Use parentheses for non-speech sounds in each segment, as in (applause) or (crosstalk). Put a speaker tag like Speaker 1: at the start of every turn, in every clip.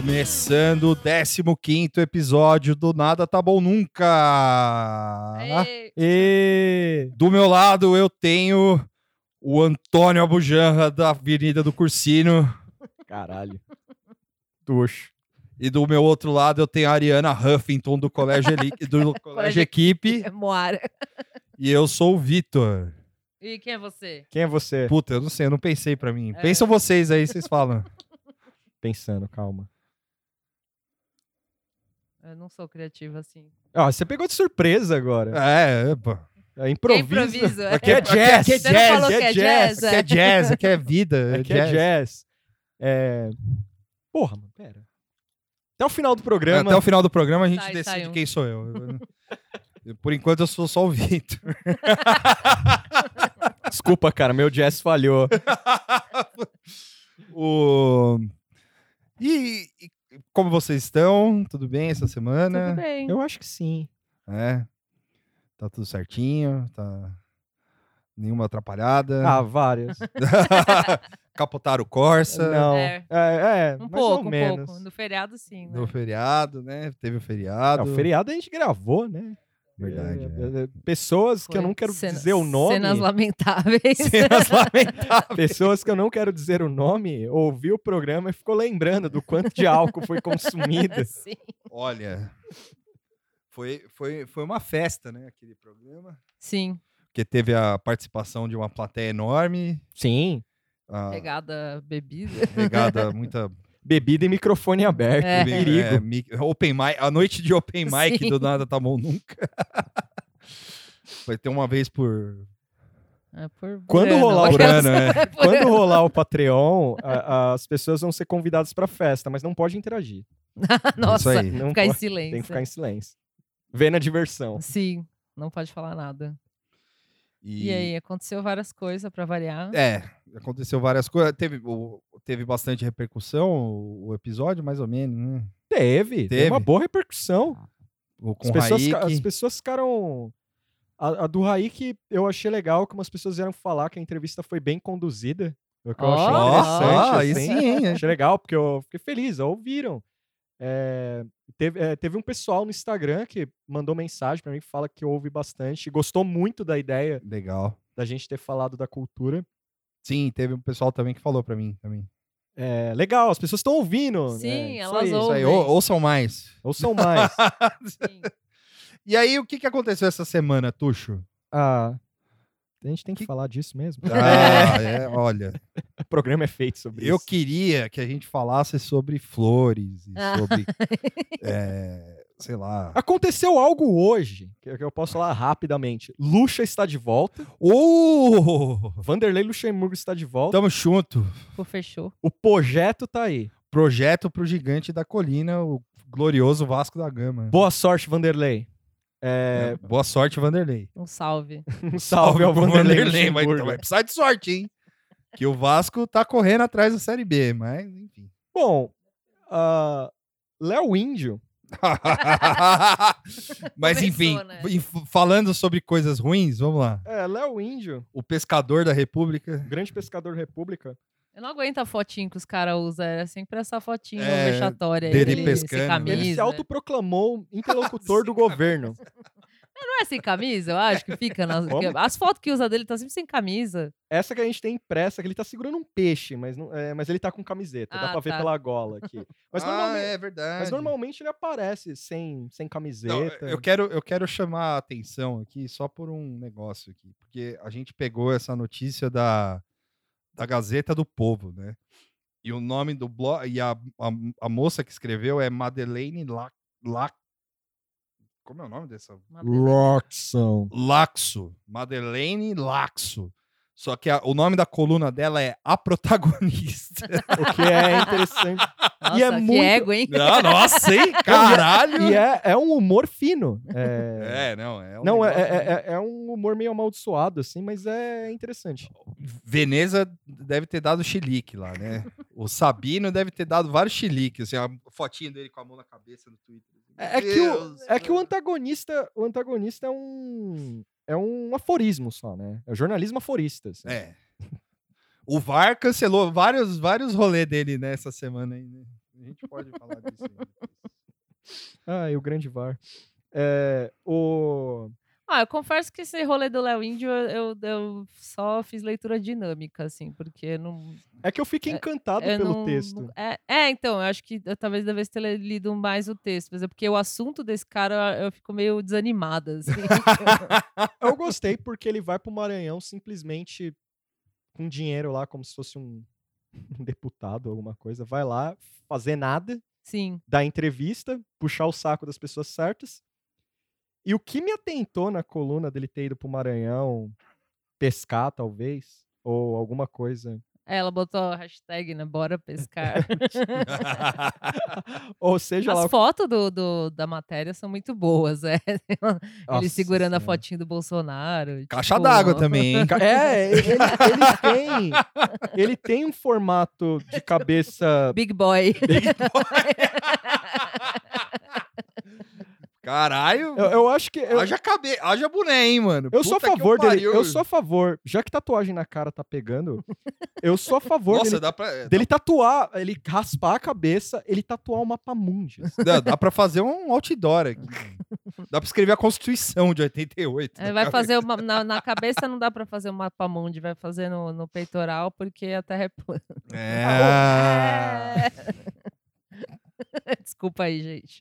Speaker 1: Começando o 15 episódio do Nada Tá Bom Nunca.
Speaker 2: Ei,
Speaker 3: E
Speaker 1: Do meu lado eu tenho o Antônio Abujanra da Avenida do Cursino.
Speaker 3: caralho.
Speaker 1: Tuxo. E do meu outro lado eu tenho a Ariana Huffington do Colégio, Eli- (laughs) do Colégio Equipe.
Speaker 2: é Moara.
Speaker 1: E eu sou o Vitor.
Speaker 2: E quem é você?
Speaker 3: Quem é você?
Speaker 1: Puta, eu não sei, eu não pensei pra mim.
Speaker 2: É.
Speaker 1: Pensam vocês aí, vocês (laughs) falam.
Speaker 3: Pensando, calma.
Speaker 2: Eu não sou criativa assim.
Speaker 3: Ó, você pegou de surpresa agora.
Speaker 1: É, é, pô.
Speaker 3: É
Speaker 2: Quem
Speaker 3: improviso.
Speaker 2: improviso?
Speaker 1: Aqui
Speaker 2: (laughs)
Speaker 1: é jazz,
Speaker 2: Você não falou que é jazz?
Speaker 1: Aqui é jazz, aqui é vida.
Speaker 3: Aqui é jazz. É... Porra, mano, pera. Até o final do programa.
Speaker 1: É, Até o final do programa a gente
Speaker 2: Sai,
Speaker 1: decide
Speaker 2: sai um.
Speaker 1: quem sou eu. Eu- (laughs) Por enquanto eu sou só o Vitor.
Speaker 3: Desculpa, cara, meu jazz falhou.
Speaker 1: O... E, e como vocês estão? Tudo bem essa semana?
Speaker 2: Tudo bem.
Speaker 3: né? Eu acho que sim.
Speaker 1: É. Tá tudo certinho, tá nenhuma atrapalhada.
Speaker 3: Ah, várias.
Speaker 1: (laughs) Capotaram o Corsa
Speaker 3: Não.
Speaker 2: É.
Speaker 3: É, é,
Speaker 2: Um
Speaker 3: mais
Speaker 2: pouco,
Speaker 3: ou
Speaker 2: um
Speaker 3: menos.
Speaker 2: pouco. No feriado, sim. Né?
Speaker 1: no feriado, né? Teve o
Speaker 3: Ah,
Speaker 1: feriado.
Speaker 3: o feriado a gente gravou, né?
Speaker 1: Verdade. é.
Speaker 3: É, é, Pessoas que eu
Speaker 2: Foi.
Speaker 3: não quero
Speaker 2: Cena-
Speaker 3: dizer o nome.
Speaker 2: Cenas
Speaker 3: (laughs)
Speaker 2: lamentáveis.
Speaker 1: Cenas lamentáveis.
Speaker 3: Pessoas que eu não quero dizer o nome ouviu o programa e ficou lembrando do quanto de álcool foi
Speaker 2: (laughs)
Speaker 3: consumido.
Speaker 2: Sim.
Speaker 1: Olha, foi, foi, foi uma festa, né? Aquele programa.
Speaker 2: Sim.
Speaker 1: Porque teve a participação de uma plateia enorme.
Speaker 3: Sim.
Speaker 1: a
Speaker 3: Ah.
Speaker 2: É Pegada bebida. (laughs)
Speaker 1: Pegada, muita
Speaker 3: Bebida e microfone aberto.
Speaker 2: É.
Speaker 3: Perigo.
Speaker 1: é, mi- open mic, a noite de
Speaker 2: (laughs)
Speaker 1: open mic
Speaker 2: Sim.
Speaker 1: do nada tá bom nunca. (laughs) Vai ter uma vez por,
Speaker 2: É por
Speaker 3: Quando
Speaker 2: ano,
Speaker 3: rolar o
Speaker 2: mas-
Speaker 1: por ano,
Speaker 2: (laughs)
Speaker 1: é.
Speaker 2: É por
Speaker 3: Quando
Speaker 2: ano.
Speaker 3: rolar o Patreon, a- as pessoas vão ser convidadas pra festa, mas não pode interagir.
Speaker 1: Isso
Speaker 2: Nossa,
Speaker 1: aí.
Speaker 3: Não
Speaker 2: ficar em
Speaker 3: pode,
Speaker 2: silêncio.
Speaker 3: tem que ficar em silêncio. Vê na diversão.
Speaker 2: Sim, não pode falar nada. E,
Speaker 1: E,
Speaker 2: aí, aconteceu várias coisas pra variar.
Speaker 1: É, aconteceu várias coisas. Teve, o- teve bastante repercussão o, o episódio, mais ou menos, né?
Speaker 3: Teve, teve.
Speaker 1: Teve.
Speaker 3: uma boa repercussão.
Speaker 1: O, com
Speaker 3: As pessoas,
Speaker 1: Raik.
Speaker 3: fica- as pessoas ficaram. A, a do Raik, eu achei legal, como as pessoas vieram falar que a entrevista foi bem conduzida. O que eu achei
Speaker 2: Ó,
Speaker 3: interessante.
Speaker 1: Nossa, aí
Speaker 3: assim.
Speaker 1: sim, hein?
Speaker 3: Achei legal, porque eu fiquei feliz, ó, ouviram. É, teve, é, teve um pessoal no Instagram que mandou mensagem pra mim que fala que ouve bastante, gostou muito da ideia
Speaker 1: Legal.
Speaker 3: da gente ter falado da cultura.
Speaker 1: Sim, teve um pessoal também que falou pra mim também.
Speaker 3: É, legal, as pessoas estão ouvindo. né?
Speaker 2: Sim,
Speaker 3: Isso
Speaker 2: elas
Speaker 3: aí, isso
Speaker 1: Isso aí,
Speaker 2: Ouvem.
Speaker 1: ou- ouçam
Speaker 2: (laughs)
Speaker 1: mais.
Speaker 3: Ouçam (laughs) mais.
Speaker 2: Sim.
Speaker 1: E aí, o que, que aconteceu essa semana,
Speaker 2: (laughs)
Speaker 1: Tuxo?
Speaker 3: Ah, a gente tem que,
Speaker 1: Que-
Speaker 3: falar disso mesmo.
Speaker 1: Ah, é, olha,
Speaker 3: (laughs) O programa é feito sobre
Speaker 1: eu
Speaker 3: isso.
Speaker 1: queria que a gente falasse sobre flores e
Speaker 2: Ah. (laughs)
Speaker 1: sobre, é, sei lá...
Speaker 3: Aconteceu algo hoje, que que eu posso falar rapidamente. Luxa está de volta,
Speaker 1: Oh,
Speaker 3: Vanderlei Luxemburgo está de volta, Então,
Speaker 1: tamo junto.
Speaker 2: Pô, fechou.
Speaker 3: o projeto tá aí.
Speaker 1: Projeto pro gigante da colina, o glorioso Vasco da Gama. Né?
Speaker 3: Boa sorte, Vanderlei. É,
Speaker 1: Boa sorte, Vanderlei.
Speaker 2: Um salve.
Speaker 3: Um salve ao
Speaker 1: pro
Speaker 3: Vanderlei,
Speaker 1: mas
Speaker 3: Luxemburgo.
Speaker 1: vai precisar de sorte, hein? Que o Vasco tá correndo atrás da Série B, mas enfim. (laughs)
Speaker 3: Bom, ah, Léo Índio.
Speaker 1: mas
Speaker 2: Começou,
Speaker 1: enfim,
Speaker 2: né?
Speaker 1: em- falando sobre coisas ruins, vamos lá.
Speaker 3: É, Léo Índio,
Speaker 1: O pescador da República.
Speaker 3: grande pescador da República.
Speaker 2: Eu não aguento a fotinho que os caras usam. Era sempre essa fotinha
Speaker 1: É,
Speaker 2: vexatória. aí,
Speaker 1: dele
Speaker 2: dele
Speaker 1: pescando. né?
Speaker 2: Sem camisa.
Speaker 3: Ele se autoproclamou interlocutor do governo.
Speaker 2: Não é sem camisa, eu acho que fica.
Speaker 3: (laughs)
Speaker 2: nas-
Speaker 3: Como?
Speaker 2: As fotos que usa dele tá sempre sem camisa.
Speaker 3: Essa que a gente tem impressa, que ele tá segurando um peixe, mas, não, é, mas ele tá com camiseta. dá
Speaker 2: Ah,
Speaker 3: pra ver
Speaker 2: tá.
Speaker 3: pela gola aqui. Mas,
Speaker 1: ah,
Speaker 3: normalmente,
Speaker 1: é verdade.
Speaker 3: mas normalmente ele aparece sem, sem camiseta.
Speaker 1: Não, eu, quero, eu quero chamar a atenção aqui só por um negócio aqui, porque a gente pegou essa notícia da, da Gazeta do Povo, né? E o nome do blog. E a, a, a moça que escreveu é Madeleine Lac. Lac como é o nome dessa?
Speaker 3: Loxon.
Speaker 1: Laxo. Madeleine Laxo. Só que a- o nome da coluna dela é A (laughs) Protagonista.
Speaker 3: O que é interessante.
Speaker 2: Nossa,
Speaker 3: E é
Speaker 2: que
Speaker 3: muito-
Speaker 2: ego, hein?
Speaker 1: Não, Ah, nossa, (laughs) hein? Caralho!
Speaker 3: E é, é um humor fino. É,
Speaker 1: É, não, é. um
Speaker 3: não, é,
Speaker 1: negócio-
Speaker 3: é, é- é um humor meio amaldiçoado, assim, mas é interessante.
Speaker 1: Veneza deve ter dado chilique lá, né? o Sabino deve ter dado vários chiliques, assim, a fotinha dele com a mão na cabeça no Twitter.
Speaker 3: É, é que o,
Speaker 1: Deus,
Speaker 3: é que o
Speaker 1: mano.
Speaker 3: antagonista, o antagonista é um é um aforismo só, né? É jornalismo aforista. assim.
Speaker 1: É. O VAR cancelou vários, vários rolês dele nessa semana aí, né? A gente pode falar disso ainda.
Speaker 3: Ah, e o grande VAR. É, o...
Speaker 2: Ah, eu confesso que esse rolê do Léo Índio eu, eu- eu só fiz leitura dinâmica, assim, porque não.
Speaker 3: é que eu fiquei
Speaker 2: É,
Speaker 3: encantado
Speaker 2: eu
Speaker 3: pelo
Speaker 2: não-
Speaker 3: texto.
Speaker 2: não- é, é, então, eu acho que eu talvez devesse ter le- lido mais o texto, mas é porque o assunto desse cara eu fico meio desanimada, assim. (laughs)
Speaker 3: Eu gostei porque ele vai pro Maranhão simplesmente com dinheiro lá, como se fosse um, (laughs) um deputado, alguma coisa. Vai lá fazer nada,
Speaker 2: Sim.
Speaker 3: dar entrevista, puxar o saco das pessoas certas. E o que me atentou na coluna dele ter ido pro Maranhão pescar, talvez, ou alguma coisa. (laughs)
Speaker 2: É, Ela botou a hashtag, né? Bora pescar.
Speaker 3: ou seja lá.
Speaker 2: As fotos do, do- da matéria são muito boas, é. Ele
Speaker 3: Nossa
Speaker 2: segurando a
Speaker 3: Senhora.
Speaker 2: fotinho do Bolsonaro.
Speaker 1: Caixa
Speaker 2: tipo,
Speaker 1: d'água também, hein?
Speaker 3: Ca-
Speaker 2: (laughs)
Speaker 3: É, ele, ele tem, ele tem um formato de cabeça.
Speaker 1: (laughs)
Speaker 2: Big boy.
Speaker 1: Caralho,
Speaker 3: Eu, eu acho que. eu-
Speaker 1: haja, cabe... haja boné, hein, mano.
Speaker 3: Eu sou a
Speaker 1: Puta que
Speaker 3: favor dele.
Speaker 1: pariu.
Speaker 3: Eu sou a favor. Já que tatuagem na cara
Speaker 1: (laughs)
Speaker 3: tá pegando, eu sou a favor
Speaker 1: Nossa,
Speaker 3: dele,
Speaker 1: dá pra...
Speaker 3: dele tatuar, ele raspar a cabeça, ele tatuar o mapa mundi.
Speaker 1: (laughs) Dá, dá pra fazer um outdoor aqui. Dá pra escrever a Constituição de 88.
Speaker 2: É, Vai fazer uma- na, na cabeça não dá pra fazer um mapa mundi, vai fazer no, no peitoral porque a Terra é plana.
Speaker 1: É.
Speaker 2: É. (laughs) Desculpa aí, gente.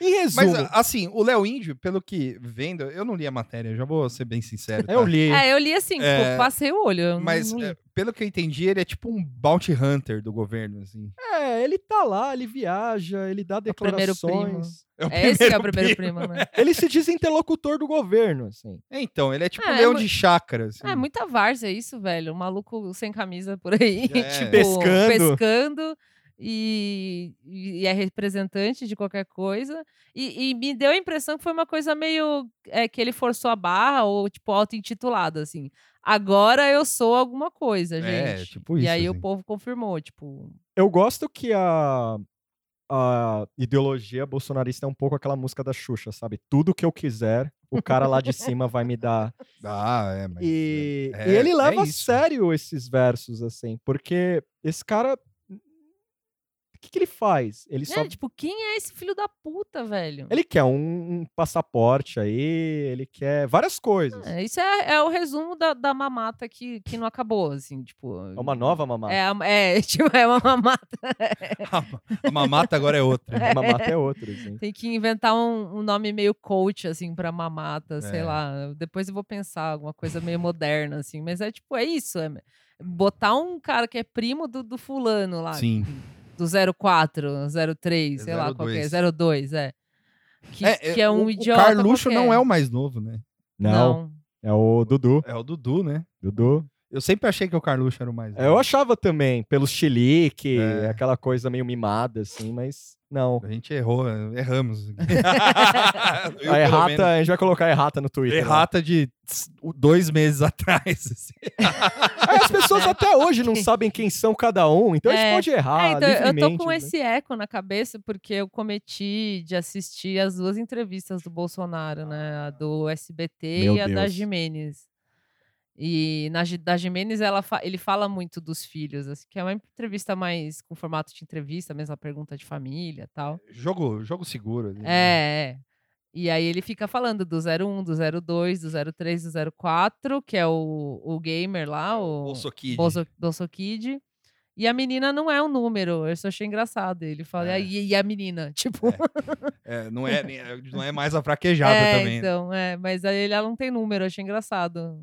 Speaker 3: Em
Speaker 1: Mas,
Speaker 3: resumo,
Speaker 1: a- assim, o Léo Índio, pelo que vendo, eu não li a matéria, já vou ser bem sincero. tá?
Speaker 3: eu li.
Speaker 2: É, eu li assim, tipo,
Speaker 1: É,
Speaker 2: passei o olho. eu não-
Speaker 1: Mas,
Speaker 2: não li.
Speaker 1: é, pelo que eu entendi, ele é tipo um bounty hunter do governo, assim.
Speaker 3: É, ele tá lá, ele viaja, ele dá
Speaker 2: É o primeiro primo.
Speaker 3: declarações.
Speaker 1: o
Speaker 2: É esse que é o
Speaker 1: primeiro
Speaker 2: primeiro primo, né?
Speaker 3: Ele se diz interlocutor do governo, assim.
Speaker 1: É, Então, ele é tipo
Speaker 2: É,
Speaker 1: um
Speaker 2: é
Speaker 1: leão
Speaker 2: mu-
Speaker 1: de chácara, assim.
Speaker 2: É muita várzea isso, velho. Um maluco sem camisa por aí,
Speaker 1: (laughs) É.
Speaker 2: tipo,
Speaker 3: Pescando.
Speaker 2: pescando e, e é representante de qualquer coisa. E, e me deu a impressão que foi uma coisa meio é, que ele forçou a barra ou, tipo, auto-intitulado, assim. Agora eu sou alguma coisa, gente.
Speaker 1: É, tipo
Speaker 2: e
Speaker 1: isso,
Speaker 2: aí o
Speaker 1: assim.
Speaker 2: povo confirmou, tipo,
Speaker 3: Eu gosto que a, a ideologia bolsonarista é um pouco aquela música da Xuxa, sabe? Tudo que eu quiser, o cara lá de cima vai me dar.
Speaker 1: Ah, é, mas...
Speaker 3: E,
Speaker 1: é-
Speaker 3: e ele
Speaker 1: é
Speaker 3: leva a
Speaker 1: isso.
Speaker 3: sério esses versos, assim, porque esse cara. O que, que ele faz? Ele só.
Speaker 2: né, tipo, quem é esse filho da puta, velho?
Speaker 3: Ele quer um, um passaporte aí, ele quer várias coisas. É,
Speaker 2: É, Isso é, é o resumo da, da mamata que, que não acabou, assim, tipo.
Speaker 3: É uma nova mamata.
Speaker 2: É, a- é, (laughs) tipo, é uma mamata.
Speaker 1: é, (laughs) A mamata agora é outra. né?
Speaker 3: Uma mamata é outra, assim.
Speaker 2: Tem que inventar um, um nome meio coach, assim, pra mamata, sei
Speaker 1: É.
Speaker 2: lá. Depois eu vou pensar alguma coisa meio moderna, assim. Mas é tipo, é isso. É botar um cara que é primo do, do fulano lá.
Speaker 1: Sim.
Speaker 2: Do 04, 03,
Speaker 1: É
Speaker 2: sei lá qual que é.
Speaker 1: 02.
Speaker 2: 02, é. Que é,
Speaker 1: É,
Speaker 2: que é um
Speaker 1: o,
Speaker 2: idiota.
Speaker 1: O Carluxo não é o
Speaker 2: qualquer.
Speaker 1: mais novo, né?
Speaker 3: Não, é o Dudu.
Speaker 1: É o Dudu, né?
Speaker 3: Dudu.
Speaker 1: Eu sempre achei que o Carluxo era o mais novo.
Speaker 3: Eu achava também, pelo chilique,
Speaker 1: É.
Speaker 3: aquela coisa meio mimada, assim, mas não.
Speaker 1: A gente errou,
Speaker 3: (laughs)
Speaker 1: erramos. (laughs)
Speaker 3: a errata, a gente vai colocar errata no Twitter. né?
Speaker 1: Errata de tss, o- dois meses (laughs) atrás. assim.
Speaker 3: Aí as pessoas até hoje não sabem quem são cada um, então a gente
Speaker 2: É.
Speaker 3: pode errar.
Speaker 2: É, então, eu tô
Speaker 3: livremente,
Speaker 2: com
Speaker 3: né?
Speaker 2: esse eco na cabeça porque eu cometi de assistir as duas entrevistas do Bolsonaro, né? A do SBT
Speaker 3: Meu
Speaker 2: e a da
Speaker 3: Deus.
Speaker 2: Jimenez. E na Gi- da Jimenez, ela fa- ele fala muito dos filhos, assim, que é uma entrevista mais com formato de entrevista, mesma pergunta de família tal.
Speaker 1: Jogo, jogo seguro. ali, né?
Speaker 2: É, é. E aí ele fica falando do 01, do 02, do 03, do 04, que é o, o gamer
Speaker 3: É,
Speaker 2: lá, o...
Speaker 1: Bolso Kid.
Speaker 2: Bolso, Bolso Kid. E a menina não é um número. Eu só achei engraçado. Ele fala,
Speaker 1: É.
Speaker 2: e, e a menina? (laughs) Tipo,
Speaker 1: É, não, é, nem- é, não é
Speaker 2: (laughs)
Speaker 1: mais a fraquejada
Speaker 2: é,
Speaker 1: também. né?
Speaker 2: então, é. Mas aí ela não tem número, eu achei engraçado.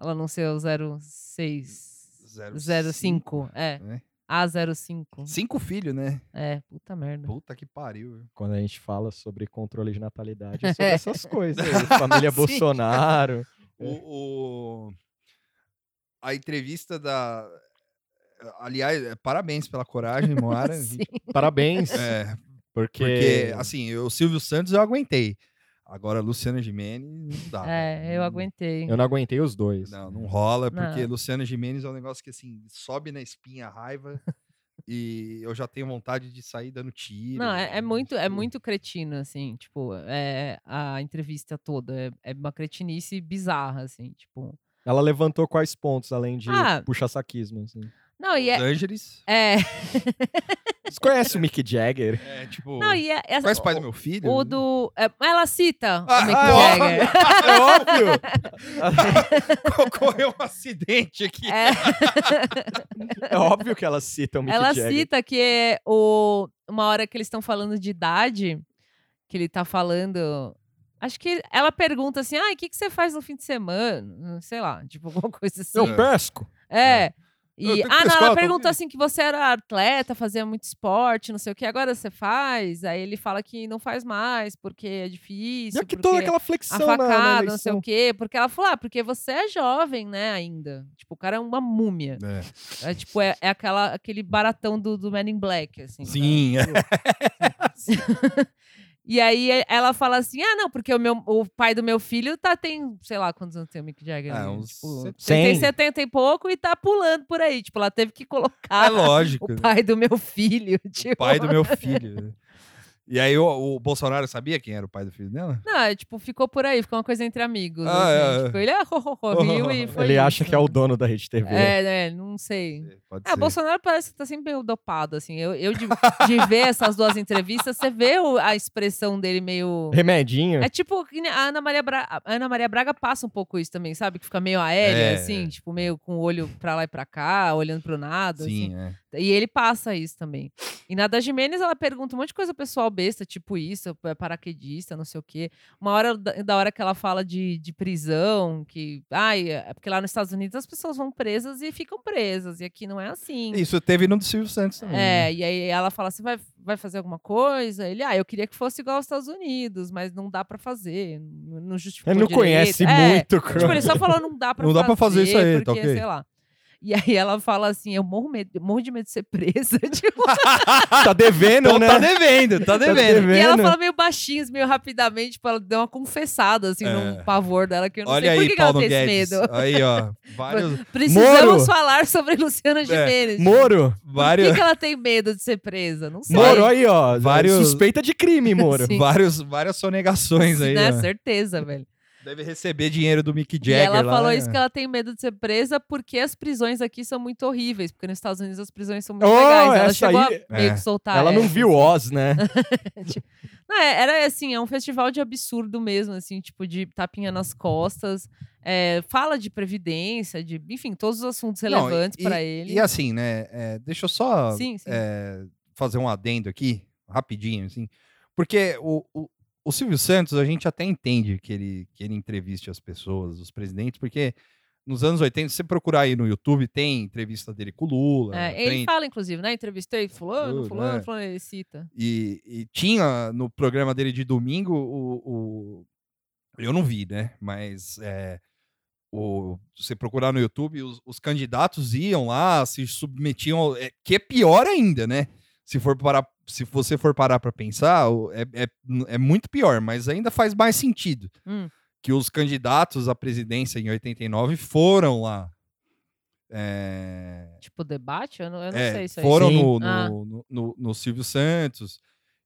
Speaker 2: Ela não ser o 06.
Speaker 1: Zero
Speaker 2: 05, é.
Speaker 1: né?
Speaker 2: A05.
Speaker 1: Cinco filhos, né?
Speaker 2: É, puta merda. (laughs)
Speaker 1: Puta que pariu.
Speaker 3: Quando a gente fala sobre controle de
Speaker 2: (laughs)
Speaker 3: natalidade, é sobre essas coisas. aí, Família
Speaker 1: Sim.
Speaker 3: Bolsonaro.
Speaker 1: É. O, o- A entrevista da. Aliás, é, parabéns pela coragem, Moara.
Speaker 2: (laughs) Sim.
Speaker 3: Parabéns.
Speaker 1: É,
Speaker 3: porque.
Speaker 1: porque, assim, o Silvio Santos eu aguentei. Agora, Luciana Gimenez não dá.
Speaker 2: É,
Speaker 1: velho.
Speaker 2: eu
Speaker 1: Não-
Speaker 2: aguentei.
Speaker 3: Eu não aguentei os dois.
Speaker 1: Não, não rola, porque
Speaker 2: Não.
Speaker 1: Luciana Gimenez é um negócio que, assim, sobe na espinha a raiva e eu já tenho vontade de sair dando tiro.
Speaker 2: Não, é, é
Speaker 1: né,
Speaker 2: muito, é
Speaker 1: tipo,
Speaker 2: muito cretino, assim, tipo, é a entrevista toda. É, é uma cretinice bizarra, assim, tipo.
Speaker 3: Ela levantou quais pontos, além de
Speaker 2: Ah.
Speaker 3: puxar saquismo? assim?
Speaker 2: Não, e
Speaker 1: Los
Speaker 2: é. (laughs)
Speaker 1: Angeles,
Speaker 2: é...
Speaker 3: Você conhece o Mick Jagger?
Speaker 2: (laughs)
Speaker 1: É, tipo.
Speaker 2: Não, e é- essa,
Speaker 1: Quais pais do meu filho?
Speaker 2: o do. é, ela cita
Speaker 1: Ah,
Speaker 2: o Mick
Speaker 1: ah,
Speaker 2: Jagger.
Speaker 3: É
Speaker 1: (laughs)
Speaker 3: óbvio!
Speaker 1: Ocorreu um acidente aqui.
Speaker 2: É,
Speaker 3: (laughs) É óbvio que ela cita o Mick
Speaker 2: ela
Speaker 3: Jagger.
Speaker 2: cita que é o, uma hora que eles estão falando de idade, que ele tá falando. Acho que ela pergunta assim: ah, o que, que você faz no fim de semana? Sei lá, tipo, (laughs) alguma coisa assim.
Speaker 1: Eu-
Speaker 3: pesco.
Speaker 2: É.
Speaker 1: Eu
Speaker 2: E,
Speaker 1: tenho que
Speaker 2: ah, não,
Speaker 1: pescar,
Speaker 2: ela
Speaker 1: tô
Speaker 2: perguntou
Speaker 1: ouvindo.
Speaker 2: assim que você era atleta, fazia muito esporte, não sei o que, agora você faz? Aí ele fala que não faz mais, porque é
Speaker 3: E
Speaker 2: difícil,
Speaker 3: aqui toda
Speaker 2: porque
Speaker 3: aquela
Speaker 2: a
Speaker 3: flexão na, na
Speaker 2: facada, não sei
Speaker 3: eleição.
Speaker 2: o quê. Porque ela falou, ah, porque você é jovem, né, ainda. Tipo, o cara é uma múmia. É tipo, é, é aquela, aquele baratão do, do Men in Black, assim. sabe?
Speaker 1: Sim, é.
Speaker 2: E aí e- ela fala assim: ah, não, porque o, meu, o pai do meu filho tá, tem, sei lá quantos anos tem o Mick Jagger.
Speaker 1: Ah,
Speaker 2: né?
Speaker 1: uns
Speaker 2: tipo, ele
Speaker 3: 100.
Speaker 2: tem 70 e pouco e tá pulando por aí. Tipo, ela teve que colocar
Speaker 1: É lógico.
Speaker 2: o
Speaker 1: né?
Speaker 2: pai do meu filho. Tipo,
Speaker 1: Pai do meu filho. né? E aí o, o Bolsonaro sabia quem era o pai do filho dela?
Speaker 2: Não, é, tipo, ficou por aí, ficou uma coisa entre amigos.
Speaker 1: Ah,
Speaker 2: assim,
Speaker 1: é, é.
Speaker 2: Tipo, ele é ho, ho,
Speaker 1: (laughs)
Speaker 2: ho, riu e foi.
Speaker 3: Ele acha
Speaker 2: isso.
Speaker 3: que é o dono da Rede TV.
Speaker 2: É, né? Não sei.
Speaker 1: Pode
Speaker 2: Ah,
Speaker 1: ser.
Speaker 2: Bolsonaro parece que tá sempre meio dopado, assim. Eu, eu de, de ver essas duas entrevistas, você vê o- a expressão dele meio.
Speaker 3: Remedinho.
Speaker 2: É tipo, que nem a Ana Maria, Bra... a Ana Maria Braga passa um pouco isso também, sabe? Que fica meio aérea,
Speaker 1: É.
Speaker 2: assim, tipo, meio com o olho pra lá e pra cá, olhando pro nada.
Speaker 1: Sim, é.
Speaker 2: assim. E ele passa isso também. E na da Jimenez, ela pergunta um monte de coisa pessoal besta, tipo isso, é paraquedista, não sei o quê. Uma hora, da da hora que ela fala de, de prisão, que. Ai, é porque lá nos Estados Unidos as pessoas vão presas e ficam presas, e aqui não é assim.
Speaker 1: Isso teve no do Silvio Santos também. né?
Speaker 2: É, e aí ela fala assim: vai, vai fazer alguma coisa? Ele, ah, eu queria que fosse igual aos Estados Unidos, mas não dá pra fazer. n- Não justifica.
Speaker 3: Ele não conhece muito, cara.
Speaker 2: Tipo, ele só falou:
Speaker 1: (laughs)
Speaker 2: não dá pra
Speaker 1: Não
Speaker 2: fazer.
Speaker 1: dá pra fazer isso aí,
Speaker 2: porque,
Speaker 1: tá ok.
Speaker 2: sei lá. E aí ela fala assim: eu morro, medo, morro de medo de ser (laughs) presa. tipo,
Speaker 3: Tá devendo,
Speaker 1: Então
Speaker 3: né?
Speaker 1: tá devendo, tá devendo.
Speaker 2: e ela fala meio baixinho, meio rapidamente, tipo, ela deu uma confessada, assim, num
Speaker 1: É.
Speaker 2: pavor dela, que eu não
Speaker 1: Olha
Speaker 2: sei por que
Speaker 1: aí,
Speaker 2: que ela
Speaker 1: Paulo
Speaker 2: tem esse
Speaker 1: Guedes.
Speaker 2: medo. (laughs)
Speaker 1: Aí, ó. Vários,
Speaker 2: Precisamos
Speaker 3: Moro.
Speaker 2: falar sobre
Speaker 1: É.
Speaker 2: Luciana Gimenez.
Speaker 3: Moro,
Speaker 2: (laughs) Por que,
Speaker 1: vários,
Speaker 2: que ela tem medo de ser presa? Não sei.
Speaker 3: Moro aí, ó.
Speaker 1: Vários-
Speaker 3: Suspeita de crime, Moro.
Speaker 2: Sim.
Speaker 1: vários, várias sonegações aí.
Speaker 2: (laughs) né?
Speaker 1: ó.
Speaker 2: Certeza, velho.
Speaker 1: Deve receber dinheiro do Mick
Speaker 2: e
Speaker 1: Jagger.
Speaker 2: ela
Speaker 1: lá,
Speaker 2: falou
Speaker 1: né?
Speaker 2: isso que ela tem medo de ser presa porque as prisões aqui são muito horríveis, porque nos Estados Unidos as prisões são muito
Speaker 3: Oh,
Speaker 2: legais. Ela
Speaker 3: essa
Speaker 2: chegou
Speaker 3: aí-
Speaker 2: a meio
Speaker 1: É.
Speaker 2: que soltar.
Speaker 3: Ela não
Speaker 2: essa.
Speaker 3: viu Oz, né?
Speaker 2: Não, é- era assim, é um festival de absurdo mesmo, assim, tipo de tapinha nas costas, é, fala de previdência, de, enfim, todos os assuntos
Speaker 1: Não,
Speaker 2: relevantes
Speaker 1: e-
Speaker 2: pra ele.
Speaker 1: E assim, né? é, deixa eu só
Speaker 2: sim, sim.
Speaker 1: é, fazer um adendo aqui, rapidinho, assim. Porque o, o, o Silvio Santos, a gente até entende que ele, que ele entreviste as pessoas, os presidentes, porque nos anos 80, se você procurar aí no YouTube, tem entrevista dele com o Lula.
Speaker 2: É, ele
Speaker 1: tem-
Speaker 2: fala, inclusive, né? Entrevistei fulano,
Speaker 1: Tudo,
Speaker 2: fulano,
Speaker 1: é.
Speaker 2: fulano, ele cita.
Speaker 1: E, e tinha no programa dele de domingo o. o- eu não vi, né? Mas é, o, se você procurar no YouTube, os, os candidatos iam lá, se submetiam. ao- é, que é pior ainda, né? Se, for parar, se você for parar para pensar, o- é, é, é muito pior, mas ainda faz mais sentido.
Speaker 2: Hum.
Speaker 1: Que os candidatos à presidência em 89 foram lá. É,
Speaker 2: Tipo, debate? Eu não, eu não
Speaker 1: é,
Speaker 2: sei isso aí.
Speaker 1: Foram
Speaker 3: Sim.
Speaker 1: no, no,
Speaker 2: Ah.
Speaker 1: no- no- no Silvio Santos.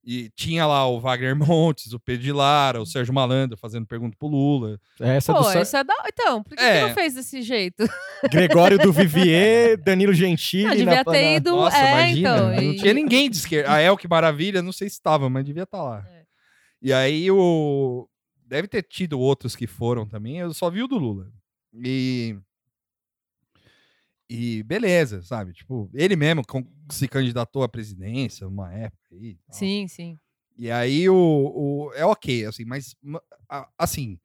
Speaker 1: E tinha lá o Wagner Montes, o Pedro de Lara, o
Speaker 2: Hum.
Speaker 1: Sérgio Malandro fazendo pergunta pro Lula.
Speaker 3: Essa
Speaker 2: Pô,
Speaker 3: do Sa-
Speaker 2: essa é da... Então, por que, que
Speaker 1: É.
Speaker 2: não fez desse jeito? (laughs)
Speaker 3: Gregório do Vivier, Danilo Gentili.
Speaker 2: Ah, devia
Speaker 3: na- na-
Speaker 2: ter ido.
Speaker 1: Nossa,
Speaker 2: é,
Speaker 1: imagina. né?
Speaker 2: então.
Speaker 1: não
Speaker 2: e-
Speaker 1: tinha ninguém de
Speaker 2: (laughs)
Speaker 1: esquerda. A El, que maravilha, não sei se estava, mas devia estar lá.
Speaker 2: É.
Speaker 1: E aí o. Deve ter tido outros que foram também. Eu só vi o do Lula. E. E beleza, sabe? Tipo, ele mesmo con- se candidatou à presidência uma época aí. e tal.
Speaker 2: Sim, sim.
Speaker 1: E aí o, o- é ok, assim, mas ma- a- assim,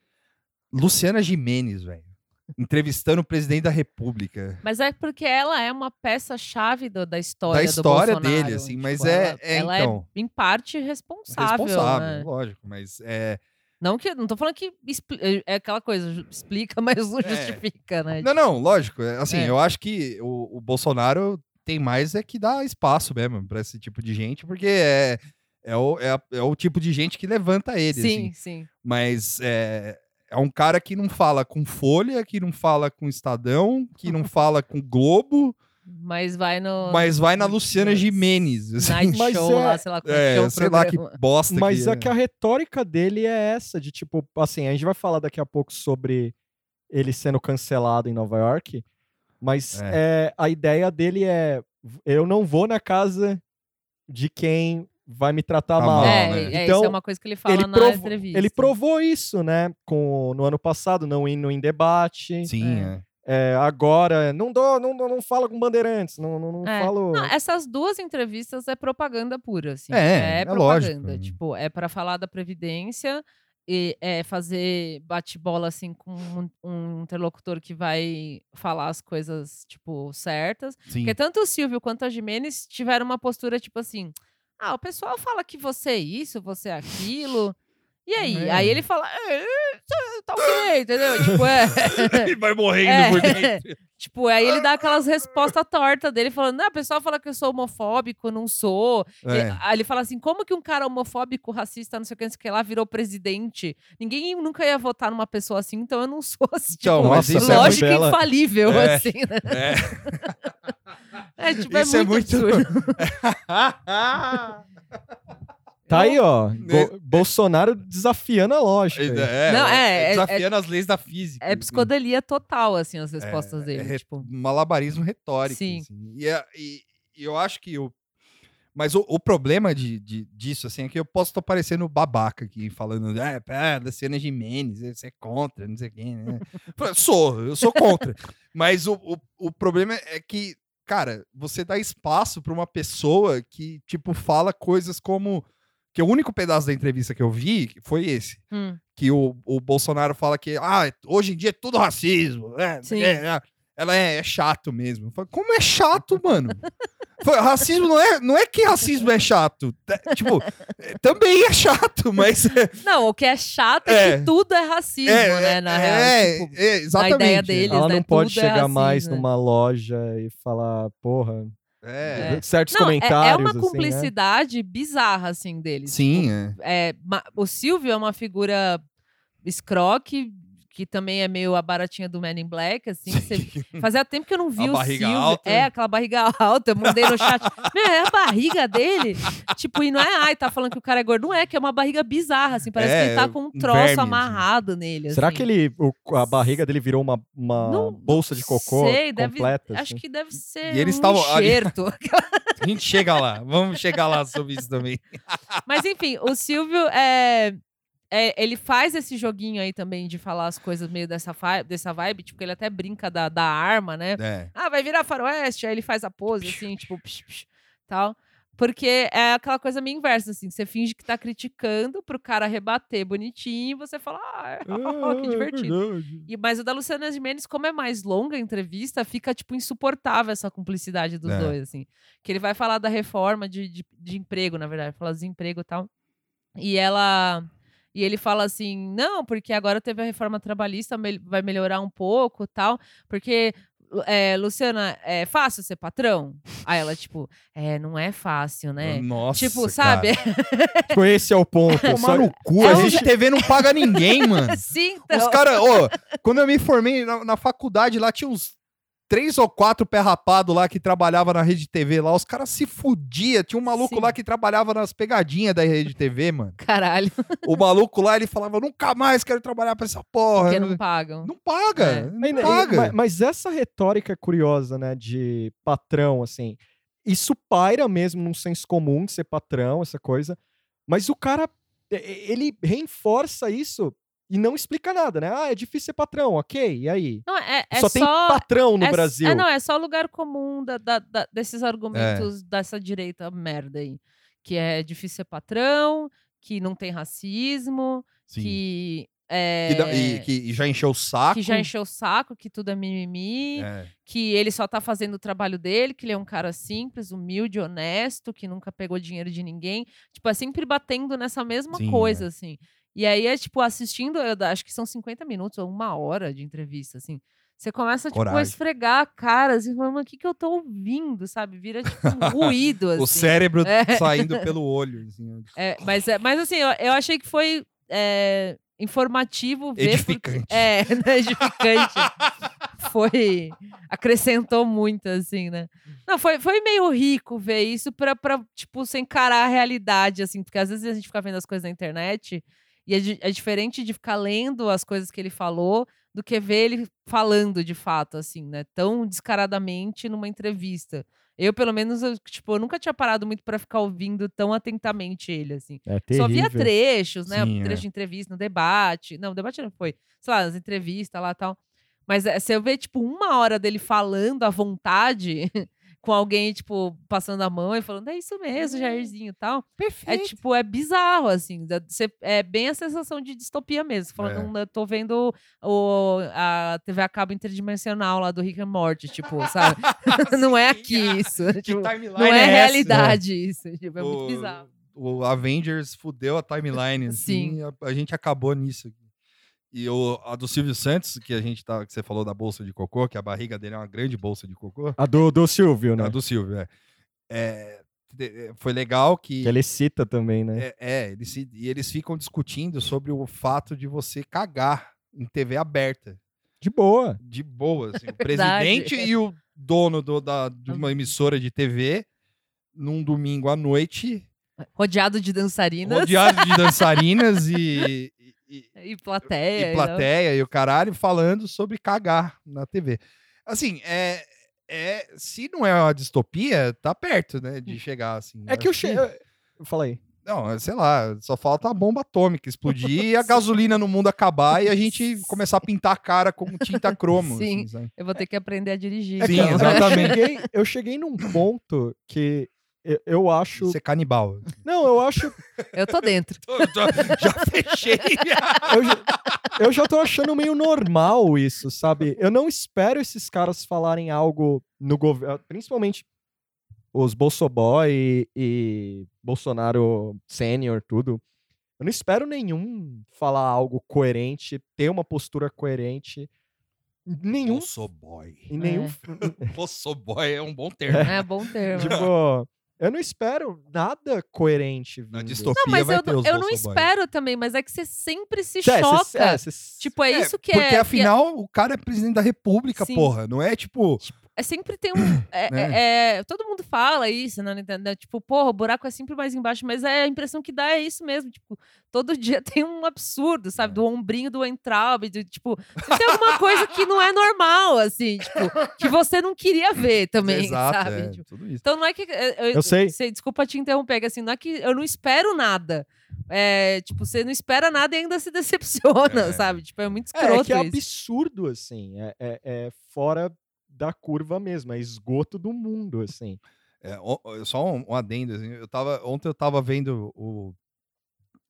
Speaker 1: Luciana Jimenez, velho, entrevistando o presidente da República.
Speaker 2: Mas é porque ela é uma peça-chave do- da história
Speaker 1: Da história
Speaker 2: do Bolsonaro.
Speaker 1: dele, assim, mas
Speaker 2: Tipo,
Speaker 1: é-
Speaker 2: Ela,
Speaker 1: é,
Speaker 2: ela
Speaker 1: então.
Speaker 2: em parte, responsável.
Speaker 1: Responsável,
Speaker 2: né?
Speaker 1: lógico, mas é.
Speaker 2: Não que. Não tô falando que. expli- É aquela coisa, ju- explica, (laughs) mas não
Speaker 1: É.
Speaker 2: justifica, né?
Speaker 1: Não, não, lógico. é, Assim,
Speaker 2: É.
Speaker 1: eu acho que o, o Bolsonaro tem mais é que dá espaço mesmo pra esse tipo de gente, porque é, é, o, é, a- é o tipo de gente que levanta ele. assim.
Speaker 2: Sim, sim.
Speaker 1: mas é, é um cara que não fala com Folha, que não fala com Estadão, que não fala com Globo,
Speaker 2: Mas vai no.
Speaker 1: mas vai na
Speaker 2: no-
Speaker 1: Luciana
Speaker 2: no
Speaker 1: Jimenez. (laughs) assim.
Speaker 2: Night
Speaker 3: Mas
Speaker 2: show
Speaker 3: é-
Speaker 2: lá, sei lá como é, que é
Speaker 1: É,
Speaker 2: o
Speaker 1: sei lá que
Speaker 2: programa.
Speaker 1: bosta
Speaker 3: Mas
Speaker 1: que
Speaker 3: é que a retórica dele é essa, de tipo, assim, a gente vai falar daqui a pouco sobre ele sendo cancelado em Nova York, é, mas é. a ideia dele é: eu não vou na casa de quem vai me tratar
Speaker 1: Tá mal,
Speaker 3: mal.
Speaker 2: é,
Speaker 1: né?
Speaker 2: é,
Speaker 3: Então,
Speaker 2: isso é uma coisa que ele fala
Speaker 3: ele,
Speaker 2: na
Speaker 3: provo-
Speaker 2: entrevista.
Speaker 3: ele provou isso, né? Com, no ano passado, não indo em debate.
Speaker 1: Sim,
Speaker 2: É.
Speaker 1: é.
Speaker 3: É, agora, não dou, não, dou- não fala com bandeirantes, não, não, não
Speaker 2: É.
Speaker 3: falo.
Speaker 2: Não, essas duas entrevistas é propaganda pura, assim.
Speaker 1: Tipo É, é
Speaker 2: propaganda.
Speaker 1: lógico.
Speaker 2: Tipo, é para falar da Previdência e é fazer bate-bola, assim, com um, um interlocutor que vai falar as coisas, tipo, certas.
Speaker 1: Sim.
Speaker 2: Porque tanto o Silvio quanto a Jimenez tiveram uma postura, tipo assim, ah, o pessoal fala que você é isso, você é aquilo. E aí?
Speaker 1: É.
Speaker 2: Aí ele fala, "É, tá- tá ok, entendeu? Tipo, é...
Speaker 1: Ele (laughs) vai morrendo
Speaker 2: É.
Speaker 1: por dentro.
Speaker 2: (laughs) Tipo, aí ele dá aquelas respostas tortas dele, falando: ah, o pessoal fala que eu sou homofóbico, eu não sou. E-
Speaker 1: É.
Speaker 2: aí ele fala assim: como que um cara homofóbico, racista, não sei o que, não sei o que lá, virou presidente? Ninguém nunca ia votar numa pessoa assim, então eu não (laughs) sou assim.
Speaker 1: Então,
Speaker 2: tipo,
Speaker 1: mas isso é muito
Speaker 2: lógica
Speaker 3: dela.
Speaker 2: infalível,
Speaker 1: É.
Speaker 2: assim, né?
Speaker 1: (laughs) É.
Speaker 2: É, tipo,
Speaker 1: Isso
Speaker 2: é
Speaker 1: é
Speaker 2: muito,
Speaker 1: muito- (laughs)
Speaker 2: absurdo. É.
Speaker 3: Tá aí, ó.
Speaker 1: Ne-
Speaker 3: Bo- Bolsonaro desafiando a lógica. aí.
Speaker 1: Né? É,
Speaker 2: Não, é,
Speaker 1: é,
Speaker 2: é-
Speaker 1: desafiando as leis da física.
Speaker 2: É
Speaker 1: assim.
Speaker 2: psicodelia total, assim, as respostas
Speaker 1: é
Speaker 2: dele.
Speaker 1: re- (laughs)
Speaker 2: tipo,
Speaker 1: malabarismo retórico.
Speaker 2: Sim.
Speaker 1: assim. E, é- e- e eu acho que o. Mas o, o problema de, de- disso, assim, é que eu posso estar parecendo babaca aqui, falando, é, pá, Luciana Jimenez, você é contra, não sei quem, né? Pô, sou, eu sou contra. Mas o, o, o problema é que, cara, você dá espaço para uma pessoa que, tipo, fala coisas como. Que o único pedaço da entrevista que eu vi foi esse
Speaker 2: hum,
Speaker 1: que o, o Bolsonaro fala que ah, hoje em dia é tudo racismo. É,
Speaker 2: Sim.
Speaker 1: é, é. Ela é, é chato mesmo. Eu falo, Como é chato, mano? Eu falo, racismo não é, não é que racismo é chato. É, tipo, é, também é chato,
Speaker 2: (laughs)
Speaker 1: mas é,
Speaker 2: Não, o que é chato é,
Speaker 1: É.
Speaker 2: que tudo é racismo,
Speaker 1: é,
Speaker 2: né? Na
Speaker 1: é,
Speaker 2: real.
Speaker 1: é,
Speaker 2: tipo,
Speaker 1: é, exatamente.
Speaker 2: ideia dele.
Speaker 3: Ela
Speaker 2: né?
Speaker 3: não pode
Speaker 2: Tudo é
Speaker 3: chegar
Speaker 2: racismo,
Speaker 3: mais
Speaker 2: né?
Speaker 3: numa loja e falar, porra,
Speaker 1: É.
Speaker 3: certos
Speaker 2: não, é- é,
Speaker 3: comentários.
Speaker 2: uma
Speaker 3: assim, né?
Speaker 2: cumplicidade bizarra, assim, dele.
Speaker 1: Sim, é.
Speaker 2: é, ma- o Silvio é uma figura escroque, que também é meio a baratinha do Man in Black, assim. você- Fazia tempo que eu não vi
Speaker 1: A
Speaker 2: o
Speaker 1: barriga
Speaker 2: Silvio.
Speaker 1: alta.
Speaker 2: É, aquela barriga (laughs) alta. Eu mandei no chat. Meu, é a barriga dele. tipo, e não é, ai, tá falando que o cara é gordo. Não é, que é uma barriga bizarra, assim. Parece que
Speaker 1: É,
Speaker 2: ele tá com um
Speaker 1: um
Speaker 2: troço
Speaker 1: verme, assim.
Speaker 2: amarrado nele.
Speaker 3: Será
Speaker 2: assim.
Speaker 3: que ele, o- a barriga dele virou uma, uma
Speaker 2: Não-
Speaker 3: bolsa de cocô
Speaker 2: Sei, deve-
Speaker 3: completa?
Speaker 2: Acho
Speaker 3: assim?
Speaker 2: que deve ser
Speaker 1: E eles
Speaker 2: um
Speaker 1: estavam ali-
Speaker 2: enxerto.
Speaker 1: A gente chega lá. Vamos chegar lá sobre isso também.
Speaker 2: Mas enfim, o Silvio é, é, ele faz esse joguinho aí também de falar as coisas meio dessa, fa- dessa vibe, tipo, que ele até brinca da, da arma, né?
Speaker 1: É.
Speaker 2: Ah, vai virar faroeste, aí ele faz a pose, assim, tipo, psh, psh, tal. Porque é aquela coisa meio inversa, assim, você finge que tá criticando pro cara rebater bonitinho, e você fala, ah, é, (laughs) que divertido. E, mas o da Luciana Gimenez, como é mais longa a entrevista, fica, tipo, insuportável essa cumplicidade dos
Speaker 1: É.
Speaker 2: dois, assim. Que ele vai falar da reforma de, de, de emprego, na verdade, falar desemprego e tal. E ela. E ele fala assim: não, porque agora teve a reforma trabalhista, mel- vai melhorar um pouco tal. Porque, Lu- é, Luciana, é fácil ser patrão? Aí ela, tipo, é, não é fácil, né?
Speaker 1: Nossa.
Speaker 2: tipo, sabe? (laughs)
Speaker 3: Tipo, esse é o ponto.
Speaker 1: Cara.
Speaker 3: só-
Speaker 1: Tomar no cu.
Speaker 2: É
Speaker 1: A
Speaker 2: um-
Speaker 1: gente TV não paga ninguém, mano.
Speaker 2: Sim,
Speaker 1: Os
Speaker 2: então.
Speaker 1: caras,
Speaker 2: (laughs)
Speaker 1: ô, quando eu me formei na, na faculdade, lá tinha uns três ou quatro pé rapado lá que trabalhava na rede TV lá. Os caras se fudia. Tinha um maluco
Speaker 2: Sim.
Speaker 1: lá que trabalhava nas pegadinhas da rede TV, mano.
Speaker 2: Caralho,
Speaker 1: O maluco lá, ele falava, nunca mais quero trabalhar pra essa porra.
Speaker 2: porque
Speaker 1: Não,
Speaker 2: não pagam.
Speaker 1: paga.
Speaker 2: um É.
Speaker 1: Não
Speaker 3: Mas,
Speaker 1: paga.
Speaker 3: mas- mas essa retórica curiosa, né, de patrão, assim, isso paira mesmo num senso comum de ser patrão, essa coisa, mas o cara, e- e- ele reforça isso e não explica nada, né? Ah, é difícil ser patrão, ok, e aí?
Speaker 2: Não, é, é só,
Speaker 3: só, tem patrão no
Speaker 2: É s-
Speaker 3: Brasil.
Speaker 2: É, não, é só lugar comum da- da- da- desses
Speaker 1: É.
Speaker 2: argumentos dessa direita merda aí. Que é difícil ser patrão, que não tem racismo, que. é,
Speaker 1: Que dá- e que já encheu o saco.
Speaker 2: que já encheu o saco, que tudo é mimimi,
Speaker 1: É.
Speaker 2: que ele só tá fazendo o trabalho dele, que ele é um cara simples, humilde, honesto, que nunca pegou dinheiro de ninguém. Tipo, é sempre batendo nessa mesma
Speaker 1: Sim, é.
Speaker 2: coisa, assim. E aí é, tipo, assistindo, eu da- acho que são 50 minutos ou uma hora de entrevista, assim. Você começa, tipo, a
Speaker 1: Coragem.
Speaker 2: esfregar a cara, assim, falando, "Mas o que que eu tô ouvindo, sabe? Vira, tipo,
Speaker 1: (laughs)
Speaker 2: um ruído, assim.
Speaker 1: O cérebro
Speaker 2: É.
Speaker 1: saindo pelo olho. assim,
Speaker 2: É, mas, é- mas, assim, eu, eu achei que foi... é, informativo ver porque-
Speaker 1: edificante.
Speaker 2: é, (laughs) né, edificante. foi. Acrescentou muito, assim, né? Não, foi, foi meio rico ver isso pra, pra, tipo, você encarar a realidade, assim, porque às vezes a gente fica vendo as coisas na internet e é, di- é diferente de ficar lendo as coisas que ele falou do que ver ele falando de fato, assim, né? Tão descaradamente numa entrevista. Eu, pelo menos, eu, tipo, eu nunca tinha parado muito pra ficar ouvindo tão atentamente ele, assim.
Speaker 3: É
Speaker 2: Só
Speaker 3: terrível.
Speaker 2: via trechos, né?
Speaker 1: Sim,
Speaker 2: Trecho
Speaker 1: é.
Speaker 2: de entrevista, no debate. Não, o debate não foi. Sei lá, nas entrevistas lá e tal. Mas eh, se eu ver, tipo, uma hora dele falando à vontade (laughs) com alguém, tipo, passando a mão e falando, é isso mesmo, Jairzinho e tal. É,
Speaker 1: Uhum. Perfeito.
Speaker 2: tipo, é bizarro, assim. da- cê- é bem a sensação de distopia mesmo. Falando,
Speaker 1: É.
Speaker 2: "Hum, eu tô vendo o, a TV a cabo interdimensional lá do Rick and Morty, tipo, sabe? (laughs)
Speaker 1: (laughs)
Speaker 2: não é aqui isso. tipo,
Speaker 1: timeline
Speaker 2: não é,
Speaker 1: essa?
Speaker 2: realidade isso. tipo, é muito
Speaker 1: O-
Speaker 2: bizarro.
Speaker 1: O Avengers fudeu a timeline. Assim,
Speaker 2: Sim.
Speaker 1: A, a gente acabou nisso. E o, a do Silvio Santos, que a gente tá, que você falou da bolsa de cocô, que a barriga dele é uma grande bolsa de cocô.
Speaker 3: A do, do Silvio, né?
Speaker 1: A do Silvio, é. É, te- foi legal que.
Speaker 3: Que ele cita também, né?
Speaker 1: É, é, eles, se- e eles ficam discutindo sobre o fato de você cagar em TV aberta.
Speaker 3: De boa.
Speaker 1: De
Speaker 2: (laughs)
Speaker 1: boa. assim, o
Speaker 2: É verdade.
Speaker 1: presidente e o dono do- da, de uma emissora de TV, num domingo à noite,
Speaker 2: Rodeado de dançarinas
Speaker 1: rodeado de dançarinas e, e- e-
Speaker 2: (laughs) e
Speaker 1: e
Speaker 2: plateia. É, não?
Speaker 1: plateia e o caralho, falando sobre cagar na TV. Assim, é. é- se não é uma distopia, tá perto, né?
Speaker 2: Hum.
Speaker 1: De chegar assim.
Speaker 3: É que eu
Speaker 1: Acho
Speaker 3: chego. Fala aí.
Speaker 1: Não, é, sei lá, só falta a bomba atômica explodir
Speaker 2: (laughs)
Speaker 1: e a gasolina no mundo acabar e a gente começar a pintar a cara com tinta cromo.
Speaker 2: Sim.
Speaker 1: assim, sabe?
Speaker 2: Eu vou ter que aprender a dirigir. Então,
Speaker 3: É,
Speaker 1: Sim,
Speaker 3: cara,
Speaker 1: exatamente.
Speaker 3: Eu cheguei, eu cheguei num ponto que eu, eu acho.
Speaker 1: Ser canibal.
Speaker 2: (laughs)
Speaker 3: Não, eu acho.
Speaker 2: Eu tô dentro.
Speaker 1: (laughs) já,
Speaker 2: (laughs)
Speaker 1: fechei.
Speaker 3: Eu, já- eu já tô achando meio normal isso, sabe? Eu não espero esses caras falarem algo no governo. Principalmente os Bolsoboy e, e Bolsonaro Sênior, tudo. Eu não espero nenhum falar algo coerente, ter uma postura coerente. Nenhum.
Speaker 1: sou boy.
Speaker 3: Em nenhum
Speaker 2: É.
Speaker 1: sou boy é um bom termo.
Speaker 2: É bom termo.
Speaker 3: Tipo, eu não espero nada coerente.
Speaker 1: Na
Speaker 3: vindo.
Speaker 1: distopia
Speaker 2: não, mas
Speaker 1: vai
Speaker 2: eu,
Speaker 1: ter os
Speaker 2: eu não
Speaker 1: Bolsonaro.
Speaker 2: espero também, mas é que você sempre se
Speaker 3: É,
Speaker 2: choca.
Speaker 3: cês- é, cês-
Speaker 2: Tipo, é,
Speaker 1: É,
Speaker 2: isso que
Speaker 1: Porque
Speaker 2: é. que é-
Speaker 1: afinal o cara é presidente da república,
Speaker 2: Sim.
Speaker 1: porra. Não é tipo.
Speaker 2: é sempre tem
Speaker 1: (coughs)
Speaker 2: um. é-
Speaker 1: né?
Speaker 2: é- é- todo mundo fala isso, né? na internet, Tipo, porra, o buraco é sempre mais embaixo, mas é a impressão que dá é isso mesmo. Tipo, todo dia (laughs) tem um absurdo, sabe?
Speaker 1: É.
Speaker 2: Do ombrinho do Entraub, do, tipo, sempre tem alguma coisa que não é normal, assim, tipo, que você não queria ver também,
Speaker 1: (laughs) Exato,
Speaker 2: sabe?
Speaker 1: é,
Speaker 2: Tipo,
Speaker 1: tudo isso.
Speaker 2: Então não é que. Eu,
Speaker 3: Eu sei.
Speaker 2: cê- desculpa te interromper, que assim, não é que eu não espero nada. É, tipo, você não espera nada e ainda se (laughs) decepciona,
Speaker 1: É.
Speaker 2: sabe? Tipo, é muito
Speaker 3: É, é
Speaker 2: escroto
Speaker 3: que é
Speaker 2: isso.
Speaker 3: absurdo, assim. É, é- é fora da curva mesmo. É esgoto do mundo,
Speaker 2: (laughs)
Speaker 3: assim.
Speaker 1: É, o- o- só um, um adendo, assim, eu tava, ontem eu tava vendo o,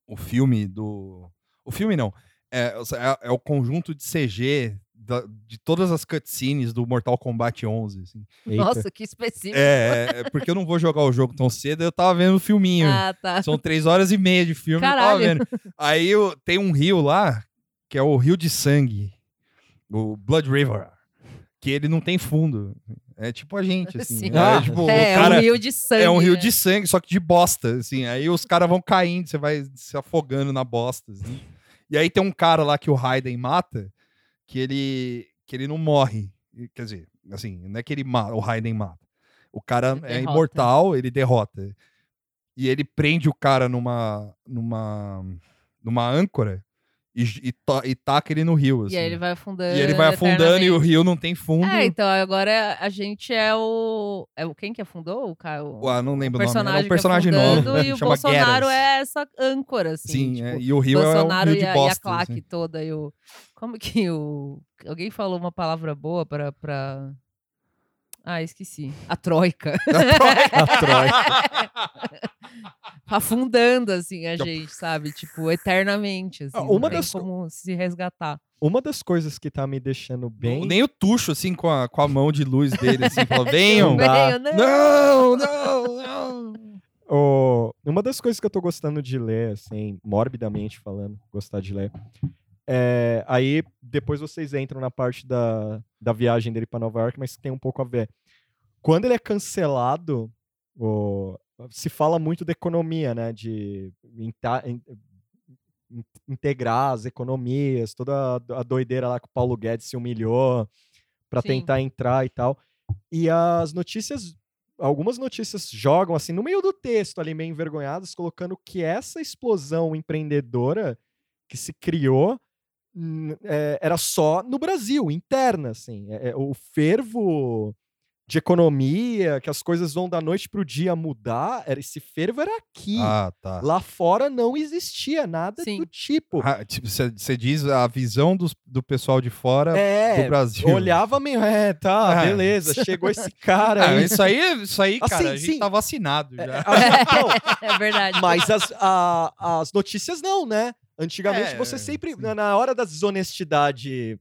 Speaker 1: o filme do... O filme não, é, o- é- é o conjunto de CG da- de todas as cutscenes do Mortal Kombat 11, assim.
Speaker 2: Nossa, que específico.
Speaker 1: É, é, é porque eu não vou jogar o jogo tão cedo, eu tava vendo o filminho.
Speaker 2: Ah, tá.
Speaker 1: São três horas e meia de filme, eu
Speaker 2: Caralho.
Speaker 1: tava vendo. Aí eu- tem um rio lá, que é o Rio de Sangue, o Blood River, que ele não tem fundo. É tipo a gente, assim.
Speaker 2: Sim.
Speaker 1: né?
Speaker 3: Ah.
Speaker 1: tipo,
Speaker 2: É,
Speaker 1: o cara,
Speaker 2: um rio de sangue.
Speaker 1: é um rio
Speaker 2: né?
Speaker 1: de sangue, só que de bosta, assim. Aí os caras vão caindo, você vai se afogando na bosta, assim. E aí tem um cara lá que o Raiden mata, que ele, que ele não morre. E, Quer dizer, assim, não é que ele ma- o Raiden mata. O cara
Speaker 2: Ele
Speaker 1: é
Speaker 2: derrota.
Speaker 1: imortal, ele derrota. E ele prende o cara numa numa numa âncora e, j- e, ta- e taca ele no rio, assim.
Speaker 2: né? E aí ele vai afundando.
Speaker 1: E ele vai afundando e o
Speaker 2: eternamente.
Speaker 1: rio não tem fundo.
Speaker 2: É, então agora a gente é o. É o quem que afundou? O cara. O...
Speaker 1: Ah, não lembro o nome.
Speaker 2: personagem,
Speaker 1: É um
Speaker 2: que
Speaker 1: personagem novo. (laughs) né?
Speaker 2: afundando E o
Speaker 1: chama
Speaker 2: Bolsonaro
Speaker 1: Guedes.
Speaker 2: é essa âncora, assim.
Speaker 1: Sim,
Speaker 2: tipo,
Speaker 1: é, e o Rio
Speaker 2: Bolsonaro
Speaker 1: é um rio
Speaker 2: e,
Speaker 1: de
Speaker 2: a, e a
Speaker 1: bosta.
Speaker 2: claque toda. E o, como que o. Alguém falou uma palavra boa pra. pra... Ah, esqueci. A troika. (laughs)
Speaker 3: A Troia.
Speaker 2: Afundando, assim, a
Speaker 1: Então-
Speaker 2: gente, sabe? Tipo, eternamente. Assim,
Speaker 3: Ah, uma
Speaker 2: não tem
Speaker 3: das co-
Speaker 2: como se resgatar.
Speaker 3: Uma das coisas que tá me deixando bem.
Speaker 1: Nem o Tuxo, assim, com a, com a mão de luz dele, assim, fala,
Speaker 2: (laughs)
Speaker 1: venham.
Speaker 3: dá.
Speaker 2: Venho, não.
Speaker 1: Não, não, não.
Speaker 3: Ô, uma das coisas que eu tô gostando de ler, assim, morbidamente falando, gostar de ler. é, aí depois vocês entram na parte da, da viagem dele pra Nova York, mas tem um pouco a ver. Quando ele é cancelado, o- se fala muito da economia, né? De inta- in- in- integrar as economias, toda a a doideira lá que o Paulo Guedes se humilhou pra
Speaker 2: Sim.
Speaker 3: tentar entrar e tal. E as notícias algumas notícias jogam assim no meio do texto ali meio envergonhadas colocando que essa explosão empreendedora que se criou n- é, era só no Brasil, interna, assim. É- é, o fervo de economia, que as coisas vão da noite pro dia mudar, era, esse fervo era aqui.
Speaker 1: Ah, tá.
Speaker 3: Lá fora não existia nada
Speaker 2: Sim.
Speaker 3: do tipo.
Speaker 1: Ah, tipo, você diz a visão dos- do pessoal de fora do
Speaker 3: é,
Speaker 1: Brasil.
Speaker 3: olhava meio, é, tá,
Speaker 1: Ah.
Speaker 3: beleza, chegou esse cara
Speaker 1: (laughs) Ah,
Speaker 3: aí.
Speaker 1: isso aí, isso
Speaker 2: Ah,
Speaker 1: aí,
Speaker 3: Assim,
Speaker 1: cara, a gente
Speaker 3: sim.
Speaker 1: tá vacinado já.
Speaker 3: Ah, não,
Speaker 2: É verdade.
Speaker 3: (laughs) Mas as, a- as notícias não, né? Antigamente
Speaker 1: É,
Speaker 3: você sempre,
Speaker 1: sim.
Speaker 3: na, na hora da desonestidade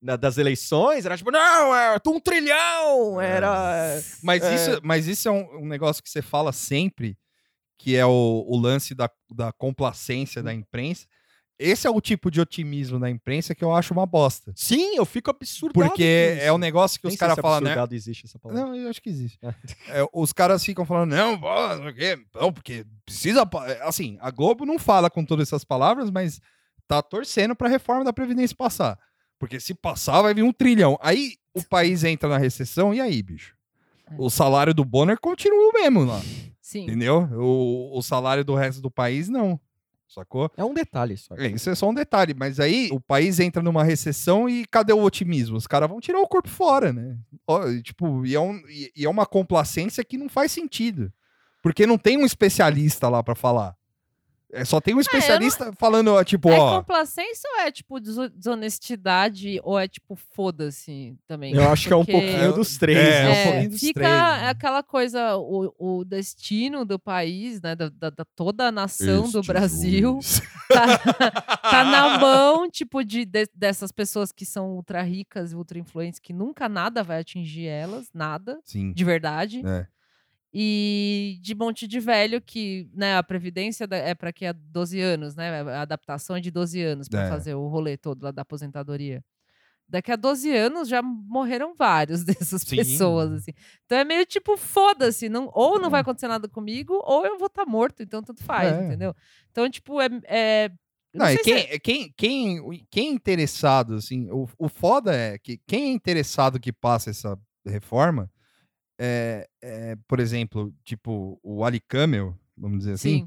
Speaker 3: na- das eleições, era tipo, não, era um trilhão,
Speaker 1: É.
Speaker 3: era.
Speaker 1: Mas,
Speaker 3: É.
Speaker 1: isso, mas isso é um, um negócio que você fala sempre, que é o, o lance da, da complacência da imprensa. Esse é o tipo de otimismo da imprensa que eu acho uma bosta.
Speaker 3: Sim, eu fico absurdado.
Speaker 1: Porque
Speaker 3: com
Speaker 1: é
Speaker 3: isso.
Speaker 1: um negócio que
Speaker 3: Nem
Speaker 1: os
Speaker 3: sei
Speaker 1: caras
Speaker 3: se
Speaker 1: falam, né?
Speaker 3: Absurdado existe essa palavra.
Speaker 1: Não, eu acho que existe.
Speaker 3: É.
Speaker 1: É, os caras ficam falando, não, ó, não, sei o quê, não, porque precisa. pa- é, Assim, a Globo não fala com todas essas palavras, mas tá torcendo pra reforma da Previdência passar. Porque se passar, vai vir um trilhão. Aí o país entra na recessão, e aí, bicho?
Speaker 2: É.
Speaker 1: O salário do Bonner continua o mesmo lá.
Speaker 2: Sim.
Speaker 1: Entendeu? O, o salário do resto do país, não. Sacou?
Speaker 3: É um detalhe só.
Speaker 1: É, isso é só um detalhe, mas aí o país entra numa recessão e cadê o otimismo? Os caras vão tirar o corpo fora, né? Ó, e, tipo, e é, um- e- e é uma complacência que não faz sentido. Porque não tem um especialista lá pra falar. É, só tem um especialista falando, ó, tipo,
Speaker 2: Ah, É
Speaker 1: ó.
Speaker 2: complacência ou é, tipo, deso- desonestidade ou é, tipo, foda-se também?
Speaker 3: Eu acho que é um
Speaker 2: Porque-
Speaker 3: pouquinho dos três.
Speaker 1: É,
Speaker 3: né?
Speaker 1: um pouquinho dos
Speaker 2: fica
Speaker 1: três, né?
Speaker 2: aquela coisa, o, o destino do país, né, da, da- da toda a nação do Brasil, (laughs) tá, tá na mão, tipo, de, de- dessas pessoas que são ultra ricas e ultra influentes, que nunca nada vai atingir elas, nada,
Speaker 1: (laughs) Sim.
Speaker 2: de verdade.
Speaker 1: É.
Speaker 2: E de monte de velho que, né, a previdência da- é para que é 12 anos, né? A adaptação é de 12 anos para
Speaker 1: É.
Speaker 2: fazer o rolê todo lá da aposentadoria. Daqui a 12 anos já morreram vários (laughs) dessas
Speaker 1: Sim.
Speaker 2: pessoas, assim. Então é meio tipo, foda-se, não, ou não vai acontecer nada comigo, ou eu vou estar morto, então tanto faz,
Speaker 1: É.
Speaker 2: entendeu? Então, tipo, é. é- eu
Speaker 1: Não, e
Speaker 2: sei se
Speaker 1: quem,
Speaker 2: é-
Speaker 1: é quem, quem, quem é interessado, assim, o, o foda é que quem é interessado que passa essa reforma é, é, por exemplo, tipo, o Ali Camel, vamos dizer assim,
Speaker 2: Sim.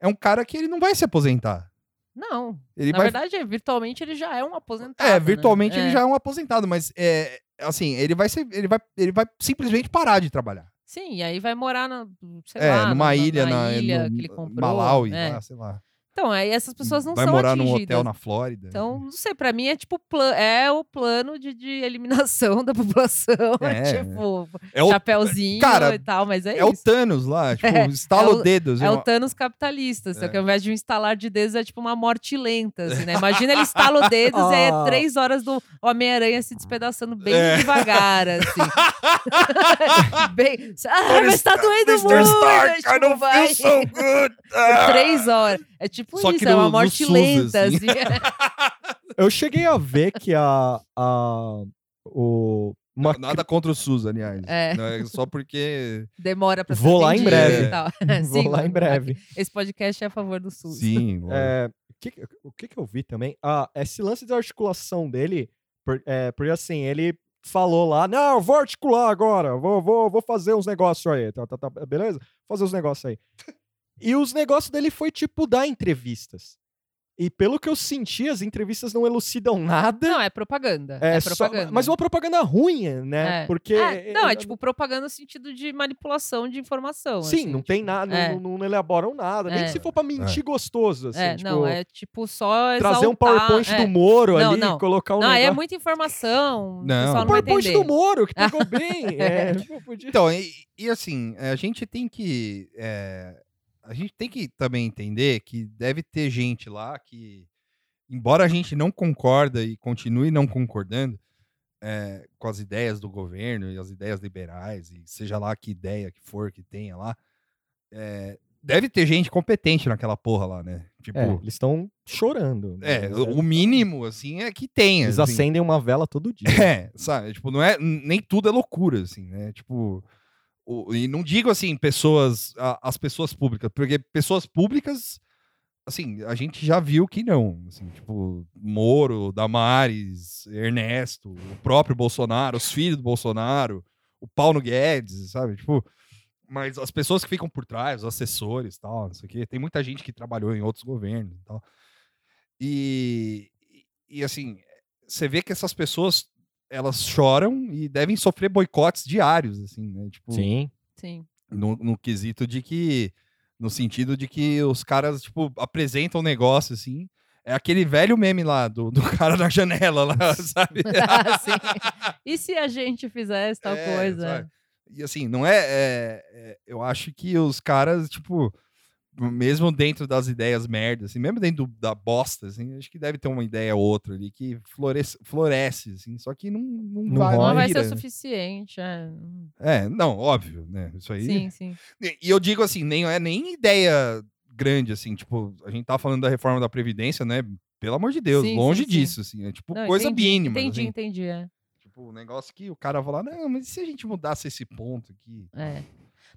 Speaker 1: é um cara que ele não vai se aposentar.
Speaker 2: Não.
Speaker 1: Ele
Speaker 2: Na
Speaker 1: vai.
Speaker 2: verdade, é, virtualmente ele já é um aposentado.
Speaker 1: é,
Speaker 2: né?
Speaker 1: virtualmente
Speaker 2: É.
Speaker 1: ele já é um aposentado, mas é assim, ele vai ser, ele vai, ele vai simplesmente parar de trabalhar.
Speaker 2: Sim, e aí vai morar na, hum, sei
Speaker 1: é,
Speaker 2: lá,
Speaker 1: numa
Speaker 2: na-
Speaker 1: ilha,
Speaker 2: na,
Speaker 1: na,
Speaker 2: ilha
Speaker 1: no-
Speaker 2: que ele comprou.
Speaker 1: Malaui,
Speaker 2: é.
Speaker 1: lá, sei lá.
Speaker 2: Então, aí essas pessoas não
Speaker 1: vai
Speaker 2: são
Speaker 1: morar
Speaker 2: atingidas.
Speaker 1: num hotel na Flórida.
Speaker 2: Então, não sei, pra mim é tipo plan... é o plano de, de eliminação (laughs) da população, é,
Speaker 1: É,
Speaker 2: tipo
Speaker 1: é o,
Speaker 2: chapéuzinho
Speaker 1: cara,
Speaker 2: e tal, mas é,
Speaker 1: é o
Speaker 2: isso.
Speaker 1: Thanos
Speaker 2: (laughs)
Speaker 1: lá, tipo,
Speaker 2: É,
Speaker 1: estala
Speaker 2: é
Speaker 1: o,
Speaker 2: o-
Speaker 1: dedo. assim,
Speaker 2: É
Speaker 1: ó.
Speaker 2: o Thanos capitalista, só
Speaker 1: É.
Speaker 2: que ao invés de um estalar de dedos é tipo uma morte lenta, assim, né? Imagina ele estala o dedos e aí é
Speaker 3: (laughs) Ah.
Speaker 2: três horas do Homem-Aranha se despedaçando bem
Speaker 1: É. (laughs)
Speaker 2: devagar, assim. bem... Ah,
Speaker 1: Tony
Speaker 2: mas tá doendo muito! tipo, vai.
Speaker 1: good.
Speaker 2: (laughs) Três horas. É tipo
Speaker 1: Só que
Speaker 2: isso, é
Speaker 1: no-
Speaker 2: uma
Speaker 1: no
Speaker 2: morte
Speaker 1: SUS,
Speaker 2: lenta,
Speaker 1: assim.
Speaker 2: assim. (laughs)
Speaker 3: Eu cheguei a ver que a. a o,
Speaker 2: (laughs)
Speaker 3: uma
Speaker 1: Ah. Nada contra o SUS, aliás.
Speaker 2: É.
Speaker 1: Não, é só porque.
Speaker 2: Demora pra ser
Speaker 3: Vou lá em
Speaker 2: atendido
Speaker 1: breve.
Speaker 2: e tal. (laughs)
Speaker 3: Vou
Speaker 2: Sim,
Speaker 3: lá em breve.
Speaker 2: Esse podcast é a favor do SUS.
Speaker 1: Sim, lógico.
Speaker 3: É, o que que- o que, que eu vi também? Ah, esse lance da articulação dele, por- é, porque assim, ele falou lá, não, eu vou articular agora, vou, vou, vou fazer uns negócios aí, tá, tá, tá, beleza? Vou fazer uns negócios aí. E os negócios dele foi, tipo, dar entrevistas. E pelo que eu senti, as entrevistas não elucidam nada.
Speaker 2: Não, é propaganda.
Speaker 3: é
Speaker 2: É,
Speaker 3: só-
Speaker 2: propaganda.
Speaker 3: mas uma propaganda ruim, né?
Speaker 2: É.
Speaker 3: Porque...
Speaker 2: É, não, é tipo propaganda no sentido de manipulação de informação.
Speaker 3: Sim,
Speaker 2: assim,
Speaker 3: não tem
Speaker 2: tipo,
Speaker 3: nada,
Speaker 2: é.
Speaker 3: não, não elaboram nada. Nem
Speaker 2: É.
Speaker 3: se for pra mentir gostoso, assim.
Speaker 2: é,
Speaker 3: tipo,
Speaker 2: não, é tipo só
Speaker 3: trazer um
Speaker 2: exaltar,
Speaker 3: PowerPoint
Speaker 2: é.
Speaker 3: do Moro
Speaker 2: Não,
Speaker 3: ali,
Speaker 2: não.
Speaker 3: colocar um
Speaker 2: Não, aí é
Speaker 3: negócio...
Speaker 2: muita
Speaker 1: Não.
Speaker 2: informação. o pessoal
Speaker 3: O
Speaker 2: não vai
Speaker 3: PowerPoint
Speaker 2: entender.
Speaker 3: do Moro,
Speaker 2: (laughs)
Speaker 3: que pegou bem. é, tipo, podia-
Speaker 1: Então, e, e assim, a gente tem que. é, a gente tem que também entender que deve ter gente lá que, embora a gente não concorda e continue não concordando é, com as ideias do governo e as ideias liberais, e seja lá que ideia que for que tenha lá, é, deve ter gente competente naquela porra lá, né? Tipo,
Speaker 3: É, eles estão chorando. né?
Speaker 1: É, o o mínimo, assim, é que tenha.
Speaker 3: Eles
Speaker 1: assim.
Speaker 3: acendem uma vela todo dia.
Speaker 1: É, sabe? Tipo, não é, nem tudo é loucura, assim, né? Tipo, o- e não digo, assim, pessoas, a- as pessoas públicas, porque pessoas públicas, assim, a gente já viu que não. Assim, tipo, Moro, Damares, Ernesto, o próprio Bolsonaro, os filhos do Bolsonaro, o Paulo Guedes, sabe? Tipo, mas as pessoas que ficam por trás, os assessores, tal, não sei o quê, tem muita gente que trabalhou em outros governos e tal. E, e assim, você vê que essas pessoas elas choram e devem sofrer boicotes diários, assim, né? Tipo,
Speaker 3: Sim.
Speaker 2: Sim. (laughs)
Speaker 1: no, no quesito de que. No sentido de que os caras, tipo, apresentam o negócio, assim. É aquele velho meme lá, do, do (laughs) cara na janela lá, (laughs) sabe?
Speaker 2: Sim. E se a gente fizesse tal
Speaker 1: É,
Speaker 2: coisa?
Speaker 1: sabe? E assim, não é, é- é- Eu acho que os caras, tipo, mesmo dentro das ideias merdas, assim, mesmo dentro do- da bosta, assim, acho que deve ter uma ideia ou outra ali que floresce, floresce assim, só que não, não,
Speaker 3: Não
Speaker 1: vai.
Speaker 2: Não vai
Speaker 1: vira,
Speaker 2: ser o
Speaker 1: né?
Speaker 2: suficiente. É.
Speaker 1: É, não, óbvio, né? Isso aí.
Speaker 2: Sim, sim.
Speaker 1: E e eu digo assim, nem é nem ideia grande, assim, tipo, a gente tá falando da reforma da Previdência, né? Pelo amor de Deus,
Speaker 2: Sim,
Speaker 1: longe
Speaker 2: sim, sim.
Speaker 1: disso, assim, é tipo
Speaker 2: Não,
Speaker 1: coisa
Speaker 2: entendi,
Speaker 1: mínima.
Speaker 2: Entendi,
Speaker 1: assim,
Speaker 2: entendi. É.
Speaker 1: tipo, um negócio que o cara fala, não, mas e se a gente mudasse esse ponto aqui?
Speaker 2: É.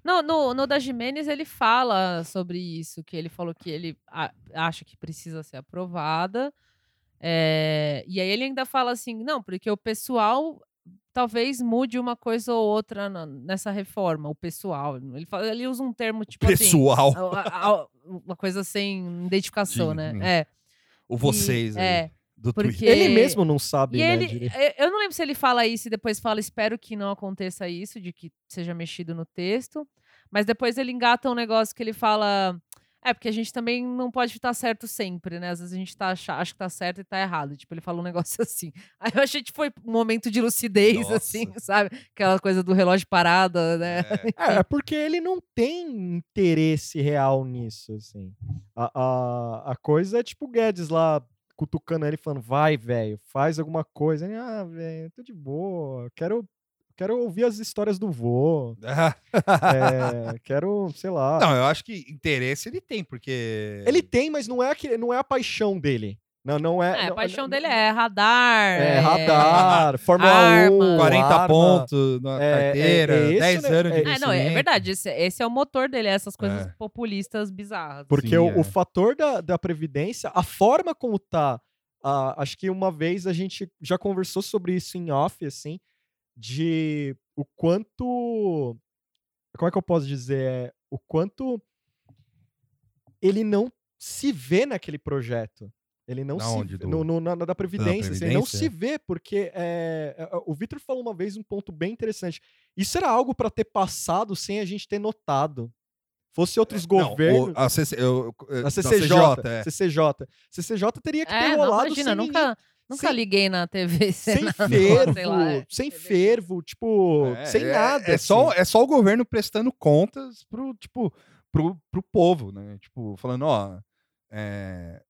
Speaker 2: Não, no, no da Jimenez ele fala sobre isso, que ele falou que ele a- acha que precisa ser aprovada. é, e aí ele ainda fala assim, não, porque o pessoal talvez mude uma coisa ou outra na- nessa reforma, o pessoal. Ele, fala- ele usa um termo tipo
Speaker 1: Pessoal,
Speaker 2: assim, a- a- a- uma coisa sem identificação,
Speaker 1: Sim,
Speaker 2: né?
Speaker 1: sim.
Speaker 2: É.
Speaker 1: o vocês
Speaker 2: E-
Speaker 1: aí,
Speaker 2: é.
Speaker 1: do
Speaker 2: porque-
Speaker 1: Twitter.
Speaker 3: Ele mesmo não sabe,
Speaker 2: E
Speaker 3: né?
Speaker 2: ele,
Speaker 3: direito.
Speaker 2: eu- eu não lembro se ele fala isso e depois fala, espero que não aconteça isso, de que seja mexido no texto. Mas depois ele engata um negócio que ele fala. É, porque a gente também não pode estar certo sempre, né? Às vezes a gente tá, acha, acha que tá certo e tá errado. Tipo, ele falou um negócio (laughs) assim. Aí eu achei que foi um momento de lucidez,
Speaker 1: Nossa.
Speaker 2: assim, (laughs) sabe? Aquela coisa do relógio parada,
Speaker 1: (laughs)
Speaker 2: né?
Speaker 1: É,
Speaker 3: É, é porque ele não tem interesse real nisso, assim. A, a, a coisa é tipo o Guedes lá cutucando ele, falando, vai, velho, faz alguma coisa. Ele, ah, velho, tô de boa, quero, quero ouvir as histórias do vô, (laughs) é, quero, sei lá.
Speaker 1: Não, eu acho que interesse ele tem, porque.
Speaker 3: Ele tem, mas não é, aquele, não é a paixão dele. Não, não é...
Speaker 2: É,
Speaker 3: não-
Speaker 2: a paixão
Speaker 3: não-
Speaker 2: dele é radar.
Speaker 3: É, radar, Fórmula
Speaker 2: arma.
Speaker 3: 1,
Speaker 1: 40
Speaker 3: arma.
Speaker 1: pontos na
Speaker 3: É, é,
Speaker 1: carteira,
Speaker 3: é isso,
Speaker 1: 10
Speaker 3: né?
Speaker 1: anos de
Speaker 3: É-
Speaker 2: Ah, não, é
Speaker 1: investimento.
Speaker 2: verdade. Esse, esse é o motor dele, é essas coisas
Speaker 1: É.
Speaker 2: populistas bizarras.
Speaker 3: Porque
Speaker 1: Sim,
Speaker 3: o,
Speaker 1: é.
Speaker 3: o fator da, da previdência, a forma como tá. ah, acho que uma vez a gente já conversou sobre isso em off, assim, de o quanto. Como é que eu posso dizer? É, o quanto ele não se vê naquele projeto. Ele não
Speaker 1: Da
Speaker 3: se
Speaker 1: onde?
Speaker 3: vê-
Speaker 1: Do-
Speaker 3: no, no- na, na da Previdência, assim, ele não
Speaker 1: Previdência?
Speaker 3: se vê, porque é, é, o Vitor falou uma vez um ponto bem interessante. Isso era algo para ter passado sem a gente ter notado. Fosse outros
Speaker 1: É, Não, o-
Speaker 3: governos.
Speaker 1: a CC, eu- eu- da
Speaker 3: A CCJ.
Speaker 1: CCJ, é.
Speaker 3: CCJ. CCJ teria que ter
Speaker 2: É, não,
Speaker 3: rolado
Speaker 2: imagina,
Speaker 3: sem ninguém-
Speaker 2: nunca, (laughs) nunca
Speaker 3: sem-
Speaker 2: liguei na (laughs) TV.
Speaker 3: (laughs) sem
Speaker 2: Senado, sei
Speaker 3: fervo,
Speaker 2: lá, é.
Speaker 3: sem fervo, tipo,
Speaker 1: É,
Speaker 3: sem
Speaker 1: é-
Speaker 3: nada.
Speaker 1: É, só,
Speaker 3: assim.
Speaker 1: é só o governo prestando contas pro, tipo, pro, pro povo, né? Tipo, falando, ó. é,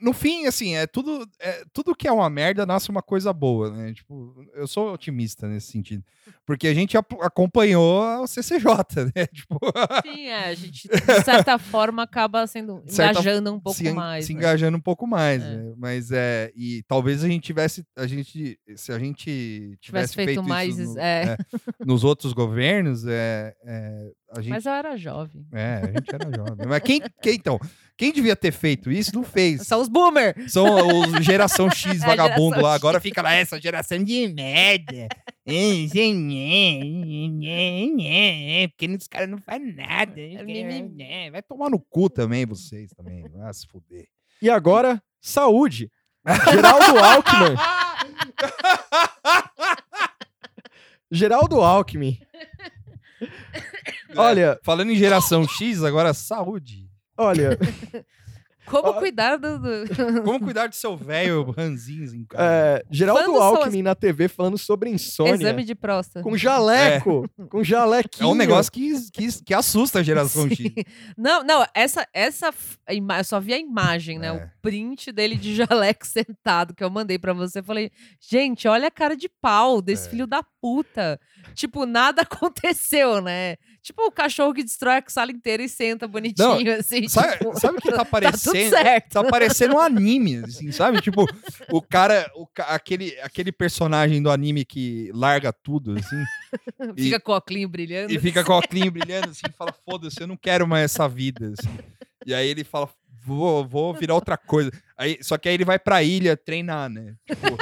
Speaker 1: No fim, assim, é tudo, é tudo que é uma merda nasce uma coisa boa, né? Tipo, eu sou otimista nesse sentido. Porque a gente ap- acompanhou o CCJ, (laughs) né? Tipo,
Speaker 2: Sim, é, a gente, de certa forma, acaba sendo
Speaker 1: De certa-
Speaker 2: engajando um pouco
Speaker 1: se, en-
Speaker 2: mais.
Speaker 1: se
Speaker 2: né?
Speaker 1: engajando um pouco mais,
Speaker 2: É.
Speaker 1: né? Mas é. E talvez a gente tivesse. A gente, se a gente tivesse,
Speaker 2: Tivesse feito
Speaker 1: isso
Speaker 2: mais,
Speaker 1: no-
Speaker 2: é.
Speaker 1: é,
Speaker 2: (laughs)
Speaker 1: nos outros governos, é, é, a gente.
Speaker 2: Mas eu era jovem.
Speaker 1: É, a gente era jovem. Mas quem, quem, então, quem devia ter feito isso, não fez.
Speaker 2: São os boomer!
Speaker 1: São os geração X
Speaker 2: (laughs) É,
Speaker 1: vagabundo
Speaker 2: geração
Speaker 1: lá.
Speaker 2: X.
Speaker 1: Agora fica lá, essa geração de merda. (laughs) Hum, zé, nhé, nhé, nhé, nhé, né, Porque os caras não fazem nada.
Speaker 2: mimimi.
Speaker 1: né? Vai tomar no cu também, vocês também. Vai se fuder.
Speaker 3: E agora,
Speaker 1: (laughs)
Speaker 3: saúde. Geraldo Alckmin. Geraldo Alckmin.
Speaker 1: É.
Speaker 3: Olha,
Speaker 1: Falando em geração X, agora saúde.
Speaker 3: olha,
Speaker 2: Como
Speaker 3: Ó.
Speaker 2: cuidar do. do-
Speaker 1: Como cuidar do seu velho ranzinhos em casa?
Speaker 3: é, Geraldo
Speaker 2: Quando são
Speaker 3: Alckmin na TV falando
Speaker 2: (laughs)
Speaker 3: sobre
Speaker 2: Exame
Speaker 3: insônia.
Speaker 2: de próstata.
Speaker 3: Com jaleco, com
Speaker 1: É,
Speaker 3: jalequinho.
Speaker 1: um negócio que, que, que assusta a geração X.
Speaker 2: Não, não, essa, essa f- a ima- eu só vi a imagem, né?
Speaker 1: É.
Speaker 2: O print dele de (laughs) jaleco sentado que eu mandei pra você. Eu Falei, gente, olha a cara de pau desse
Speaker 1: É.
Speaker 2: filho da puta. Tipo, nada (laughs) aconteceu, né? Tipo o cachorro que destrói a sala inteira e senta bonitinho, (laughs) assim.
Speaker 1: Sabe,
Speaker 2: tipo,
Speaker 1: sabe o
Speaker 2: (laughs)
Speaker 1: que tá
Speaker 2: tá tudo
Speaker 1: parecendo?
Speaker 2: certo.
Speaker 1: tá parecendo um anime, assim, sabe? Tipo, o cara, o, ca- aquele, aquele personagem do anime que larga tudo, assim, e-
Speaker 2: Fica com o óculos brilhando.
Speaker 1: e fica com o óculos brilhando, assim, e fala, foda-se, eu não quero mais essa vida, assim. E aí ele fala, vou, vou virar outra coisa. Aí, só que aí ele vai pra ilha treinar, né? Tipo...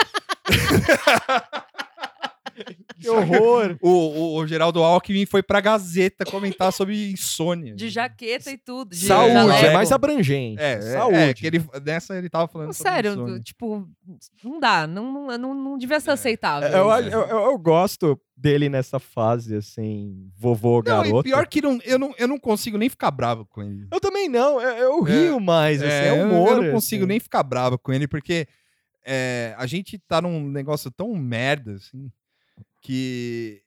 Speaker 3: Que horror!
Speaker 1: O, o, o Geraldo Alckmin foi pra Gazeta comentar sobre insônia.
Speaker 2: De jaqueta e tudo. de
Speaker 3: Saúde,
Speaker 2: jaleco.
Speaker 3: é mais abrangente.
Speaker 1: É, é,
Speaker 3: Saúde.
Speaker 1: é, que ele, nessa ele tava falando sobre
Speaker 2: Sério,
Speaker 1: insônia.
Speaker 2: tipo, não dá. Não, não, não, não
Speaker 1: É,
Speaker 2: devia ser aceitável.
Speaker 3: Eu, acho- eu- eu- eu gosto dele nessa fase, assim, vovô,
Speaker 1: Não,
Speaker 3: garoto.
Speaker 1: e pior que não, eu, não, eu não consigo nem ficar bravo com ele.
Speaker 3: Eu também não, eu, eu rio mais, assim, é,
Speaker 1: eu-
Speaker 3: humor.
Speaker 1: eu, não consigo
Speaker 3: assim.
Speaker 1: nem ficar bravo com ele, porque é, a gente tá num negócio tão merda, assim, que...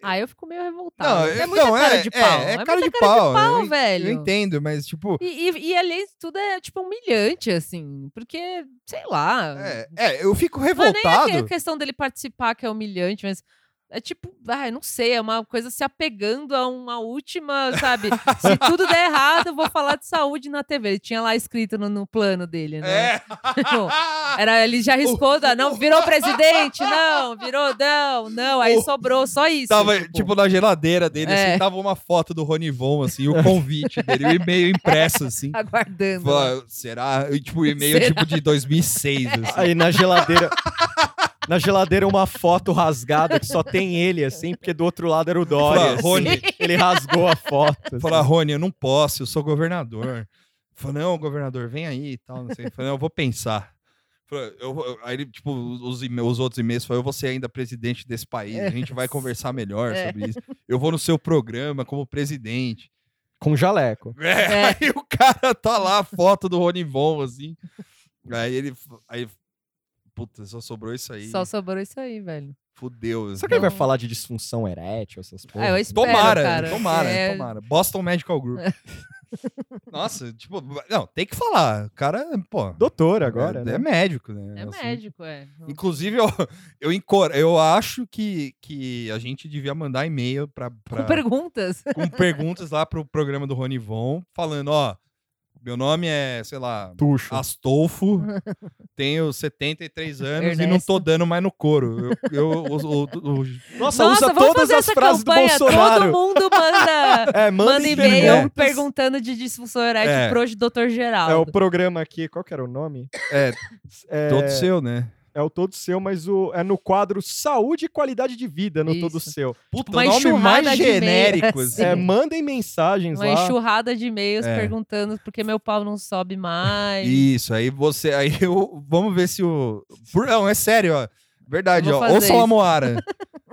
Speaker 2: Ah, eu fico meio revoltada.
Speaker 1: eu-
Speaker 2: é muita
Speaker 1: não,
Speaker 2: cara de pau.
Speaker 1: É,
Speaker 2: muita
Speaker 1: cara de pau, eu en-
Speaker 2: velho.
Speaker 1: Eu entendo, mas, tipo,
Speaker 2: E, e, e além de tudo, é tipo humilhante, assim. Porque, sei lá.
Speaker 1: É, é, eu fico
Speaker 2: Não é Uhum. nem a que-
Speaker 1: revoltado.
Speaker 2: a questão dele participar que é humilhante, mas é tipo, ai, não sei, é uma coisa se apegando a uma última,
Speaker 1: (laughs)
Speaker 2: sabe? se tudo der errado, eu vou falar de saúde na TV. Ele tinha lá escrito no, no plano dele, né?
Speaker 1: É. (laughs)
Speaker 2: Tipo, Era, ele já arriscou, da- não, virou presidente, não, virou, não, não, aí
Speaker 1: O-
Speaker 2: sobrou só isso.
Speaker 1: Tava, tipo, na geladeira dele,
Speaker 2: É.
Speaker 1: assim, tava uma foto do Ronivon, assim, o convite dele, o e-mail impresso,
Speaker 2: (laughs)
Speaker 1: assim.
Speaker 2: aguardando.
Speaker 1: Fala, Será? E, tipo, o e-mail,
Speaker 2: Será?
Speaker 1: tipo, de 2006, assim.
Speaker 3: Aí na geladeira. na geladeira, uma foto rasgada que só tem ele, assim, porque do outro lado era o Dória.
Speaker 1: Fala,
Speaker 3: assim.
Speaker 1: Rony,
Speaker 3: Ele rasgou a foto. assim.
Speaker 1: fala, "Ah, Rony, eu não posso, eu sou governador. Fala, não, governador, vem aí e tal, não sei. Fala, não, eu vou pensar. Fala, eu vou- aí ele, tipo, os, e- os outros e-mails falam, eu vou ser ainda presidente desse país, a gente vai conversar melhor
Speaker 2: É.
Speaker 1: sobre isso. Eu vou no seu programa como presidente.
Speaker 3: Com jaleco.
Speaker 1: É,
Speaker 2: É.
Speaker 1: Aí o cara tá lá, a foto do Ronivon, assim. Aí ele. Aí, puta, só sobrou isso aí.
Speaker 2: Só sobrou isso aí, velho.
Speaker 1: Fudeu.
Speaker 3: Será que ele
Speaker 1: Não.
Speaker 3: vai falar de disfunção erétil, essas
Speaker 2: Ah,
Speaker 3: coisas?
Speaker 2: eu espero,
Speaker 1: Tomara, né?
Speaker 2: cara.
Speaker 1: tomara,
Speaker 2: É,
Speaker 1: tomara. Boston Medical Group. (laughs) Nossa, tipo, não, tem que falar. O cara, pô.
Speaker 3: Doutor agora,
Speaker 1: é,
Speaker 3: né?
Speaker 1: é médico, né?
Speaker 2: É
Speaker 3: um
Speaker 1: Assim,
Speaker 2: médico, é.
Speaker 1: Inclusive, eu, eu, encor- eu acho que, que a gente devia mandar e-mail pra, pra-
Speaker 2: Com perguntas.
Speaker 1: com perguntas lá pro programa do Ronivon, falando, ó, meu nome é, sei lá,
Speaker 2: (laughs)
Speaker 3: Tuxo.
Speaker 1: Astolfo, tenho 73 anos e não tô
Speaker 2: Ernesto.
Speaker 1: dando mais no couro. Eu, eu- o- o- o-
Speaker 3: Nossa,
Speaker 2: Nossa,
Speaker 3: usa
Speaker 2: vamos
Speaker 3: todas
Speaker 2: fazer
Speaker 3: as
Speaker 2: essa
Speaker 3: frases do
Speaker 2: campanha, Todo
Speaker 3: Bolsonaro.
Speaker 2: mundo manda,
Speaker 3: É, (laughs) manda,
Speaker 2: manda
Speaker 1: perguntas.
Speaker 2: e-mail perguntando de disfunção erétil
Speaker 1: É.
Speaker 2: pro Dr. Geraldo.
Speaker 3: É o programa aqui, qual que era o nome?
Speaker 1: é,
Speaker 3: É,
Speaker 1: todo seu, né?
Speaker 3: é o Todo Seu, mas o, é no quadro Saúde e Qualidade de Vida, no Todo
Speaker 2: Isso.
Speaker 3: Seu.
Speaker 1: Puta,
Speaker 2: uma
Speaker 1: o Tipo, nome
Speaker 2: enxurrada
Speaker 1: mais
Speaker 2: de e-mail,
Speaker 1: genérico.
Speaker 2: assim.
Speaker 3: É,
Speaker 1: assim.
Speaker 3: mandem mensagens
Speaker 2: Uma
Speaker 3: lá.
Speaker 2: enxurrada de e-mails
Speaker 1: É.
Speaker 2: perguntando porque meu pau não sobe mais.
Speaker 1: Isso, aí você. Aí eu. Vamos ver se o. por- não, é sério, ó. Verdade,
Speaker 2: Eu vou
Speaker 1: ó.
Speaker 2: fazer
Speaker 1: Ouçam a
Speaker 2: isso. (laughs)
Speaker 1: Moara.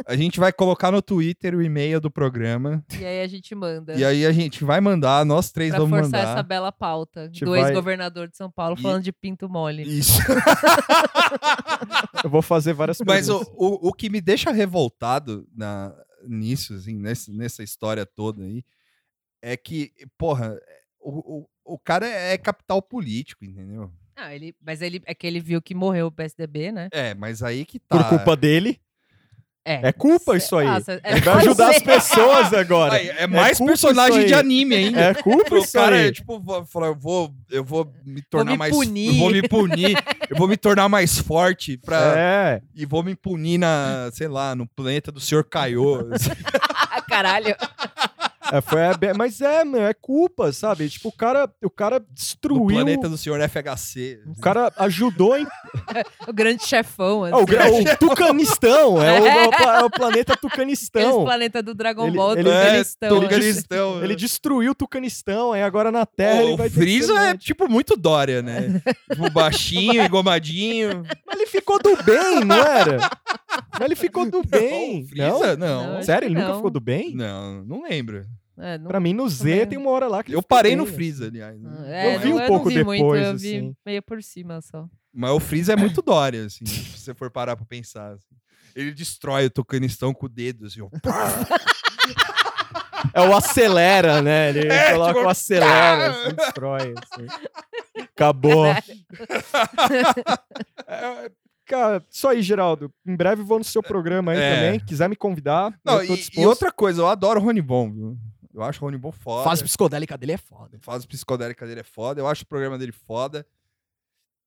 Speaker 1: A gente vai colocar no Twitter o e-mail do programa.
Speaker 2: E aí a gente manda.
Speaker 1: E aí a gente vai mandar, nós três
Speaker 2: Tá. Pra
Speaker 1: vamos
Speaker 2: forçar
Speaker 1: mandar.
Speaker 2: essa bela pauta
Speaker 3: gente
Speaker 2: do
Speaker 3: vai-
Speaker 2: ex-governador de São Paulo
Speaker 1: E-
Speaker 2: falando de pinto mole.
Speaker 1: Isso.
Speaker 3: Eu vou fazer várias
Speaker 1: Mas
Speaker 3: perguntas.
Speaker 1: o, o, o que me deixa revoltado na, nisso, assim, nesse, nessa história toda aí, é que, porra, o, o, o cara é capital político, entendeu?
Speaker 2: Ah, ele, mas ele, é que ele viu que morreu o PSDB, né?
Speaker 1: É, mas aí que tá.
Speaker 3: Por culpa dele.
Speaker 2: É.
Speaker 3: É culpa isso aí.
Speaker 2: Nossa, é- (laughs)
Speaker 3: Ele vai
Speaker 2: pode
Speaker 3: ajudar as
Speaker 2: ser.
Speaker 3: pessoas agora.
Speaker 1: Aí, é mais
Speaker 3: culpa
Speaker 1: personagem
Speaker 3: isso
Speaker 1: de
Speaker 3: aí.
Speaker 1: anime ainda.
Speaker 3: É culpa
Speaker 1: (laughs) O
Speaker 3: isso
Speaker 1: cara é
Speaker 3: aí.
Speaker 1: tipo, vou- falar, eu vou, eu vou me tornar
Speaker 2: me
Speaker 1: mais.
Speaker 2: punir.
Speaker 1: Vou me
Speaker 2: (laughs)
Speaker 1: punir. eu vou me tornar mais forte pra,
Speaker 3: É.
Speaker 1: e vou me punir na, sei lá, no planeta do senhor Kaiô. assim.
Speaker 2: Ah, caralho.
Speaker 3: é, foi a be- Mas é, meu, é culpa, sabe? Tipo, o cara, o cara
Speaker 1: no
Speaker 3: destruiu.
Speaker 1: planeta do senhor FHC.
Speaker 2: Um
Speaker 3: O cara
Speaker 1: (laughs)
Speaker 3: ajudou em.
Speaker 2: O grande chefão, assim.
Speaker 3: Ah, o, gra- o Tucanistão. É o, é o pla- é o planeta
Speaker 2: Aqueles
Speaker 3: Tucanistão.
Speaker 2: planeta do Dragon
Speaker 3: Então, Ele-
Speaker 2: Ball,
Speaker 3: ele-
Speaker 2: do
Speaker 1: É,
Speaker 2: Afeganistão,
Speaker 1: do
Speaker 2: né?
Speaker 1: Afeganistão, né?
Speaker 3: Ele destruiu o Tucanistão, aí agora na Terra ele
Speaker 1: o
Speaker 3: vai ter que ser
Speaker 1: Freeza é
Speaker 3: médico.
Speaker 1: tipo muito Dória, né? tipo
Speaker 3: (laughs)
Speaker 1: baixinho, engomadinho.
Speaker 3: Mas ele ficou do bem, não era? Mas
Speaker 1: (laughs)
Speaker 3: ele ficou do bem.
Speaker 1: o
Speaker 3: Não? é?
Speaker 1: Freeza, não.
Speaker 2: Não,
Speaker 1: Não,
Speaker 2: acho
Speaker 3: Sério,
Speaker 2: que
Speaker 3: ele nunca
Speaker 2: não.
Speaker 3: ficou do bem?
Speaker 1: não, lembro.
Speaker 2: É, não-
Speaker 3: Pra mim, no Z
Speaker 2: Também.
Speaker 3: tem uma hora lá que ele
Speaker 1: Eu
Speaker 3: ficou
Speaker 1: parei
Speaker 3: bem,
Speaker 1: no
Speaker 3: né?
Speaker 1: Freeza, aliás. né?
Speaker 2: é,
Speaker 3: Eu vi
Speaker 2: não-
Speaker 3: um pouco
Speaker 2: não vi muito,
Speaker 3: depois,
Speaker 2: eu vi
Speaker 3: assim.
Speaker 2: meio por cima só.
Speaker 1: Mas o Freeza é
Speaker 3: (laughs)
Speaker 1: muito Dória, assim, se você for parar pra pensar. assim. Ele destrói o Tucanistão com o dedo,
Speaker 3: (laughs)
Speaker 1: assim. ó.
Speaker 3: É o acelera, né? Ele
Speaker 1: (laughs) É,
Speaker 3: coloca
Speaker 1: tipo, (laughs)
Speaker 3: o acelera, assim, destrói. assim. Acabou. É, Cara, só aí, Geraldo. Em breve vou no seu programa aí
Speaker 1: É.
Speaker 3: também. Quiser me convidar,
Speaker 1: Não,
Speaker 3: eu tô
Speaker 1: e- e,
Speaker 3: disposto.
Speaker 1: outra coisa, eu adoro o Rony Bon, viu? Eu acho o Rony Bon foda.
Speaker 3: Fase psicodélica dele é foda.
Speaker 1: Faz psicodélica dele é foda. Eu acho o programa dele foda.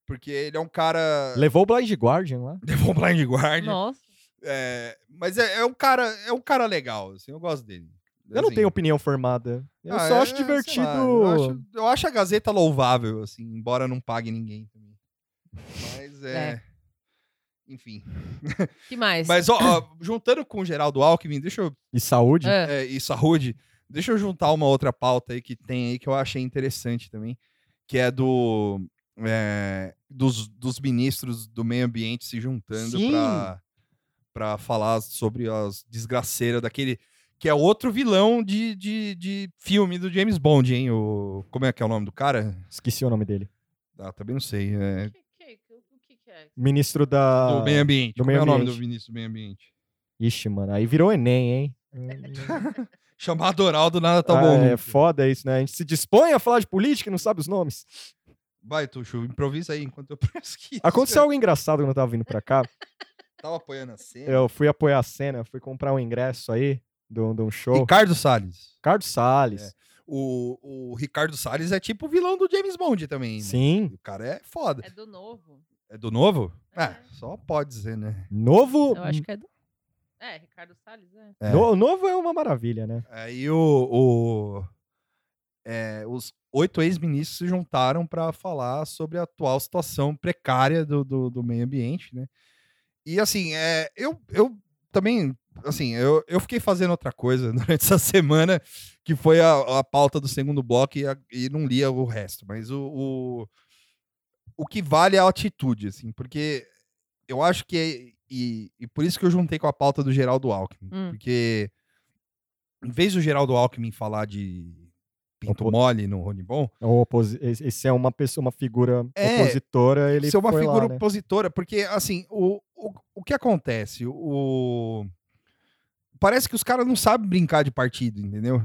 Speaker 1: Porque ele é um cara. (laughs)
Speaker 3: Levou o Blind Guardian lá.
Speaker 1: Levou um blind guard.
Speaker 2: (laughs) Nossa.
Speaker 1: É, mas é, é um cara, é um cara legal, assim, eu gosto dele.
Speaker 3: Eu não
Speaker 1: Assim,
Speaker 3: tenho opinião formada. Eu
Speaker 1: ah,
Speaker 3: só
Speaker 1: é,
Speaker 3: acho
Speaker 1: sei lá,
Speaker 3: divertido.
Speaker 1: eu, acho, eu acho a Gazeta
Speaker 3: (laughs)
Speaker 1: louvável, assim, embora não pague ninguém também. Mas é. Enfim.
Speaker 2: que mais?
Speaker 1: Mas, ó, ó, juntando com o Geraldo Alckmin, deixa eu.
Speaker 3: E saúde?
Speaker 2: Ah,
Speaker 1: é, e saúde, deixa eu juntar uma outra pauta aí que tem aí que eu achei interessante também, que é do. é, dos, dos ministros do meio ambiente se juntando
Speaker 3: Sim.
Speaker 1: pra, pra falar sobre as desgraceiras daquele. Que é outro vilão de, de, de filme do James Bond, hein? O, como é que é o nome do cara?
Speaker 3: Esqueci o nome dele.
Speaker 1: Ah, também não sei. É,
Speaker 2: que- que- que- o que que é?
Speaker 3: Ministro da.
Speaker 1: do meio ambiente.
Speaker 3: Ah, do
Speaker 1: como
Speaker 3: meio
Speaker 1: é o nome
Speaker 3: ambiente.
Speaker 1: do ministro do meio ambiente?
Speaker 3: Ixi, mano, aí virou Enem, hein?
Speaker 1: Chamar Doraldo nada (laughs) tá
Speaker 3: Ah,
Speaker 1: bom.
Speaker 3: É foda isso, né? A gente se dispõe a falar de política e não sabe os nomes.
Speaker 1: Vai, Tuxo, improvisa aí enquanto eu (laughs) pesquiso.
Speaker 3: Aconteceu algo engraçado quando eu tava vindo pra cá.
Speaker 1: Tava apoiando a cena.
Speaker 3: Eu fui apoiar a cena, fui comprar um ingresso aí de um, de um show.
Speaker 1: Ricardo Salles.
Speaker 3: Ricardo Salles.
Speaker 1: O, o Ricardo Salles é tipo o vilão do James Bond também. né?
Speaker 3: Sim.
Speaker 1: O cara é foda.
Speaker 2: É do novo.
Speaker 1: É do novo? Ah,
Speaker 2: É.
Speaker 1: só pode ser, né?
Speaker 3: Novo.
Speaker 2: Eu acho que é do. É, Ricardo Salles, né?
Speaker 1: É.
Speaker 3: No- novo é uma maravilha, né?
Speaker 1: Aí o. o- é, os oito ex-ministros se juntaram para falar sobre a atual situação precária do, do, do meio ambiente, né? E assim, é, eu, eu também. Assim, eu, eu fiquei fazendo outra coisa (laughs) durante essa semana, que foi a, a pauta do segundo bloco e, a- e não lia o resto. Mas o, o, o que vale é a atitude, assim, porque eu acho que. é- E, e por isso que eu juntei com a pauta do Geraldo Alckmin,
Speaker 2: Hum.
Speaker 1: porque em vez do Geraldo Alckmin falar de pinto
Speaker 3: Opo-
Speaker 1: mole no Ronibon,
Speaker 3: O oposi- esse esse é uma pessoa, uma figura
Speaker 1: É,
Speaker 3: opositora. Ele
Speaker 1: ser uma
Speaker 3: foi lá,
Speaker 1: figura
Speaker 3: né?
Speaker 1: opositora, porque assim, o, o, o que acontece? O parece que os caras não sabem brincar de partido, entendeu?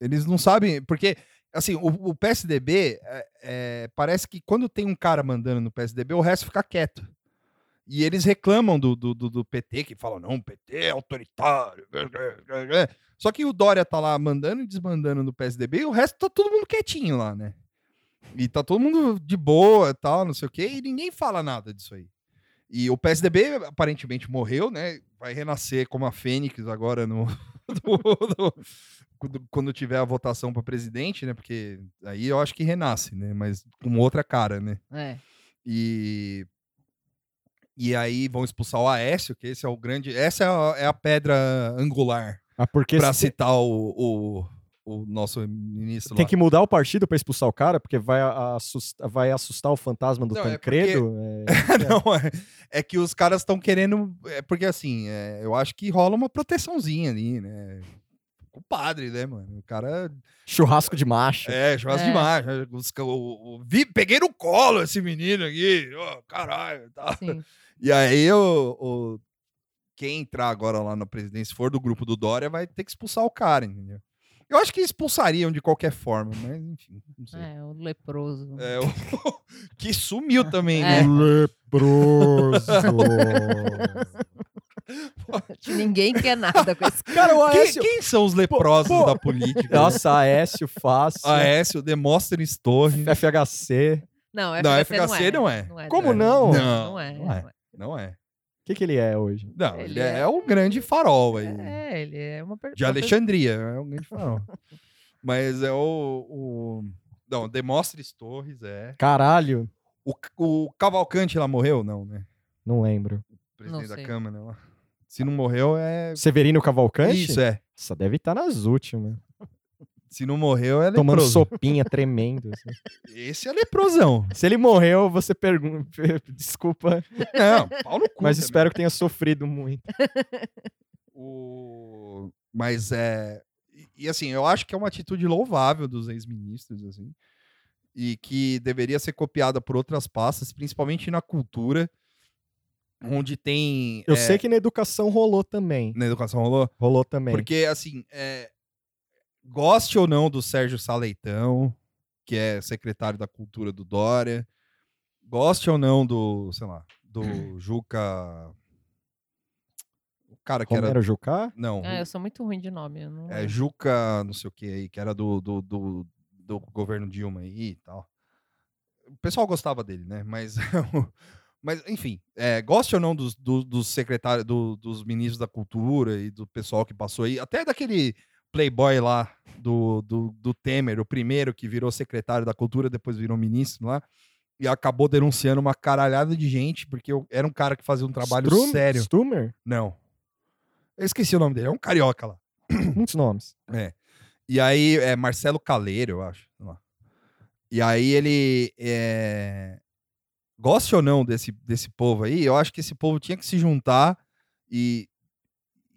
Speaker 1: Eles não sabem, porque assim, o, o PSDB é, é, parece que quando tem um cara mandando no PSDB, o resto fica quieto. E eles reclamam do, do, do- do PT, que falam, não, o PT é autoritário. Só que o Dória tá lá mandando e desmandando no PSDB e o resto tá todo mundo quietinho lá, né? E tá todo mundo de boa e tal, não sei o quê, e ninguém fala nada disso aí. E o PSDB aparentemente morreu, né? Vai renascer como a Fênix agora no. (laughs) do- do- quando, quando tiver a votação para presidente, né? Porque aí eu acho que renasce, né? Mas com outra cara, né?
Speaker 2: É.
Speaker 1: E. E aí vão expulsar o Aécio, que esse é o grande. Essa é a, é a pedra angular,
Speaker 3: Ah, porque
Speaker 1: para
Speaker 3: se-
Speaker 1: citar o, o, o nosso ministro
Speaker 3: tem
Speaker 1: lá.
Speaker 3: que mudar o partido pra expulsar o cara, porque vai, a- assustar, vai assustar o fantasma do
Speaker 1: Não, é
Speaker 3: Tancredo. é.
Speaker 1: Não, é, é que os caras estão querendo. É porque assim, é, eu acho que rola uma proteçãozinha ali, né? Com o padre, né, mano? O cara.
Speaker 3: Churrasco de macho.
Speaker 1: É, churrasco
Speaker 2: É.
Speaker 1: demais. né? Os ca- o- o- vi- peguei no colo esse menino aqui. ó, caralho. Tá.
Speaker 2: Sim.
Speaker 1: E aí, o, o- quem entrar agora lá na presidência, se for do grupo do Dória, vai ter que expulsar o cara, entendeu? Eu acho que expulsariam de qualquer forma, mas enfim, não sei.
Speaker 2: É, o leproso. (laughs)
Speaker 1: É, o- (laughs) que sumiu também, né?
Speaker 2: É.
Speaker 3: Leproso.
Speaker 2: Ninguém quer nada com esse (laughs) cara.
Speaker 3: (laughs) cara, o
Speaker 1: Quem,
Speaker 3: Aécio.
Speaker 1: quem são os leprosos
Speaker 3: pô.
Speaker 1: da política?
Speaker 3: Nossa, Aécio Fácil.
Speaker 1: Aécio, Demóstenes Torres.
Speaker 3: FHC.
Speaker 2: Não,
Speaker 1: Não,
Speaker 2: FHC não,
Speaker 1: FHC
Speaker 2: é.
Speaker 1: não é.
Speaker 3: Como
Speaker 1: Não,
Speaker 3: não?
Speaker 2: Não é.
Speaker 1: não é. Não é.
Speaker 3: O que, que ele é hoje?
Speaker 1: Não,
Speaker 2: Ele
Speaker 1: ele é,
Speaker 2: é-
Speaker 1: um grande farol aí.
Speaker 2: É, ele é uma per-
Speaker 1: De
Speaker 2: uma pessoa.
Speaker 1: Alexandria, é um grande farol. Mas é o. o... Não, Demóstenes Torres é.
Speaker 3: Caralho,
Speaker 1: O, o Cavalcante lá morreu? Não, né?
Speaker 3: não lembro.
Speaker 1: O presidente da
Speaker 2: sei.
Speaker 1: Câmara lá. Se não morreu, é.
Speaker 3: Severino Cavalcante?
Speaker 1: Isso, é.
Speaker 3: Só deve estar nas últimas.
Speaker 1: Se não morreu, é
Speaker 3: Tomando
Speaker 1: leproso.
Speaker 3: sopinha tremendo. assim.
Speaker 1: Esse é leprosão.
Speaker 3: Se ele morreu, você pergunta. (laughs) Desculpa,
Speaker 1: Não, pau no cu.
Speaker 3: mas
Speaker 1: também.
Speaker 3: espero que tenha sofrido muito.
Speaker 1: É. O... Mas é. e- E assim, eu acho que é uma atitude louvável dos ex-ministros, assim. E que deveria ser copiada por outras pastas, principalmente na cultura, onde tem.
Speaker 3: Eu
Speaker 1: é,
Speaker 3: sei que na educação rolou também.
Speaker 1: Na educação rolou.
Speaker 3: Rolou também.
Speaker 1: Porque, assim, é, goste ou não do Sérgio Saleitão, que é secretário da cultura do Dória, goste ou não do, sei lá,
Speaker 3: (clears throat)
Speaker 1: do Juca. O cara que era.
Speaker 3: Romero Jucá?
Speaker 1: Não,
Speaker 2: Ah, eu sou muito ruim de nome. Eu não...
Speaker 1: é, Juca, não sei o que aí, que era do, do, do, do governo Dilma aí e tal. O pessoal gostava dele, né? Mas, (laughs) o- mas enfim, é, goste ou não dos, do- dos secretários, do- dos ministros da cultura e do pessoal que passou aí, até daquele playboy lá do, do, do Temer, o primeiro que virou secretário da cultura, depois virou ministro lá. e acabou denunciando uma caralhada de gente, porque eu, era um cara que fazia um trabalho
Speaker 3: Strum-
Speaker 1: sério. (clears throat)
Speaker 3: Stummer?
Speaker 1: Não. Eu esqueci o nome dele, é um carioca lá.
Speaker 3: Muitos nomes.
Speaker 1: E aí, é Marcelo Caleiro, eu acho. sei lá. E aí ele. É... Goste ou não desse, desse povo aí, eu acho que esse povo tinha que se juntar e,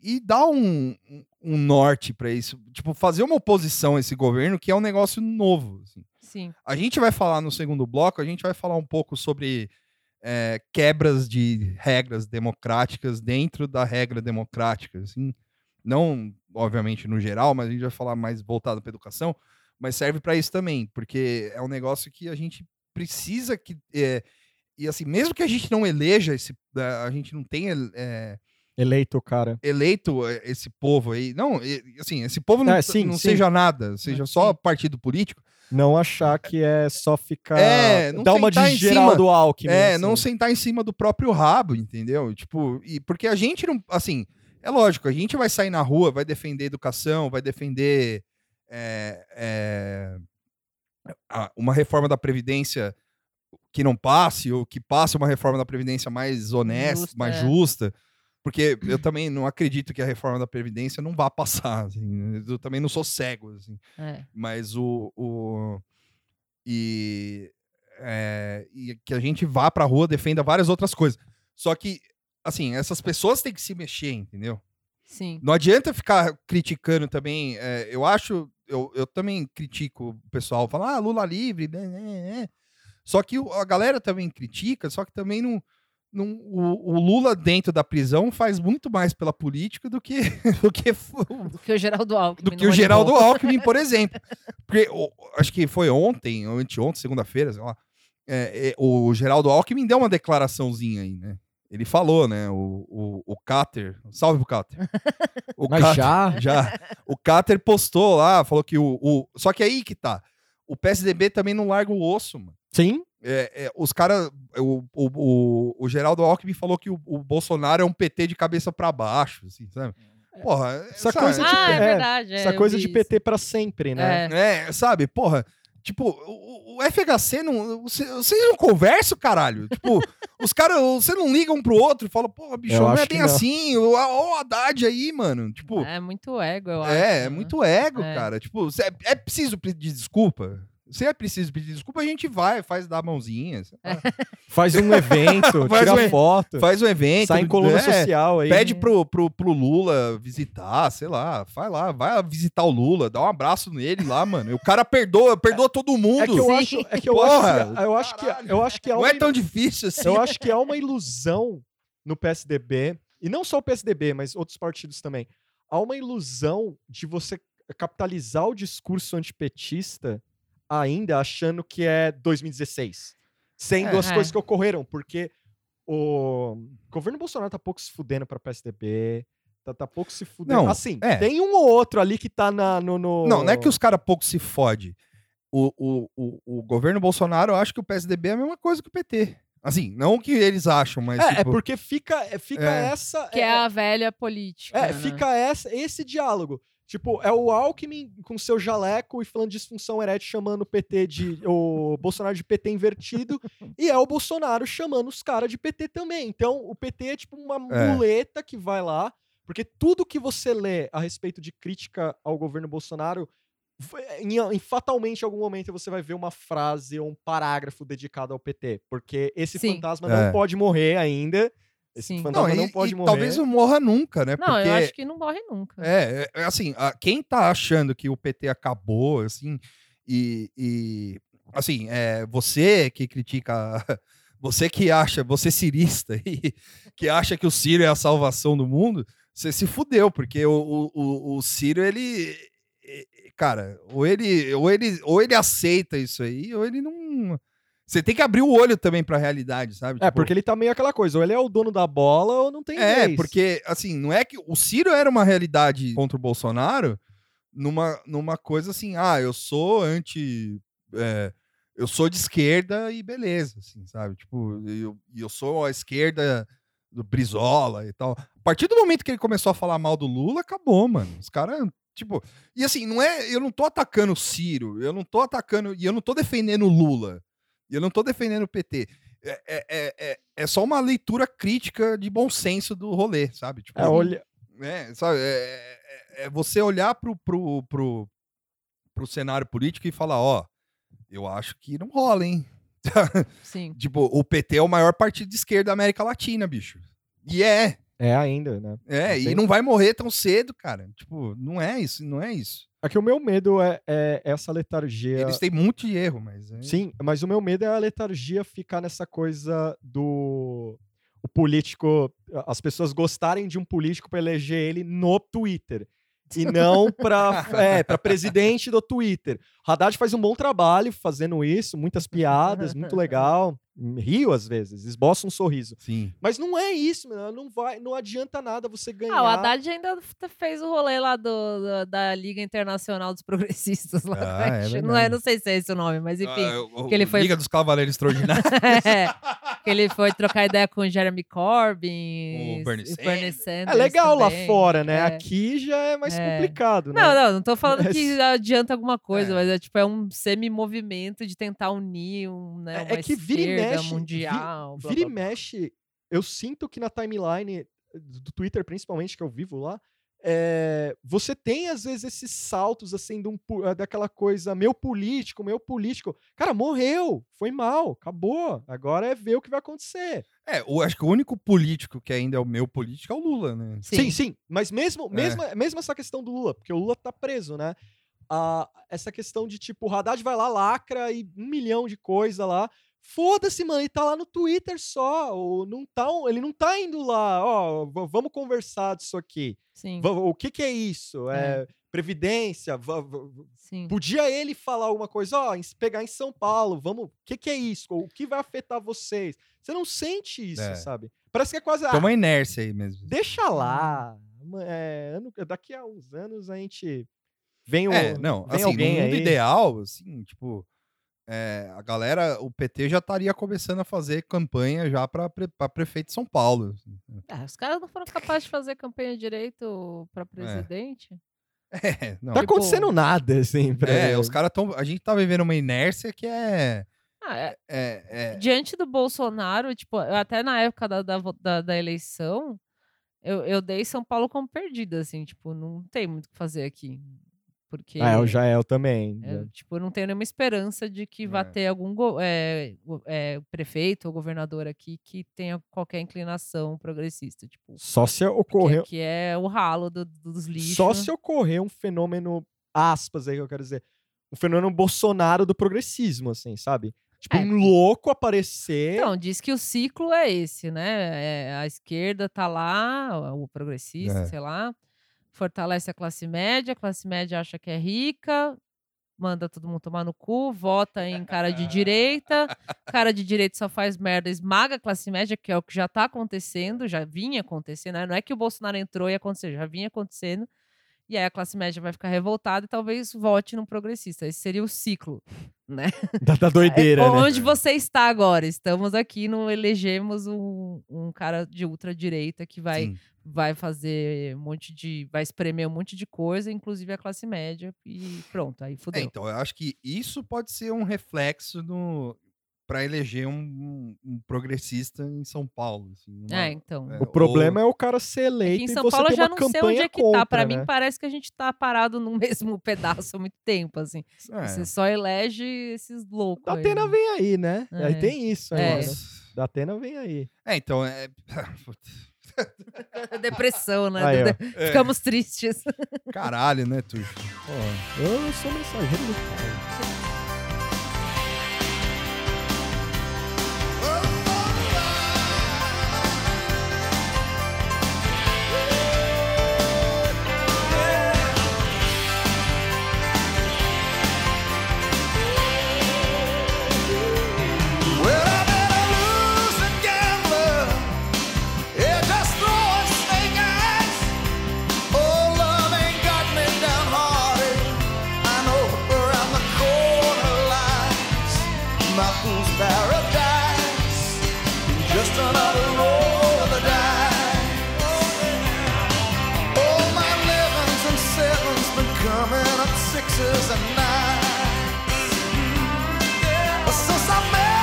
Speaker 1: e dar um, um- um norte pra isso. Tipo, fazer uma oposição a esse governo, que é um negócio novo. assim.
Speaker 2: Sim.
Speaker 1: A gente vai falar no segundo bloco, a gente vai falar um pouco sobre é, quebras de regras democráticas dentro da regra democrática, assim. Não, obviamente, no geral, mas a gente vai falar mais voltado para educação, mas serve para isso também, porque é um negócio que a gente precisa que. é, e assim, mesmo que a gente não eleja esse. da- A gente não tenha é,
Speaker 3: Eleito, cara.
Speaker 1: eleito é, esse povo aí. Não, e- assim, esse povo não,
Speaker 3: É, sim,
Speaker 1: não
Speaker 3: sim.
Speaker 1: seja nada, seja só partido político.
Speaker 3: Não achar que é só ficar.
Speaker 1: É, não
Speaker 3: dar uma
Speaker 1: sentar
Speaker 3: de
Speaker 1: em cima.
Speaker 3: Geraldo Alckmin.
Speaker 1: É,
Speaker 3: assim.
Speaker 1: não sentar em cima do próprio rabo, entendeu? Tipo, e porque a gente não, assim, é lógico, a gente vai sair na rua, vai defender educação, vai defender é, é, a- uma reforma da previdência que não passe ou que passe uma reforma da previdência mais honesta,
Speaker 2: Justa,
Speaker 1: mais
Speaker 2: é.
Speaker 1: justa. Porque eu também não acredito que a reforma da Previdência não vá passar. assim, eu também não sou cego. Assim
Speaker 2: É.
Speaker 1: mas o, o e, é, e que a gente vá pra rua defenda várias outras coisas. Só que assim essas pessoas têm que se mexer, entendeu?
Speaker 2: Sim.
Speaker 1: Não adianta ficar criticando também. é, eu acho, eu, eu também critico o pessoal falar ah, Lula livre, né, né, né." Só que o- a galera também critica, só que também não, não o, o Lula dentro da prisão faz muito mais pela política do que (laughs) do que o
Speaker 2: Do que o Geraldo Alckmin. é
Speaker 1: do
Speaker 2: no
Speaker 1: que o
Speaker 2: Olho
Speaker 1: Geraldo
Speaker 2: Bom.
Speaker 1: Alckmin, por exemplo. Porque o- acho que foi ontem, ou anteontem, segunda-feira, sei lá. é, é, o Geraldo Alckmin deu uma declaraçãozinha aí, né? Ele falou, né? O, o, o Cater. Salve pro Cater. O
Speaker 3: Mas
Speaker 1: Cater-
Speaker 3: já.
Speaker 1: (laughs) já. O Cater postou lá, falou que o, o- Só que aí que tá. O PSDB também não larga o osso, mano.
Speaker 3: Sim,
Speaker 1: É, é, os caras. O, o, o, o Geraldo Alckmin falou que o, o Bolsonaro é um PT de cabeça pra baixo, assim, sabe? Porra,
Speaker 3: Essa
Speaker 1: sabe? tipo,
Speaker 3: coisa de
Speaker 2: Ah, é
Speaker 3: É,
Speaker 2: verdade. é,
Speaker 3: essa
Speaker 2: eu
Speaker 3: coisa
Speaker 2: vi
Speaker 3: de
Speaker 2: isso.
Speaker 3: PT pra sempre, né?
Speaker 2: É.
Speaker 1: É, sabe, porra. Tipo, o, o- o FHC não. você- Vocês não conversam, caralho.
Speaker 3: (laughs)
Speaker 1: Tipo, os caras. Vocês não ligam um pro outro e falam, porra, bicho,
Speaker 3: Eu
Speaker 1: não é
Speaker 3: acho que
Speaker 1: bem
Speaker 3: não.
Speaker 1: assim. Ó, o Haddad aí, mano. Tipo, é,
Speaker 2: É muito ego, eu acho.
Speaker 1: é,
Speaker 2: né?
Speaker 1: muito ego,
Speaker 2: É.
Speaker 1: cara. Tipo, cê- é, é preciso pedir desculpa. Se é preciso pedir desculpa, a gente vai, faz dar a
Speaker 3: É.
Speaker 1: mãozinha. sei lá.
Speaker 3: Faz um
Speaker 1: (laughs)
Speaker 3: evento,
Speaker 1: Faz
Speaker 3: tira
Speaker 1: um e-
Speaker 3: foto,
Speaker 1: Faz um evento.
Speaker 3: sai em coluna
Speaker 1: é,
Speaker 3: social aí.
Speaker 1: Pede pro, pro, pro Lula visitar, sei lá, vai lá, vai visitar o Lula, dá um abraço nele lá, mano. E o cara perdoa, perdoa todo mundo.
Speaker 3: É que eu
Speaker 2: Sim.
Speaker 3: acho, é que eu
Speaker 1: Porra,
Speaker 3: acho, que- eu acho que, eu acho que é
Speaker 1: Não
Speaker 3: uma,
Speaker 1: é tão difícil assim.
Speaker 3: eu acho que há uma ilusão no PSDB e não só o PSDB, mas outros partidos também. Há uma ilusão de você capitalizar o discurso antipetista ainda achando que é 2016, sendo
Speaker 1: É.
Speaker 3: as
Speaker 2: É.
Speaker 3: coisas que ocorreram, porque o governo Bolsonaro tá pouco se fudendo para PSDB. Tá, tá pouco se fudendo.
Speaker 1: Não,
Speaker 3: assim,
Speaker 1: é.
Speaker 3: tem um ou outro ali que tá na, no, no-
Speaker 1: Não, não é que os caras pouco se fode. O, o, o, o governo Bolsonaro, eu acho que o PSDB é a mesma coisa que o PT. Assim, não o que eles acham, mas.
Speaker 3: É, é
Speaker 1: tipo,
Speaker 3: porque fica, é, fica
Speaker 1: É.
Speaker 3: essa.
Speaker 2: Que é a velha política. né?
Speaker 3: É, fica essa, esse diálogo. Tipo, é o Alckmin com seu jaleco e falando de disfunção erétil, chamando o PT de. o Bolsonaro de PT invertido. e é o Bolsonaro chamando os caras de PT também. Então, o PT é tipo uma
Speaker 1: É.
Speaker 3: muleta que vai lá. Porque tudo que você lê a respeito de crítica ao governo Bolsonaro, v- em, em- fatalmente em algum momento você vai ver uma frase ou um parágrafo dedicado ao PT. Porque esse
Speaker 2: Sim.
Speaker 3: fantasma
Speaker 1: É.
Speaker 3: não pode morrer ainda. Esse
Speaker 2: Sim.
Speaker 3: fantasma
Speaker 1: Não,
Speaker 3: não,
Speaker 1: e,
Speaker 3: pode
Speaker 1: e
Speaker 3: morrer.
Speaker 1: talvez não morra nunca, né?
Speaker 2: Não,
Speaker 1: porque
Speaker 2: eu acho que não morre nunca.
Speaker 1: É, é, é assim, a- quem tá achando que o PT acabou, assim, e, e, assim, é, você que critica, (laughs) você que acha, você cirista, (laughs) e que acha que o Ciro é a salvação do mundo, você se fudeu, porque o, o- o, o Ciro, ele, e- e, cara, ou ele, ou, ele, ou ele aceita isso aí, ou ele não... Você tem que abrir o olho também pra realidade, sabe?
Speaker 3: É,
Speaker 1: Tipo,
Speaker 3: porque ele tá meio aquela coisa, ou ele é o dono da bola ou não tem
Speaker 1: é,
Speaker 3: vez.
Speaker 1: porque, assim, não é que o Ciro era uma realidade contra o Bolsonaro numa, numa coisa assim, ah, eu sou anti. é, eu sou de esquerda e beleza, assim, sabe? Tipo, eu, e eu sou a esquerda do Brizola e tal. A partir do momento que ele começou a falar mal do Lula, acabou, mano. Os caras, tipo. E assim, não é. Eu não tô atacando o Ciro, eu não tô atacando. E eu não tô defendendo o Lula. E eu não tô defendendo o PT. É, é, é, é, é só uma leitura crítica de bom senso do rolê, sabe? Tipo,
Speaker 3: É, olha,
Speaker 1: né, sabe, é, é- é você olhar pro, pro, pro, pro cenário político e falar, ó, eu acho que não rola, hein?
Speaker 2: Sim.
Speaker 1: Tipo, o PT é o maior partido de esquerda da América Latina, bicho. E é,
Speaker 3: é ainda, né?
Speaker 1: é, e
Speaker 3: Entendi.
Speaker 1: não vai morrer tão cedo, cara. Tipo, não é isso, não é isso.
Speaker 3: É que o meu medo é, é essa letargia.
Speaker 1: Eles têm muito de erro, mas... é-
Speaker 3: Sim, mas o meu medo é a letargia ficar nessa coisa do o político, as pessoas gostarem de um político para eleger ele no Twitter. E não
Speaker 1: (laughs)
Speaker 3: para é, pra presidente do Twitter. Haddad faz um bom trabalho fazendo isso, muitas piadas, muito legal. Rio às vezes, esboça um sorriso.
Speaker 1: Sim.
Speaker 3: Mas não é isso, meu, não vai, não adianta nada você ganhar.
Speaker 2: Ah, o Haddad ainda f- fez o rolê lá do, do- da Liga Internacional dos Progressistas. Lá
Speaker 1: Ah,
Speaker 2: (laughs) atrás.
Speaker 1: é
Speaker 2: não, é,
Speaker 1: verdade.
Speaker 2: não sei se é esse o nome, mas enfim.
Speaker 1: Ah, o-
Speaker 2: que ele foi-
Speaker 1: Liga dos Cavaleiros Extraordinários.
Speaker 2: É, (laughs) que ele foi trocar ideia com o Jeremy Corbyn.
Speaker 1: O
Speaker 2: e
Speaker 1: Bernie
Speaker 2: s- e
Speaker 1: Sanders.
Speaker 3: É
Speaker 2: Sanders
Speaker 3: legal lá
Speaker 2: também.
Speaker 3: fora, né?
Speaker 2: é.
Speaker 3: Aqui já é mais
Speaker 2: É.
Speaker 3: complicado, né?
Speaker 2: Não, não, não tô falando
Speaker 3: Mas-
Speaker 2: que adianta alguma coisa,
Speaker 1: É.
Speaker 2: mas é tipo, é um semi-movimento de tentar unir um, né,
Speaker 3: É-
Speaker 2: uma
Speaker 3: é que vira e
Speaker 2: esquerda
Speaker 3: mexe, vi-
Speaker 2: mundial. blá,
Speaker 3: Vira e
Speaker 2: blá, blá.
Speaker 3: mexe, eu sinto que na timeline do Twitter, principalmente, que eu vivo lá, é, você tem, às vezes, esses saltos, assim, de um pu- eh, daquela coisa, meu político, meu político. Cara, morreu, foi mal, acabou. Agora é ver o que vai acontecer.
Speaker 1: (laughs) É, eu acho que o único político que ainda é o meu político é o Lula, né?
Speaker 2: Sim.
Speaker 3: Sim, sim. mas
Speaker 1: É.
Speaker 3: mesmo, mesmo, mesmo essa questão do Lula, porque o Lula tá preso, né? Ah, essa questão de, tipo, o Haddad vai lá, lacra e um milhão de coisa lá. Foda-se, mano, ele tá lá no Twitter só. Ou não tá, um- ele não tá indo lá, ó, v- vamos conversar disso aqui.
Speaker 2: Sim,
Speaker 3: Va- o que que é isso? É, previdência? va- va-
Speaker 1: Uhum.
Speaker 2: sim.
Speaker 3: Podia ele falar alguma coisa, ó, em- pegar em São Paulo, vamos, o que que é isso? O que vai afetar vocês? Você não sente isso,
Speaker 1: É.
Speaker 3: sabe? Parece que é quase...
Speaker 1: Tem
Speaker 3: ah,
Speaker 1: uma inércia aí mesmo.
Speaker 3: deixa lá.
Speaker 1: Uhum.
Speaker 3: ma- é, ano- daqui a uns anos a gente vem um, o.
Speaker 1: É, não,
Speaker 3: vem
Speaker 1: assim, no
Speaker 3: alguém
Speaker 1: mundo
Speaker 3: aí.
Speaker 1: ideal, assim, tipo, é, a galera, o PT já estaria começando a fazer campanha já pra, pre- pra prefeito de São Paulo. (laughs) assim.
Speaker 2: Ah, os caras não foram capazes de fazer campanha direito pra presidente?
Speaker 1: É, não.
Speaker 3: Tá
Speaker 2: Tipo-
Speaker 3: acontecendo nada, assim, pra
Speaker 1: É, os caras estão. A gente tá vivendo uma inércia que é.
Speaker 2: Ah, é-
Speaker 1: é- é-
Speaker 2: diante do Bolsonaro, tipo, eu até na época da, da, vo- da, da eleição, eu, eu dei São Paulo como perdida, assim, tipo, não tem muito o que fazer aqui. Porque
Speaker 3: Ah, o Jael também. né.
Speaker 2: eu, tipo, eu não tenho nenhuma esperança de que vá
Speaker 1: É.
Speaker 2: ter algum go- é, go- é, prefeito ou governador aqui que tenha qualquer inclinação progressista. Tipo,
Speaker 3: Só se
Speaker 2: que
Speaker 3: ocorreu.
Speaker 2: aqui é o ralo do- dos lixos.
Speaker 3: Só se ocorrer um fenômeno, aspas aí que eu quero dizer, um fenômeno Bolsonaro do progressismo, assim, sabe? Tipo,
Speaker 2: É.
Speaker 3: um louco aparecer.
Speaker 2: Então, diz que o ciclo é esse, né? É, a esquerda tá lá, o progressista,
Speaker 1: É.
Speaker 2: sei lá, fortalece a classe média, a classe média acha que é rica, manda todo mundo tomar no cu, vota em cara de direita, cara de direita só faz merda, esmaga a classe média, que é o que já tá acontecendo, já vinha acontecendo, né? não é que o Bolsonaro entrou e aconteceu, já vinha acontecendo. E aí a classe média vai ficar revoltada e talvez vote num progressista. Esse seria o ciclo.
Speaker 3: Da, da doideira,
Speaker 2: É,
Speaker 3: né?
Speaker 2: Onde você está agora? Estamos aqui, não elegemos um, um cara de ultradireita que vai,
Speaker 1: sim.
Speaker 2: vai fazer um monte de. vai espremer um monte de coisa, inclusive a classe média, e pronto, aí
Speaker 1: É,
Speaker 2: fudeu.
Speaker 1: então, eu acho que isso pode ser um reflexo no. Pra eleger um, um- um progressista em São Paulo. assim, numa-
Speaker 2: É, então.
Speaker 1: é,
Speaker 3: O problema é o cara ser eleito
Speaker 2: Aqui em
Speaker 3: e
Speaker 2: São
Speaker 3: você
Speaker 2: Paulo
Speaker 3: ter
Speaker 2: eu já
Speaker 3: uma
Speaker 2: não sei
Speaker 3: campanha
Speaker 2: onde é que
Speaker 3: contra,
Speaker 2: tá. Pra
Speaker 3: né?
Speaker 2: mim, parece que a gente tá parado no (laughs) mesmo pedaço há muito tempo, assim.
Speaker 1: é.
Speaker 2: Você só elege esses loucos.
Speaker 3: Da
Speaker 2: aí,
Speaker 3: Atena
Speaker 2: né?
Speaker 3: vem aí, né?
Speaker 2: É.
Speaker 3: Aí tem isso ainda.
Speaker 2: É.
Speaker 3: né? Da Atena vem aí.
Speaker 1: É, então, é. (laughs) putz,
Speaker 2: Depressão, né?
Speaker 3: Aí, ó.
Speaker 2: Duda? Ficamos
Speaker 3: (laughs)
Speaker 2: tristes.
Speaker 1: Caralho, né, Tuxo?
Speaker 3: Ó, eu sou mensageiro do cara.
Speaker 4: Well, I better lose again, love. Yeah, just throw a snake eyes. Oh, love ain't got me downhearted. I know around the corner lies my fool's paradise. Just another roll of the dice. All my elevens and sevens been coming up sixes and nines. Since I met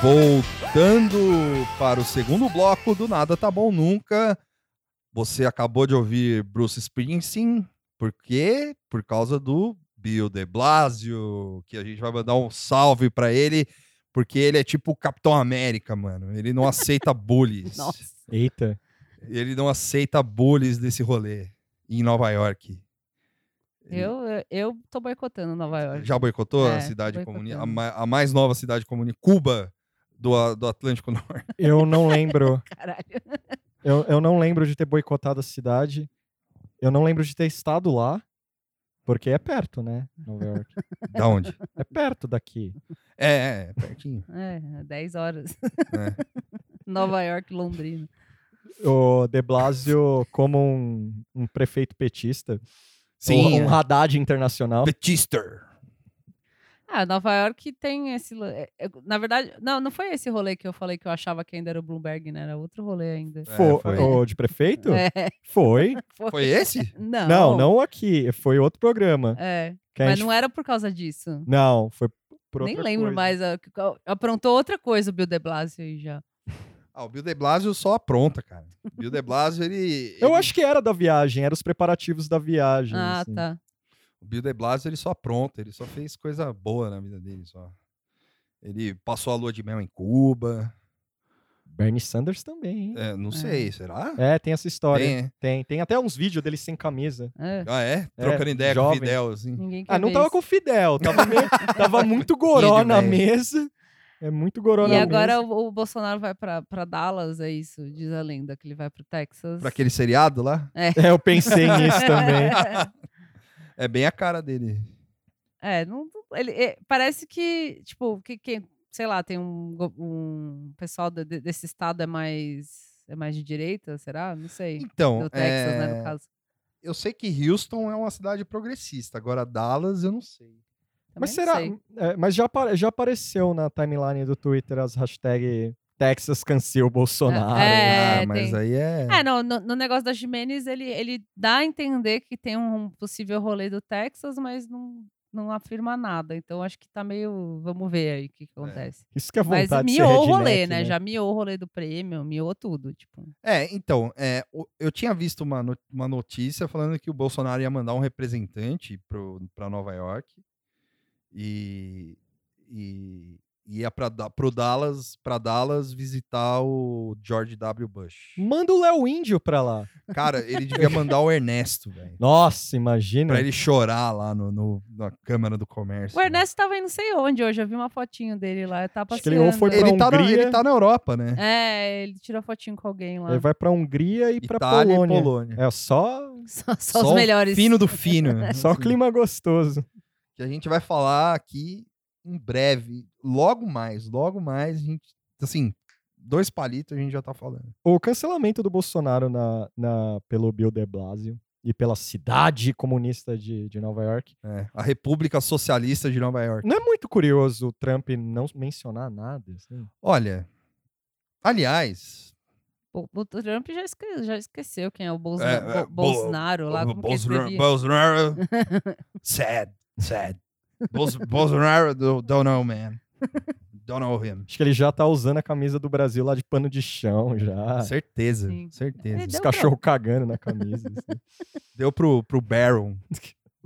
Speaker 1: Voltando para o segundo bloco do Nada Tá Bom Nunca. Você acabou de ouvir Bruce Springsteen, por quê? Por causa do Bill de Blasio, que a gente vai mandar um salve para ele, porque ele é tipo o Capitão América, mano. Ele não
Speaker 2: (laughs)
Speaker 1: aceita bullies.
Speaker 2: Nossa.
Speaker 3: Eita.
Speaker 1: Ele não aceita bullies desse rolê em Nova York.
Speaker 2: Eu, eu- eu tô boicotando Nova York.
Speaker 1: Já boicotou a
Speaker 2: É,
Speaker 1: cidade comunista, a,
Speaker 2: boicotamos.
Speaker 1: ma- a mais nova cidade comunista, Cuba, do, a- do Atlântico Norte.
Speaker 3: Eu não lembro.
Speaker 2: Caralho.
Speaker 3: Eu, eu não lembro de ter boicotado a cidade. Eu não lembro de ter estado lá. Porque é perto, né? Nova York.
Speaker 1: da onde?
Speaker 3: É perto daqui.
Speaker 1: É, é, pertinho.
Speaker 2: É, 10 horas.
Speaker 1: né?
Speaker 3: É.
Speaker 2: (laughs) Nova York, Londrina.
Speaker 3: O de Blasio, como um, um prefeito petista,
Speaker 1: Sim,
Speaker 3: um, um
Speaker 1: é.
Speaker 3: Haddad internacional.
Speaker 1: Petister.
Speaker 2: Ah, Nova York tem esse. lan- é- é- Na verdade, não, não foi esse rolê que eu falei que eu achava que ainda era o Bloomberg, né? Era outro rolê ainda.
Speaker 3: Fo-
Speaker 1: É, foi.
Speaker 3: O de prefeito?
Speaker 2: É,
Speaker 3: É. Então,
Speaker 2: (laughs)
Speaker 3: Foi.
Speaker 1: Foi esse?
Speaker 2: Não.
Speaker 3: Não, não aqui. Foi outro programa.
Speaker 2: É,
Speaker 3: que a
Speaker 2: mas
Speaker 3: gente-
Speaker 2: não era por causa disso.
Speaker 3: Não, foi por
Speaker 2: Nem
Speaker 3: outra
Speaker 2: lembro
Speaker 3: coisa.
Speaker 2: mais. a- qual- aprontou outra coisa o Bill de Blasio aí já.
Speaker 1: Ah, o Bill de Blasio só apronta, cara. O Bill de Blasio, ele...
Speaker 3: Eu
Speaker 1: ele-
Speaker 3: acho que era da viagem, era os preparativos da viagem.
Speaker 2: Ah,
Speaker 3: assim.
Speaker 2: tá.
Speaker 1: O Bill de Blasio, ele só apronta, ele só fez coisa boa na vida dele, só. Ele passou a lua de mel em Cuba.
Speaker 3: Bernie Sanders também. hein?
Speaker 1: É, não sei, será?
Speaker 3: É, tem essa história.
Speaker 1: Tem, é?
Speaker 3: Tem, tem até uns vídeos dele sem camisa.
Speaker 2: É,
Speaker 1: Ah, é? Trocando ideia com o
Speaker 3: jovem.
Speaker 1: Fidel, assim.
Speaker 2: ninguém quer
Speaker 3: Ah, não
Speaker 2: ver
Speaker 3: tava
Speaker 2: isso.
Speaker 3: com o Fidel,
Speaker 1: (laughs)
Speaker 3: tava, meio- tava muito goró
Speaker 1: Vídeo,
Speaker 3: na
Speaker 1: velho.
Speaker 3: mesa. É muito goró
Speaker 2: E
Speaker 3: na
Speaker 2: agora
Speaker 3: mesa.
Speaker 2: o, o Bolsonaro vai pra, pra Dallas, é isso? Diz a lenda que ele vai pro Texas.
Speaker 1: Pra aquele seriado lá.
Speaker 3: É,
Speaker 2: (laughs)
Speaker 3: eu pensei nisso também.
Speaker 1: É bem a cara dele.
Speaker 2: É, não, não- ele, é, parece que, tipo, que, que, sei lá, tem um, go- um pessoal de- de- desse estado é mais é mais de direita, será? Não sei.
Speaker 1: Então,
Speaker 2: Do Texas, né,
Speaker 1: é,
Speaker 2: no caso.
Speaker 1: eu sei que Houston é uma cidade progressista, agora Dallas eu não sei.
Speaker 2: Também
Speaker 3: Mas
Speaker 2: não
Speaker 3: será?
Speaker 2: sei.
Speaker 3: é, mas já, apare- já apareceu na timeline do Twitter as hashtags Texas cancel Bolsonaro.
Speaker 2: É,
Speaker 1: ah, mas
Speaker 2: tem-
Speaker 1: aí é.
Speaker 2: É, não, no, no negócio da Jimenez, ele, ele dá a entender que tem um possível rolê do Texas, mas não, não afirma nada. Então acho que tá meio. Vamos ver aí o que, que acontece.
Speaker 3: Isso que é
Speaker 2: Mas
Speaker 3: vontade de ser
Speaker 2: miou o rolê,
Speaker 3: redneck,
Speaker 2: né? Já miou o rolê do prêmio, miou tudo. Tipo,
Speaker 1: É, então, é, o- eu tinha visto uma, no- uma notícia falando que o Bolsonaro ia mandar um representante para Nova York e, e ia para pro Dallas, para Dallas visitar o George W. Bush.
Speaker 3: Manda o Léo Índio pra lá.
Speaker 1: Cara, ele devia mandar o Ernesto, velho.
Speaker 3: Nossa, imagina.
Speaker 1: Pra ele chorar lá no, no- na Câmara do Comércio. né.
Speaker 2: o Ernesto tava em não sei onde hoje, eu vi uma fotinho dele lá, tá
Speaker 3: Acho que
Speaker 2: passeando.
Speaker 3: ele ou foi pra
Speaker 1: Ele tá, na, ele
Speaker 3: Hungria.
Speaker 1: tá na Europa, né?
Speaker 2: É, ele tirou fotinho com alguém lá.
Speaker 3: Ele vai pra Hungria e pra
Speaker 1: Itália
Speaker 3: Polônia.
Speaker 1: e Polônia.
Speaker 3: É só,
Speaker 1: (laughs)
Speaker 2: (laughs) Só, só
Speaker 1: Só
Speaker 2: os
Speaker 1: o
Speaker 2: melhores.
Speaker 1: Fino do fino.
Speaker 3: (laughs) só o
Speaker 1: assim,
Speaker 3: clima gostoso.
Speaker 1: Que a gente vai falar aqui em breve. Logo mais, logo mais, a gente. Assim, dois palitos a gente já tá falando.
Speaker 3: O cancelamento do Bolsonaro na, na- pelo Bill de Blasio e pela cidade comunista de, de Nova York.
Speaker 1: É, a República Socialista de Nova York.
Speaker 3: Não é muito curioso o Trump não mencionar nada? assim?
Speaker 1: Olha, aliás,
Speaker 2: O, o Trump já, esque- já esqueceu quem é o Bolsona-
Speaker 1: É, é,
Speaker 2: Bo- Bolsonaro lá.
Speaker 1: o
Speaker 2: Como que ele
Speaker 1: Bolsonaro.
Speaker 2: escrevia? (laughs)
Speaker 1: Bolsonaro- sad, sad. Bos- Bolsonaro, do- don't know, man. Don't know him.
Speaker 3: Acho que ele já tá usando a camisa do Brasil lá de pano de chão já.
Speaker 1: Ah, Certeza,
Speaker 2: Sim.
Speaker 1: certeza.
Speaker 3: Os
Speaker 2: Deu
Speaker 3: cachorros cagando na camisa. assim.
Speaker 1: Deu pro, pro
Speaker 2: (laughs)
Speaker 1: Baron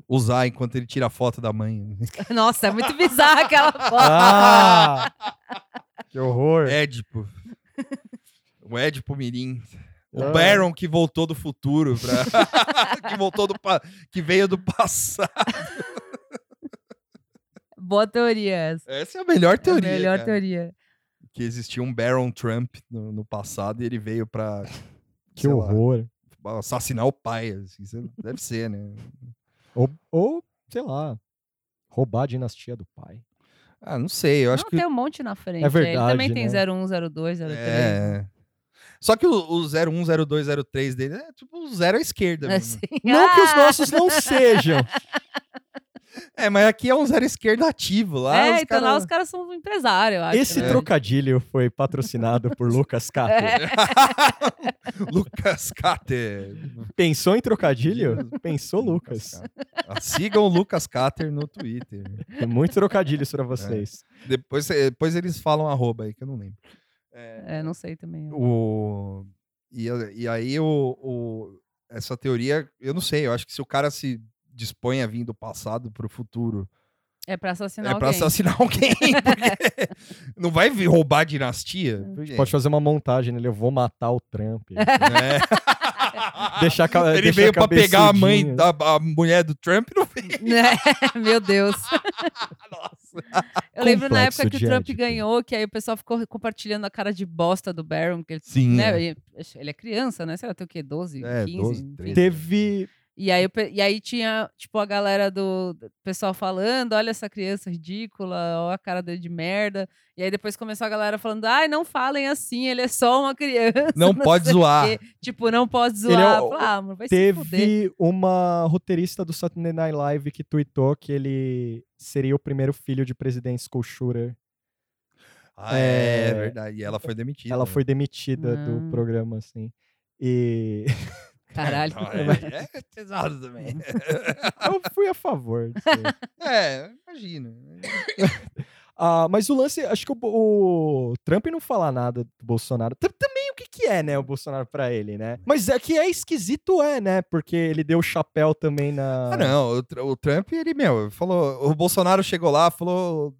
Speaker 1: usar enquanto ele tira a foto da mãe.
Speaker 2: (laughs) Nossa, é muito bizarra
Speaker 1: (laughs)
Speaker 2: aquela foto.
Speaker 3: ah! (laughs) Que horror.
Speaker 1: É, Édipo. O tipo, um Édipo Mirim. O
Speaker 3: Ah.
Speaker 1: Baron que voltou do futuro. pra- (laughs) que voltou do. pa- Que veio do passado.
Speaker 2: Boa teoria essa.
Speaker 1: Essa é a melhor teoria.
Speaker 2: é a melhor
Speaker 1: cara.
Speaker 2: teoria.
Speaker 1: Que existia um Baron Trump no, no passado e ele veio pra.
Speaker 3: Que
Speaker 1: sei lá,
Speaker 3: horror.
Speaker 1: assassinar o pai. assim, isso deve ser, né?
Speaker 3: Ou, ou, sei lá, roubar a dinastia do pai.
Speaker 1: Ah, não sei. Eu acho
Speaker 2: Não,
Speaker 1: que.
Speaker 2: tem um monte na frente. Ele também
Speaker 3: verdade,
Speaker 2: tem
Speaker 3: né?
Speaker 2: 01, 02, 03.
Speaker 1: É. Só que o, o 01, 02, 03 dele
Speaker 2: (laughs)
Speaker 1: é tipo o zero à esquerda. (laughs)
Speaker 2: É
Speaker 1: mesmo.
Speaker 2: assim.
Speaker 3: Não que os
Speaker 2: Ah!
Speaker 3: nossos não sejam.
Speaker 1: É, mas aqui é um zero esquerda ativo lá.
Speaker 2: é,
Speaker 1: os
Speaker 2: então lá
Speaker 1: cara-
Speaker 2: os caras são empresários, eu acho.
Speaker 3: Esse
Speaker 2: né?
Speaker 3: trocadilho foi patrocinado por Lucas Cato.
Speaker 2: É.
Speaker 1: (laughs) Lucas Cater.
Speaker 3: Pensou em trocadilho? Pensou, Lucas.
Speaker 1: Cater. Ah, Sigam o Lucas Cater no Twitter.
Speaker 3: Tem muito trocadilho isso pra vocês.
Speaker 1: Depois, eh, depois eles falam arroba aí, que eu não lembro.
Speaker 2: É, não sei também.
Speaker 1: O... E, a- e aí, o, o- essa teoria, eu não sei, eu acho que se o cara se dispõe a vir do passado pro futuro,
Speaker 2: É pra assassinar
Speaker 1: é pra
Speaker 2: alguém.
Speaker 1: assassinar alguém, (laughs) porque não vai vir roubar a dinastia.
Speaker 2: Hum.
Speaker 1: por quê?
Speaker 3: Pode fazer uma montagem, né? Eu vou matar o
Speaker 1: (laughs)
Speaker 3: Trump. (laughs)
Speaker 1: Né?
Speaker 3: Deixar a ca-
Speaker 1: Ah, Ele
Speaker 3: deixar
Speaker 1: veio pra pegar a
Speaker 3: cabeçudinho.
Speaker 1: mãe, da, a mulher do Trump, não veio.
Speaker 2: Né? (laughs) Meu Deus.
Speaker 1: Nossa.
Speaker 2: Eu lembro na
Speaker 3: Complexo
Speaker 2: época que o
Speaker 3: de
Speaker 2: Trump
Speaker 3: ético.
Speaker 2: ganhou, que aí o pessoal ficou compartilhando a cara de bosta do Barron, que ele,
Speaker 1: Sim.
Speaker 2: né, ele- ele é criança, né? Sei lá, tem o quê? 12,
Speaker 1: Hum. É,
Speaker 2: 15?
Speaker 1: 12,
Speaker 2: enfim.
Speaker 1: 13.
Speaker 3: Teve.
Speaker 2: E aí, o pe- e aí tinha, tipo, a galera do do pessoal falando, olha essa criança ridícula, olha a cara dele de merda. E aí depois começou a galera falando, ai, não falem assim, ele é só uma criança. (laughs)
Speaker 1: Não pode
Speaker 2: sei o
Speaker 1: zoar.
Speaker 2: quê. Tipo, não pode
Speaker 3: é
Speaker 2: zoar.
Speaker 3: o-
Speaker 2: Fala, ah, mano, vai se fuder.
Speaker 3: Teve uma roteirista do Saturday Night Live que tweetou que ele seria o primeiro filho de presidente School Shooter.
Speaker 1: Ah, é,
Speaker 3: É.
Speaker 1: verdade. E ela foi demitida.
Speaker 3: Ela
Speaker 1: né?
Speaker 3: foi demitida
Speaker 2: Ah.
Speaker 3: do programa, assim. E
Speaker 2: (laughs)
Speaker 3: (laughs)
Speaker 1: (laughs)
Speaker 2: Caralho.
Speaker 1: Não, é, é pesado também.
Speaker 3: eu fui a favor. disso aí.
Speaker 2: Uhum.
Speaker 1: (laughs) é, imagina.
Speaker 3: Ah, mas o lance, acho que o, Bo- o Trump não fala nada do Bolsonaro. Tam- Também o que, que é, né, o Bolsonaro pra ele, né? Mas é que é esquisito, é, né? Porque ele deu chapéu também na.
Speaker 1: Ah, não. O, Tr- o Trump, ele, meu, falou. O Bolsonaro chegou lá, falou: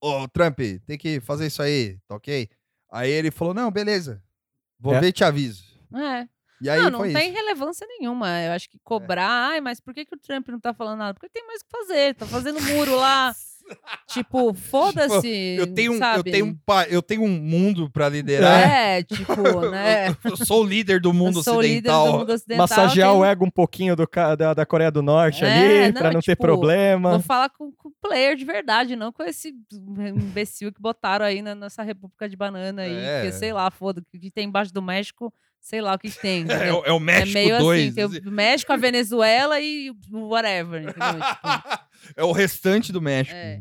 Speaker 1: Ô, Trump, tem que fazer isso aí, tá ok? Aí ele falou: Não, beleza. Vou
Speaker 3: É.
Speaker 1: ver e te aviso.
Speaker 2: É.
Speaker 1: E aí
Speaker 2: não, não
Speaker 1: foi
Speaker 2: tem
Speaker 1: isso. É.
Speaker 2: relevância nenhuma. Eu acho que cobrar, ai, mas por que, que o Trump não tá falando nada? Porque tem mais o que fazer, tá fazendo
Speaker 1: (laughs)
Speaker 2: muro lá. tipo, foda-se.
Speaker 1: Eu tenho, um, eu,
Speaker 2: sabe?
Speaker 1: tenho um, pa- eu tenho um mundo pra liderar.
Speaker 2: É, tipo, né?
Speaker 1: (laughs) Eu sou o líder do mundo
Speaker 2: eu sou o líder
Speaker 1: ocidental.
Speaker 2: do mundo ocidental.
Speaker 3: Massagear
Speaker 2: tenho-
Speaker 3: o ego um pouquinho do, ca- da, da Coreia do Norte
Speaker 2: É,
Speaker 3: ali,
Speaker 2: não,
Speaker 3: pra não ter
Speaker 2: tipo, Vou
Speaker 3: problema.
Speaker 2: falar com, com o player de verdade, não com esse imbecil que botaram aí na nossa República de Banana aí,
Speaker 1: É.
Speaker 2: porque sei lá, foda, o que tem embaixo do México, sei lá o que que tem.
Speaker 1: (laughs) (laughs) É,
Speaker 2: entendeu?
Speaker 1: o- é o
Speaker 2: É,
Speaker 1: México
Speaker 2: meio
Speaker 1: 2.
Speaker 2: assim, tem o México, a Venezuela e o whatever,
Speaker 1: (laughs)
Speaker 2: entendeu? Tipo,
Speaker 1: é o restante do México.
Speaker 2: É.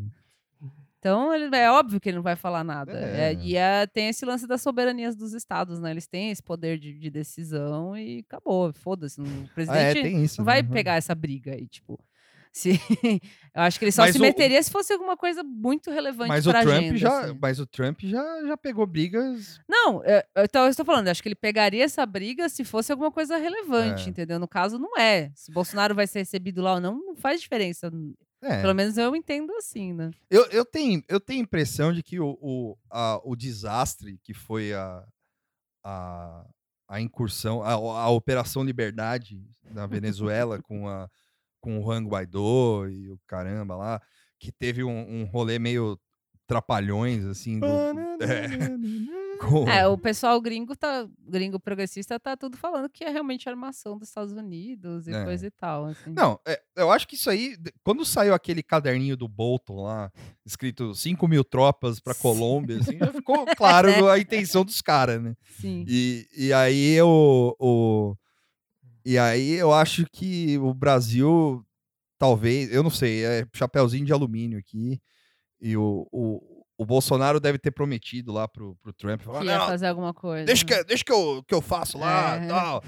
Speaker 2: Então, ele, é óbvio que ele não vai falar nada.
Speaker 1: É.
Speaker 2: É, e é, tem esse lance das soberanias dos estados, né? Eles têm esse poder de, de decisão e acabou. Foda-se. não- O
Speaker 1: Ah, é,
Speaker 2: presidente
Speaker 1: tem isso.
Speaker 2: não vai
Speaker 1: né?
Speaker 2: pegar essa briga aí, tipo. Se, (laughs) eu acho que ele só
Speaker 1: Mas
Speaker 2: se
Speaker 1: o-
Speaker 2: meteria se fosse alguma coisa muito relevante
Speaker 1: Mas o
Speaker 2: pra
Speaker 1: Trump
Speaker 2: agenda,
Speaker 1: já,
Speaker 2: assim.
Speaker 1: mas o Trump já, já pegou brigas.
Speaker 2: Não, eu, eu- então eu estou falando, eu acho que ele pegaria essa briga se fosse alguma coisa relevante,
Speaker 1: É.
Speaker 2: entendeu? No caso, não é. Se Bolsonaro vai ser recebido lá ou não, não faz diferença.
Speaker 1: É.
Speaker 2: Pelo menos eu entendo assim, né?
Speaker 1: Eu, eu tenho eu tenho a impressão de que o, o, a- o desastre que foi a, a, a incursão, a, a Operação Liberdade na Venezuela com, a, com o Juan Guaidó e o caramba lá, que teve um, um rolê meio trapalhões, assim. do- (laughs) com-
Speaker 2: É, o pessoal gringo tá, gringo progressista tá tudo falando que é realmente armação dos Estados Unidos e
Speaker 1: É.
Speaker 2: coisa e tal. assim.
Speaker 1: Não, é, eu acho que isso aí, de- quando saiu aquele caderninho do Bolton lá, escrito 5 mil tropas pra Colômbia, assim, já
Speaker 2: (laughs)
Speaker 1: ficou claro a intenção dos caras, né?
Speaker 2: É. Sim.
Speaker 1: E, e aí eu, o, e aí eu acho que o Brasil, talvez, eu não sei, é chapéuzinho de alumínio aqui, e o, o, o Bolsonaro deve ter prometido lá pro, pro Trump, falar,
Speaker 2: Que ia
Speaker 1: "Não,
Speaker 2: fazer alguma coisa. né.
Speaker 1: deixa, que, deixa que, eu, que eu faço lá,
Speaker 2: É.
Speaker 1: tal.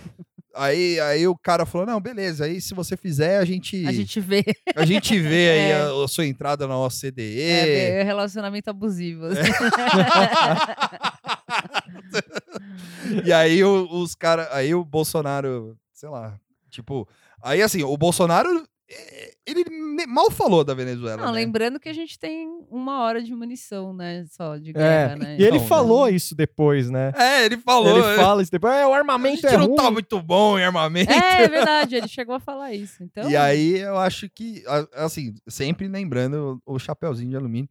Speaker 1: Aí, aí o cara falou, não, beleza, aí se você fizer, a gente...
Speaker 2: A gente vê (laughs)
Speaker 1: A gente vê aí
Speaker 2: É.
Speaker 1: a, a sua entrada na OCDE.
Speaker 2: é, vê relacionamento abusivo. assim.
Speaker 1: (laughs) É, E aí o- os caras. Aí o Bolsonaro, sei lá. Tipo. Aí assim, o Bolsonaro. eh, Ele ne- mal falou da Venezuela.
Speaker 2: (laughs) Não,
Speaker 1: né?
Speaker 2: lembrando que a gente tem uma hora de munição, né? Só de guerra,
Speaker 3: É.
Speaker 2: né?
Speaker 3: E ele
Speaker 1: Então, né?
Speaker 3: falou isso depois, né?
Speaker 1: É, ele falou.
Speaker 3: ele fala isso depois. É,
Speaker 1: a
Speaker 3: o
Speaker 1: gente
Speaker 3: armamento é
Speaker 1: não
Speaker 3: ruim.
Speaker 1: tá muito bom em armamento.
Speaker 2: É, é verdade, ele chegou a falar isso. Então,
Speaker 1: E aí eu acho que. a- Assim, sempre lembrando o, o chapeuzinho de alumínio.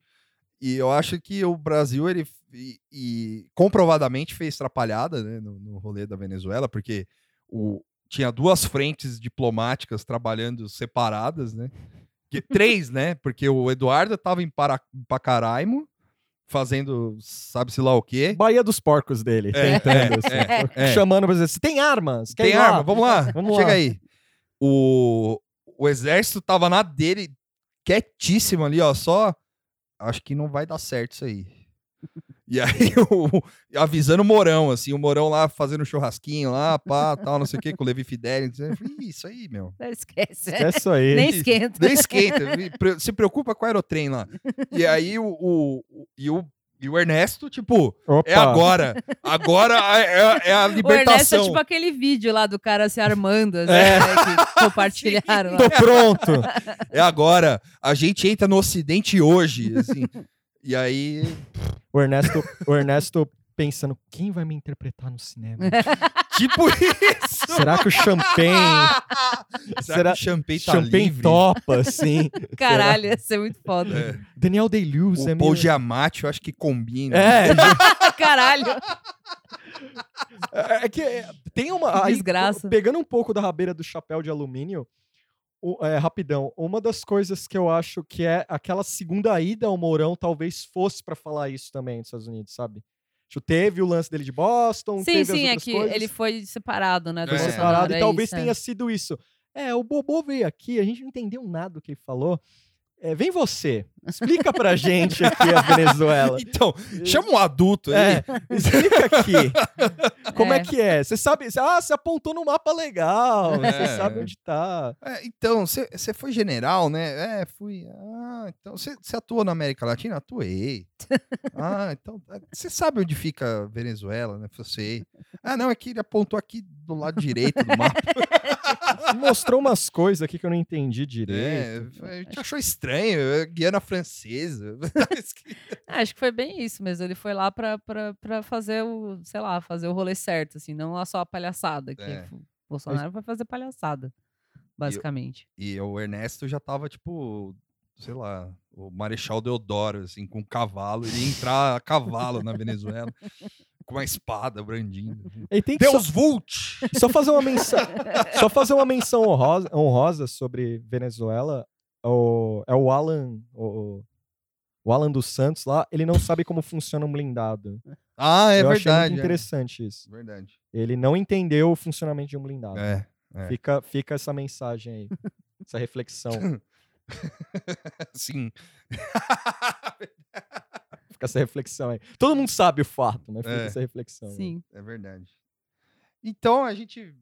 Speaker 1: E eu acho que o Brasil, ele e, e comprovadamente fez trapalhada né, no, no rolê da Venezuela, porque o, tinha duas frentes diplomáticas trabalhando separadas, né?
Speaker 2: (laughs)
Speaker 1: Que- três, né? Porque o Eduardo estava em Para- Pacaraimo, fazendo sabe-se lá o quê.
Speaker 3: Bahia dos porcos dele,
Speaker 1: É,
Speaker 3: tentando,
Speaker 1: é,
Speaker 3: assim,
Speaker 1: é, é.
Speaker 3: chamando pra dizer, "Você tem armas? Quer
Speaker 1: Tem
Speaker 3: ir lá?"
Speaker 1: arma, vamos lá,
Speaker 3: Vamos
Speaker 1: chega
Speaker 3: lá.
Speaker 1: aí. O, o exército tava na dele, quietíssimo ali, ó, só acho que não vai dar certo isso aí. E (laughs) aí, o- avisando o Morão, assim, o Morão lá fazendo churrasquinho lá, pá, tal, não sei o que, com o Levi Fidelis. Eu falei, "Ih, Isso aí, meu.
Speaker 2: Não né, esquece.
Speaker 3: É isso aí.
Speaker 2: Nem esquenta.
Speaker 1: Nem esquenta. me pre- Se preocupa com o aerotrem lá. E aí, o, o- o- e o, e o Ernesto, tipo,
Speaker 3: Opa.
Speaker 1: é agora. Agora é, é- é a
Speaker 2: O Ernesto é
Speaker 1: libertação.
Speaker 2: tipo aquele vídeo lá do cara se armando, assim,
Speaker 3: É.
Speaker 2: né,
Speaker 1: (laughs)
Speaker 2: que compartilharam lá.
Speaker 3: Tô pronto.
Speaker 1: É agora. A gente entra no Ocidente hoje, assim. E aí,
Speaker 3: O Ernesto, o Ernesto pensando, quem vai me interpretar no cinema?
Speaker 2: (laughs)
Speaker 1: tipo isso.
Speaker 3: Será que o champanhe,
Speaker 1: Será
Speaker 3: Será-
Speaker 1: que o champanhe tá
Speaker 3: champanhe
Speaker 1: livre?
Speaker 3: topa, assim?
Speaker 2: Caralho, ia ser muito foda.
Speaker 1: É.
Speaker 3: Daniel Day-Lewis é
Speaker 1: O
Speaker 3: meio...
Speaker 1: Paul Giamatti, eu acho que combina.
Speaker 3: É,
Speaker 2: Caralho.
Speaker 3: É é que é, tem uma.
Speaker 2: Que
Speaker 3: aí,
Speaker 2: desgraça.
Speaker 3: pegando um pouco da rabeira do chapéu de alumínio, o- é, rapidão, uma das coisas que eu acho que é aquela segunda ida ao Mourão talvez fosse pra falar isso também nos Estados Unidos, sabe? Tipo, teve o lance dele de Boston,
Speaker 2: Sim,
Speaker 3: teve
Speaker 2: sim,
Speaker 3: as
Speaker 2: é
Speaker 3: outras
Speaker 2: que
Speaker 3: coisas,
Speaker 2: ele foi separado, né? do
Speaker 1: Foi
Speaker 3: foi
Speaker 1: É.
Speaker 2: Bolsonaro,
Speaker 3: separado,
Speaker 2: é
Speaker 3: e talvez
Speaker 2: isso, é.
Speaker 3: tenha sido isso. É, o Bobô veio aqui, a gente não entendeu nada do que ele falou. É, vem você, explica pra gente aqui a Venezuela.
Speaker 1: (laughs) Então, chama um adulto aí.
Speaker 3: É, explica aqui. Como é.
Speaker 2: É.
Speaker 3: que é? Você sabe. Ah, você apontou no mapa legal.
Speaker 1: É.
Speaker 3: Você sabe onde tá.
Speaker 1: É, então, você foi general, né? É, fui. Ah, então. Você atuou na América Latina?
Speaker 3: (laughs)
Speaker 1: Atuei. Ah, então. Você sabe onde fica a Venezuela, né? Eu Sei. Ah, não, é que ele apontou aqui do lado direito do mapa.
Speaker 3: Mostrou umas coisas aqui que eu não entendi direito.
Speaker 1: É, a gente achou estranho. é Guiana Francesa. (laughs) Tá
Speaker 2: Ah, acho que foi bem isso mesmo. Ele foi lá pra, pra, pra fazer o, sei lá, fazer o rolê certo, assim, não só a palhaçada. Que
Speaker 1: É.
Speaker 2: o Bolsonaro foi fazer palhaçada, basicamente.
Speaker 1: E o Ernesto já tava, tipo, sei lá, o Marechal Deodoro, assim, com um cavalo. Ele ia entrar a cavalo na Venezuela com uma espada brandindo.
Speaker 3: E tem que só,
Speaker 1: Deus Vult!
Speaker 3: só fazer uma menção, só fazer uma menção honrosa, honrosa sobre Venezuela. O, é o Alan, o, o Alan dos Santos lá. Ele não sabe como funciona um blindado.
Speaker 1: Ah, é
Speaker 3: eu achei
Speaker 1: verdade.
Speaker 3: muito
Speaker 1: é.
Speaker 3: interessante isso.
Speaker 1: Verdade.
Speaker 3: Ele não entendeu o funcionamento de um blindado.
Speaker 1: É. (laughs) É.
Speaker 3: Fica, fica essa mensagem aí, essa reflexão.
Speaker 1: Sim.
Speaker 3: Fica essa reflexão aí. Todo mundo sabe o fato, mas fica
Speaker 1: É.
Speaker 3: essa reflexão. aí.
Speaker 2: Sim.
Speaker 1: É verdade. Então a gente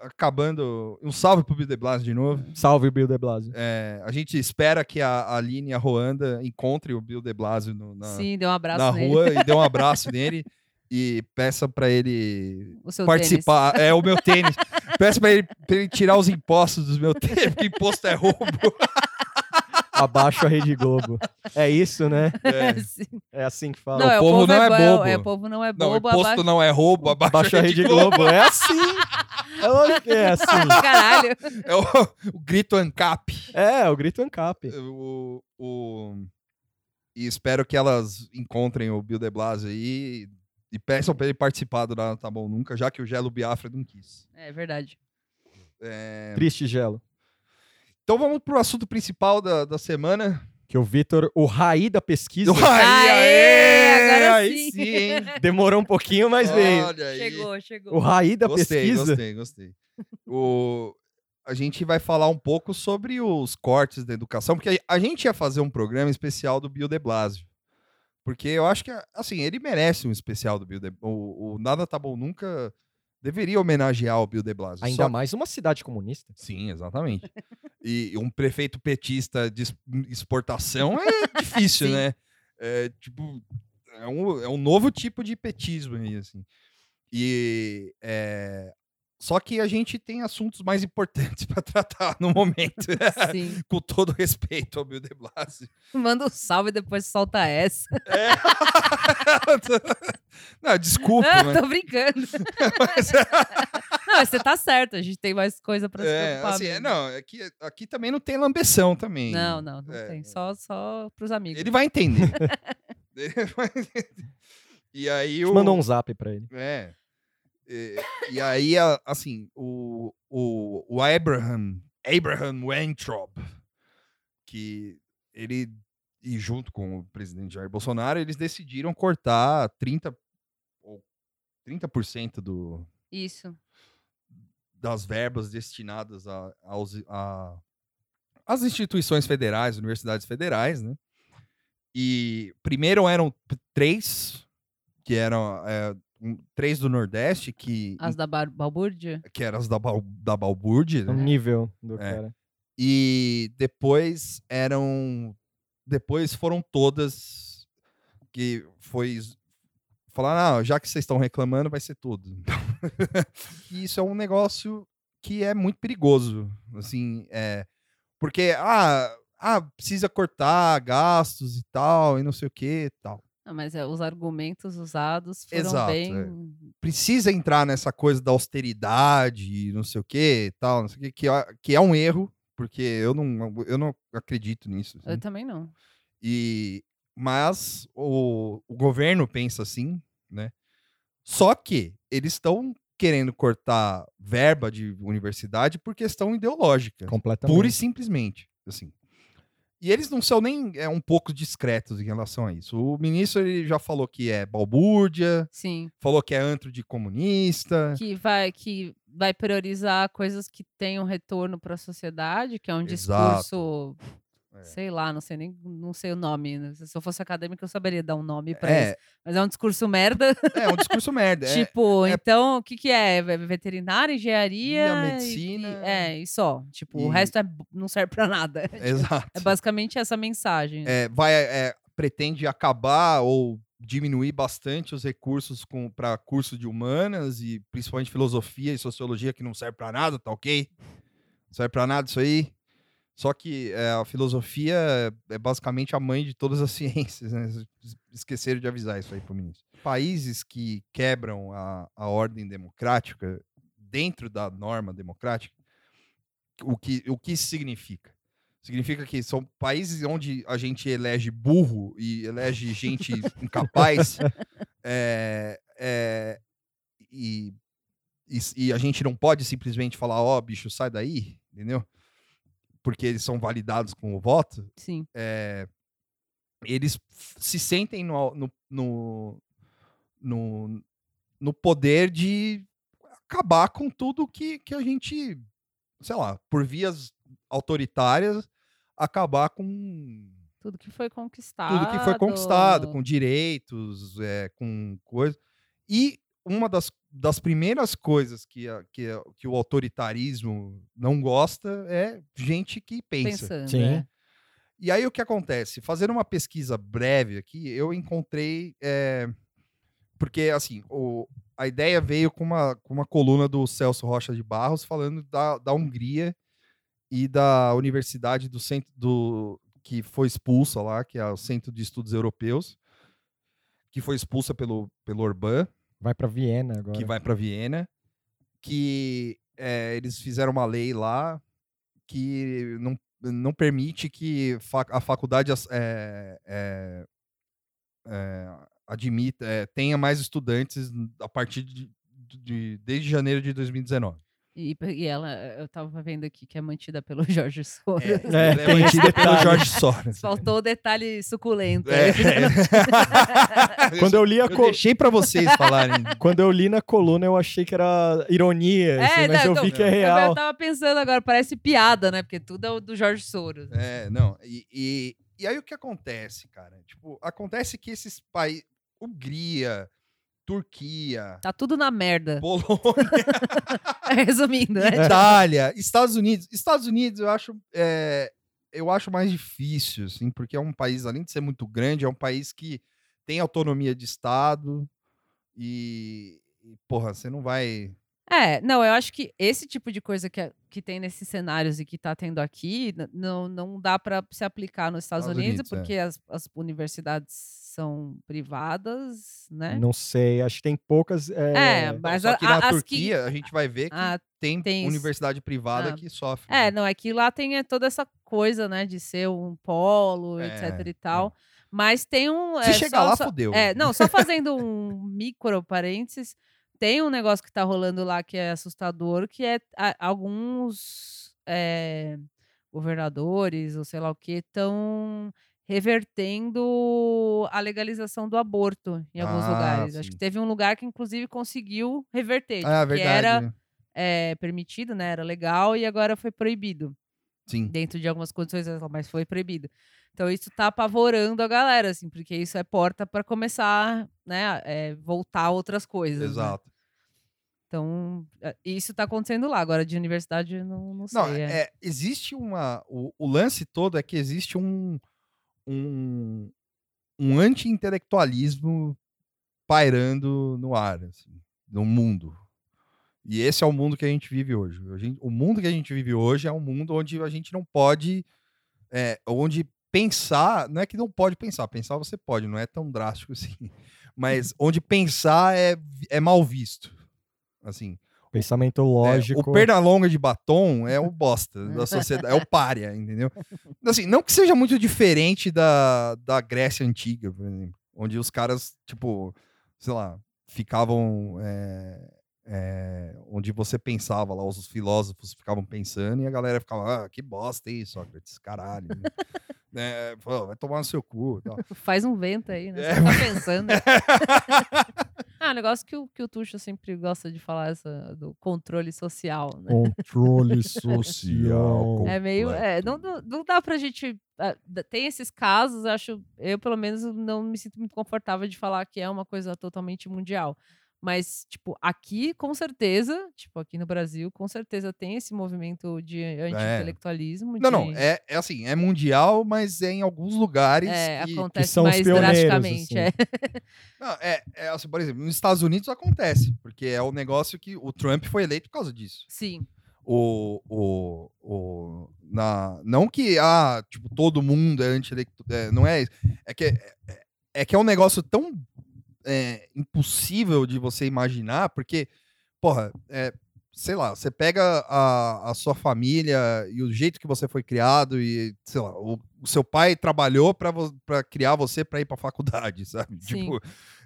Speaker 1: acabando. Um salve pro Bill de Blas de novo.
Speaker 3: Salve, Bill de Blasio.
Speaker 1: É, a gente espera que a a Aline e a Roanda encontrem o Bill de Blasio no- na,
Speaker 2: Sim, deu um abraço
Speaker 1: na
Speaker 2: nele.
Speaker 1: rua e dê um abraço nele e peça pra ele
Speaker 2: O seu
Speaker 1: participar. É o
Speaker 2: (laughs)
Speaker 1: meu tênis. Peça pra ele, pra ele tirar os impostos dos meus tênis, porque imposto é
Speaker 2: (laughs)
Speaker 1: roubo.
Speaker 3: Abaixo a Rede Globo. É isso, né?
Speaker 1: É.
Speaker 2: tênis. (laughs) Sim.
Speaker 3: É assim que
Speaker 2: Não,
Speaker 3: fala.
Speaker 2: é, o
Speaker 1: povo
Speaker 2: povo
Speaker 1: não é
Speaker 2: bo-
Speaker 1: bobo.
Speaker 2: É, o povo não é
Speaker 1: Não,
Speaker 2: bobo.
Speaker 1: imposto
Speaker 2: (laughs)
Speaker 1: não é tipo- roubo, abaixo,
Speaker 3: Abaixo a Rede Globo. É
Speaker 1: (laughs)
Speaker 3: assim. É lógico que é assim.
Speaker 2: abaixo- Caralho.
Speaker 1: É o, o grito ANCAP.
Speaker 3: É, o grito ANCAP.
Speaker 1: o, o- E espero que elas encontrem o Bill de Blasio aí e peçam pra ele participar do Nada Tá Bom Nunca, já que o Gelo Biafra não quis.
Speaker 2: É verdade.
Speaker 1: É,
Speaker 3: Triste gelo.
Speaker 1: Então vamos pro assunto principal da, da semana.
Speaker 3: Que o Vitor, o raí da pesquisa,
Speaker 2: agora
Speaker 1: aí
Speaker 2: sim.
Speaker 1: sim,
Speaker 2: (laughs)
Speaker 1: hein?
Speaker 3: demorou um pouquinho, mas veio.
Speaker 1: Olha aí.
Speaker 2: Chegou,
Speaker 3: O
Speaker 2: chegou.
Speaker 3: raí da
Speaker 1: É. gostei,
Speaker 3: pesquisa.
Speaker 1: Gostei, gostei, O... A gente vai falar um pouco sobre os cortes da educação, porque a gente ia fazer um programa especial do Bill de Blasio. Porque eu acho que, assim, ele merece um especial do Bill de O, o Nada Tá Bom Nunca deveria homenagear o Bill de Blasio.
Speaker 3: Ainda
Speaker 1: só-
Speaker 3: mais uma cidade comunista.
Speaker 1: Sim, exatamente. e um prefeito petista de es- hum, exportação
Speaker 2: (laughs)
Speaker 1: é difícil,
Speaker 2: Sim.
Speaker 1: né? É, tipo, é um, é um novo tipo de petismo aí, assim. E é, só que a gente tem assuntos mais importantes (laughs) para tratar no momento, né? (laughs)
Speaker 2: Sim.
Speaker 1: com todo respeito ao Bill de Blasio. (laughs)
Speaker 2: Manda um salve e depois solta essa.
Speaker 1: Não,
Speaker 2: (laughs)
Speaker 1: desculpa, né?
Speaker 2: Ah,
Speaker 1: mas-
Speaker 2: tô brincando.
Speaker 1: (laughs) mas
Speaker 2: Não, mas você tá certo. A gente tem mais coisa pra se
Speaker 1: é,
Speaker 2: preocupar.
Speaker 1: assim, é,
Speaker 2: mesmo.
Speaker 1: não, aqui, aqui também não tem lambeção também.
Speaker 2: Não, não, não
Speaker 1: É.
Speaker 2: tem. Só, só pros amigos.
Speaker 1: Ele vai
Speaker 3: (laughs)
Speaker 1: entender. Ele (laughs) vai entender. e aí
Speaker 3: A
Speaker 1: o.
Speaker 3: gente mandou um zap pra ele.
Speaker 1: É. E, e aí, a- assim, o, o, o Abraham, Abraham Weintraub, que ele, e junto com o presidente Jair Bolsonaro, eles decidiram cortar 30%, ou 30 do, Hum.
Speaker 2: Isso.
Speaker 1: das verbas destinadas a, aos- a, as instituições federais, universidades federais, né? E primeiro eram p- três, que eram é, um- três do Nordeste, que,
Speaker 2: As da Bar Balbúrdia?
Speaker 1: que eram as da, Bal, da Balbúrdia,
Speaker 3: O
Speaker 1: né?
Speaker 3: Um nível do
Speaker 1: É.
Speaker 3: cara.
Speaker 1: E depois eram. Depois foram todas que foi. Falaram, ah, já que vocês estão reclamando, vai ser tudo. (laughs) Então, e isso é um negócio que é muito perigoso. Assim, é. Porque, ah, ah, precisa cortar gastos e tal, e não sei o que e tal.
Speaker 2: Ah, mas é, os argumentos usados foram
Speaker 1: Exato, é.
Speaker 2: bem.
Speaker 1: precisa entrar nessa coisa da austeridade, e não sei o que, tal, não sei o que, que, é- que é um erro, porque eu não, eu não acredito nisso. assim.
Speaker 2: Eu também não.
Speaker 1: E mas o, o governo pensa assim, né? Só que eles estão querendo cortar verba de universidade por questão ideológica,
Speaker 3: Completamente.
Speaker 1: pura e simplesmente, assim. E eles não são nem é, um pouco discretos em relação a isso. O ministro ele já falou que é balbúrdia,
Speaker 2: Sim.
Speaker 1: falou que é antro de comunista.
Speaker 2: Que vai, que vai priorizar coisas que tenham retorno para a sociedade, que é um
Speaker 1: Exato.
Speaker 2: discurso.
Speaker 1: É.
Speaker 2: Sei lá, não sei nem não sei o nome. né? Se eu fosse acadêmica, eu saberia dar um nome para
Speaker 1: É,
Speaker 2: isso. Mas é um discurso merda. (laughs)
Speaker 1: É um discurso merda. é-
Speaker 2: tipo,
Speaker 1: é-
Speaker 2: então, o que que é? Ve- Veterinária, engenharia... e-
Speaker 1: medicina.
Speaker 2: E, é, e só. Tipo, o
Speaker 1: E-
Speaker 2: resto é, b- não serve pra nada.
Speaker 1: (laughs) exato. (laughs)
Speaker 2: É basicamente essa mensagem.
Speaker 1: É, vai, é, pretende acabar ou diminuir bastante os recursos para curso de humanas e principalmente filosofia e sociologia que não serve para nada, tá ok? Não serve para nada isso aí. Só que é, a filosofia é basicamente a mãe de todas as (laughs) ciências, né? Es- Esqueceram de avisar isso aí pro ministro. Países que quebram a, a ordem democrática dentro da norma democrática, o que, o que isso significa? Significa que são países onde a gente elege burro e elege gente incapaz é, é, e, e, s- e a gente não pode simplesmente falar, ó, bicho, sai daí, entendeu? Porque eles são validados com o voto,
Speaker 2: Sim.
Speaker 1: é, eles f- se sentem no, no, no, no, no poder de acabar com tudo que, que a gente, sei lá, por vias autoritárias, acabar com
Speaker 2: Tudo que foi conquistado.
Speaker 1: tudo que foi conquistado, com direitos, é, com coisas. E uma das, das primeiras coisas que, a- que, a- que o autoritarismo não gosta é gente que pensa.
Speaker 2: Pensando,
Speaker 3: Sim.
Speaker 2: é.
Speaker 1: E aí o que acontece? Fazendo uma pesquisa breve aqui, eu encontrei. eh, porque, assim, o- a ideia veio com uma, com uma coluna do Celso Rocha de Barros falando da, da Hungria e da Universidade do Centro do que foi expulsa lá, que é o Centro de Estudos Europeus, que foi expulsa pelo, pelo Orbán
Speaker 3: Vai pra Viena agora.
Speaker 1: que vai para Viena, que eh, eles fizeram uma lei lá que não, não permite que fa- a faculdade as- eh, eh, eh, admita eh, tenha mais estudantes n- a partir de, de- desde janeiro de 2019.
Speaker 2: E, e ela, eu tava vendo aqui que é mantida pelo (laughs) Jorge Soros.
Speaker 3: É,
Speaker 1: ela
Speaker 3: tem esse
Speaker 1: mantida pelo
Speaker 3: detalhe.
Speaker 1: Jorge Soros.
Speaker 2: Faltou o detalhe suculento.
Speaker 1: É, (laughs) é.
Speaker 3: (laughs) Quando eu li a
Speaker 1: eu
Speaker 3: co-
Speaker 1: deixei para vocês falarem.
Speaker 3: Quando eu li na coluna, eu achei que era ironia, assim,
Speaker 2: É,
Speaker 3: mas
Speaker 2: não,
Speaker 3: eu
Speaker 2: então,
Speaker 3: vi que é
Speaker 2: eu-
Speaker 3: real.
Speaker 2: Eu tava pensando agora, parece piada, né? Porque tudo é o do Jorge Soros.
Speaker 1: É, não. E, e, e aí o que acontece, cara? Tipo, acontece que esses países. Hungria, Turquia,
Speaker 2: Tá tudo
Speaker 1: (laughs)
Speaker 2: na merda. (laughs)
Speaker 1: Polônia,
Speaker 2: Resumindo, né?
Speaker 1: Itália, Estados Unidos. Estados Unidos, eu acho. é, eu acho mais difícil, assim, porque é um país, além de ser muito grande, é um país que tem autonomia de Estado e. e, Porra, você não vai.
Speaker 2: É, não, eu acho que esse tipo de coisa que, é- que tem nesses cenários e que tá tendo aqui, n- não, não dá para se aplicar nos Estados,
Speaker 1: Estados
Speaker 2: Unidos,
Speaker 1: Unidos, é.
Speaker 2: porque as, as universidades são privadas, né?
Speaker 3: Não sei, acho que tem poucas.
Speaker 2: É,
Speaker 3: É,
Speaker 2: mas
Speaker 1: Só
Speaker 2: a-
Speaker 1: que na
Speaker 2: a- as que
Speaker 1: Turquia, a gente vai ver que
Speaker 2: Ah,
Speaker 1: tem,
Speaker 2: tem isso.
Speaker 1: universidade privada
Speaker 2: Ah.
Speaker 1: que sofre. né?
Speaker 2: É, não, é que lá tem é, toda essa coisa, né, de ser um polo,
Speaker 1: É,
Speaker 2: etc e tal. Mas tem um.
Speaker 1: Se
Speaker 2: é,
Speaker 1: chegar
Speaker 2: só-
Speaker 1: lá,
Speaker 2: só-
Speaker 1: fodeu.
Speaker 2: É, não,
Speaker 1: (laughs)
Speaker 2: só fazendo um micro parênteses, tem um negócio que tá rolando lá que é assustador, que é a- alguns é, governadores, ou sei lá o que, estão revertendo a legalização do aborto em alguns
Speaker 1: Ah,
Speaker 2: lugares. Acho
Speaker 1: sim.
Speaker 2: que teve um lugar que, inclusive, conseguiu reverter,
Speaker 1: Ah,
Speaker 2: tipo, que era
Speaker 1: né?
Speaker 2: é, permitido, né? Era legal e agora foi proibido.
Speaker 1: Sim.
Speaker 2: dentro de algumas condições, mas foi proibido. Então isso tá apavorando a galera, assim, porque isso é porta para começar, né, é, voltar outras coisas. né?
Speaker 1: Exato.
Speaker 2: Então é, isso tá acontecendo lá. Agora de universidade eu não, não sei.
Speaker 1: Não,
Speaker 2: é.
Speaker 1: é, existe uma. O, o lance todo é que existe um. Um, um anti-intelectualismo pairando no ar, assim, no mundo. E esse é o mundo que a gente vive hoje. A gente- o mundo que a gente vive hoje é um mundo onde a gente não pode. é, onde pensar. Não é que não pode pensar, pensar você pode, não é tão drástico (laughs) assim. Mas
Speaker 2: (laughs)
Speaker 1: onde pensar é, é mal visto. Assim,
Speaker 3: Pensamento
Speaker 1: é,
Speaker 3: lógico.
Speaker 1: o Pernalonga de batom é o
Speaker 2: (laughs)
Speaker 1: bosta da sociedade, é o párea, entendeu? Assim, não que seja muito diferente da, da Grécia Antiga, por exemplo, onde os caras, tipo, sei lá, ficavam. é, é, onde você pensava lá, os filósofos ficavam pensando e a galera ficava, ah, que bosta isso, Sócrates, caralho. (laughs) É, pô, vai tomar no seu cu. e tal.
Speaker 2: Faz um vento aí, né?
Speaker 1: É,
Speaker 2: Você tá pensando. ah, um negócio que o, que o Tuxo sempre gosta de falar, essa, do controle social,
Speaker 3: É.
Speaker 2: né?
Speaker 3: Controle
Speaker 1: social.
Speaker 2: É meio. é, não, não, não dá pra gente. ah, da- Tem esses casos, acho. Eu, pelo menos, não me sinto muito confortável de falar que é uma coisa totalmente mundial. Mas, tipo, aqui, com certeza, tipo, aqui no Brasil, com certeza tem esse movimento de anti-intelectualismo.
Speaker 1: É. Não, não,
Speaker 2: de-
Speaker 1: é, é assim, é mundial, mas é em alguns lugares.
Speaker 2: é,
Speaker 1: que-
Speaker 2: acontece
Speaker 3: são os
Speaker 2: mais
Speaker 3: pioneiros,
Speaker 2: drasticamente.
Speaker 1: assim.
Speaker 2: é. (laughs)
Speaker 1: Não, é, é assim, por exemplo, nos Estados Unidos acontece, porque é o negócio que o Trump foi eleito por causa disso.
Speaker 2: Sim,
Speaker 1: O, o, o, na, não que ah, tipo, todo mundo é anti é, não é isso. É que é, é que é um negócio tão é, impossível de você imaginar, porque, porra, é, sei lá, você pega a, a sua família e o jeito que você foi criado, e, sei lá, o, o seu pai trabalhou pra, vo- pra criar você pra ir pra faculdade, (laughs) sabe?
Speaker 2: Sim.
Speaker 1: Tipo,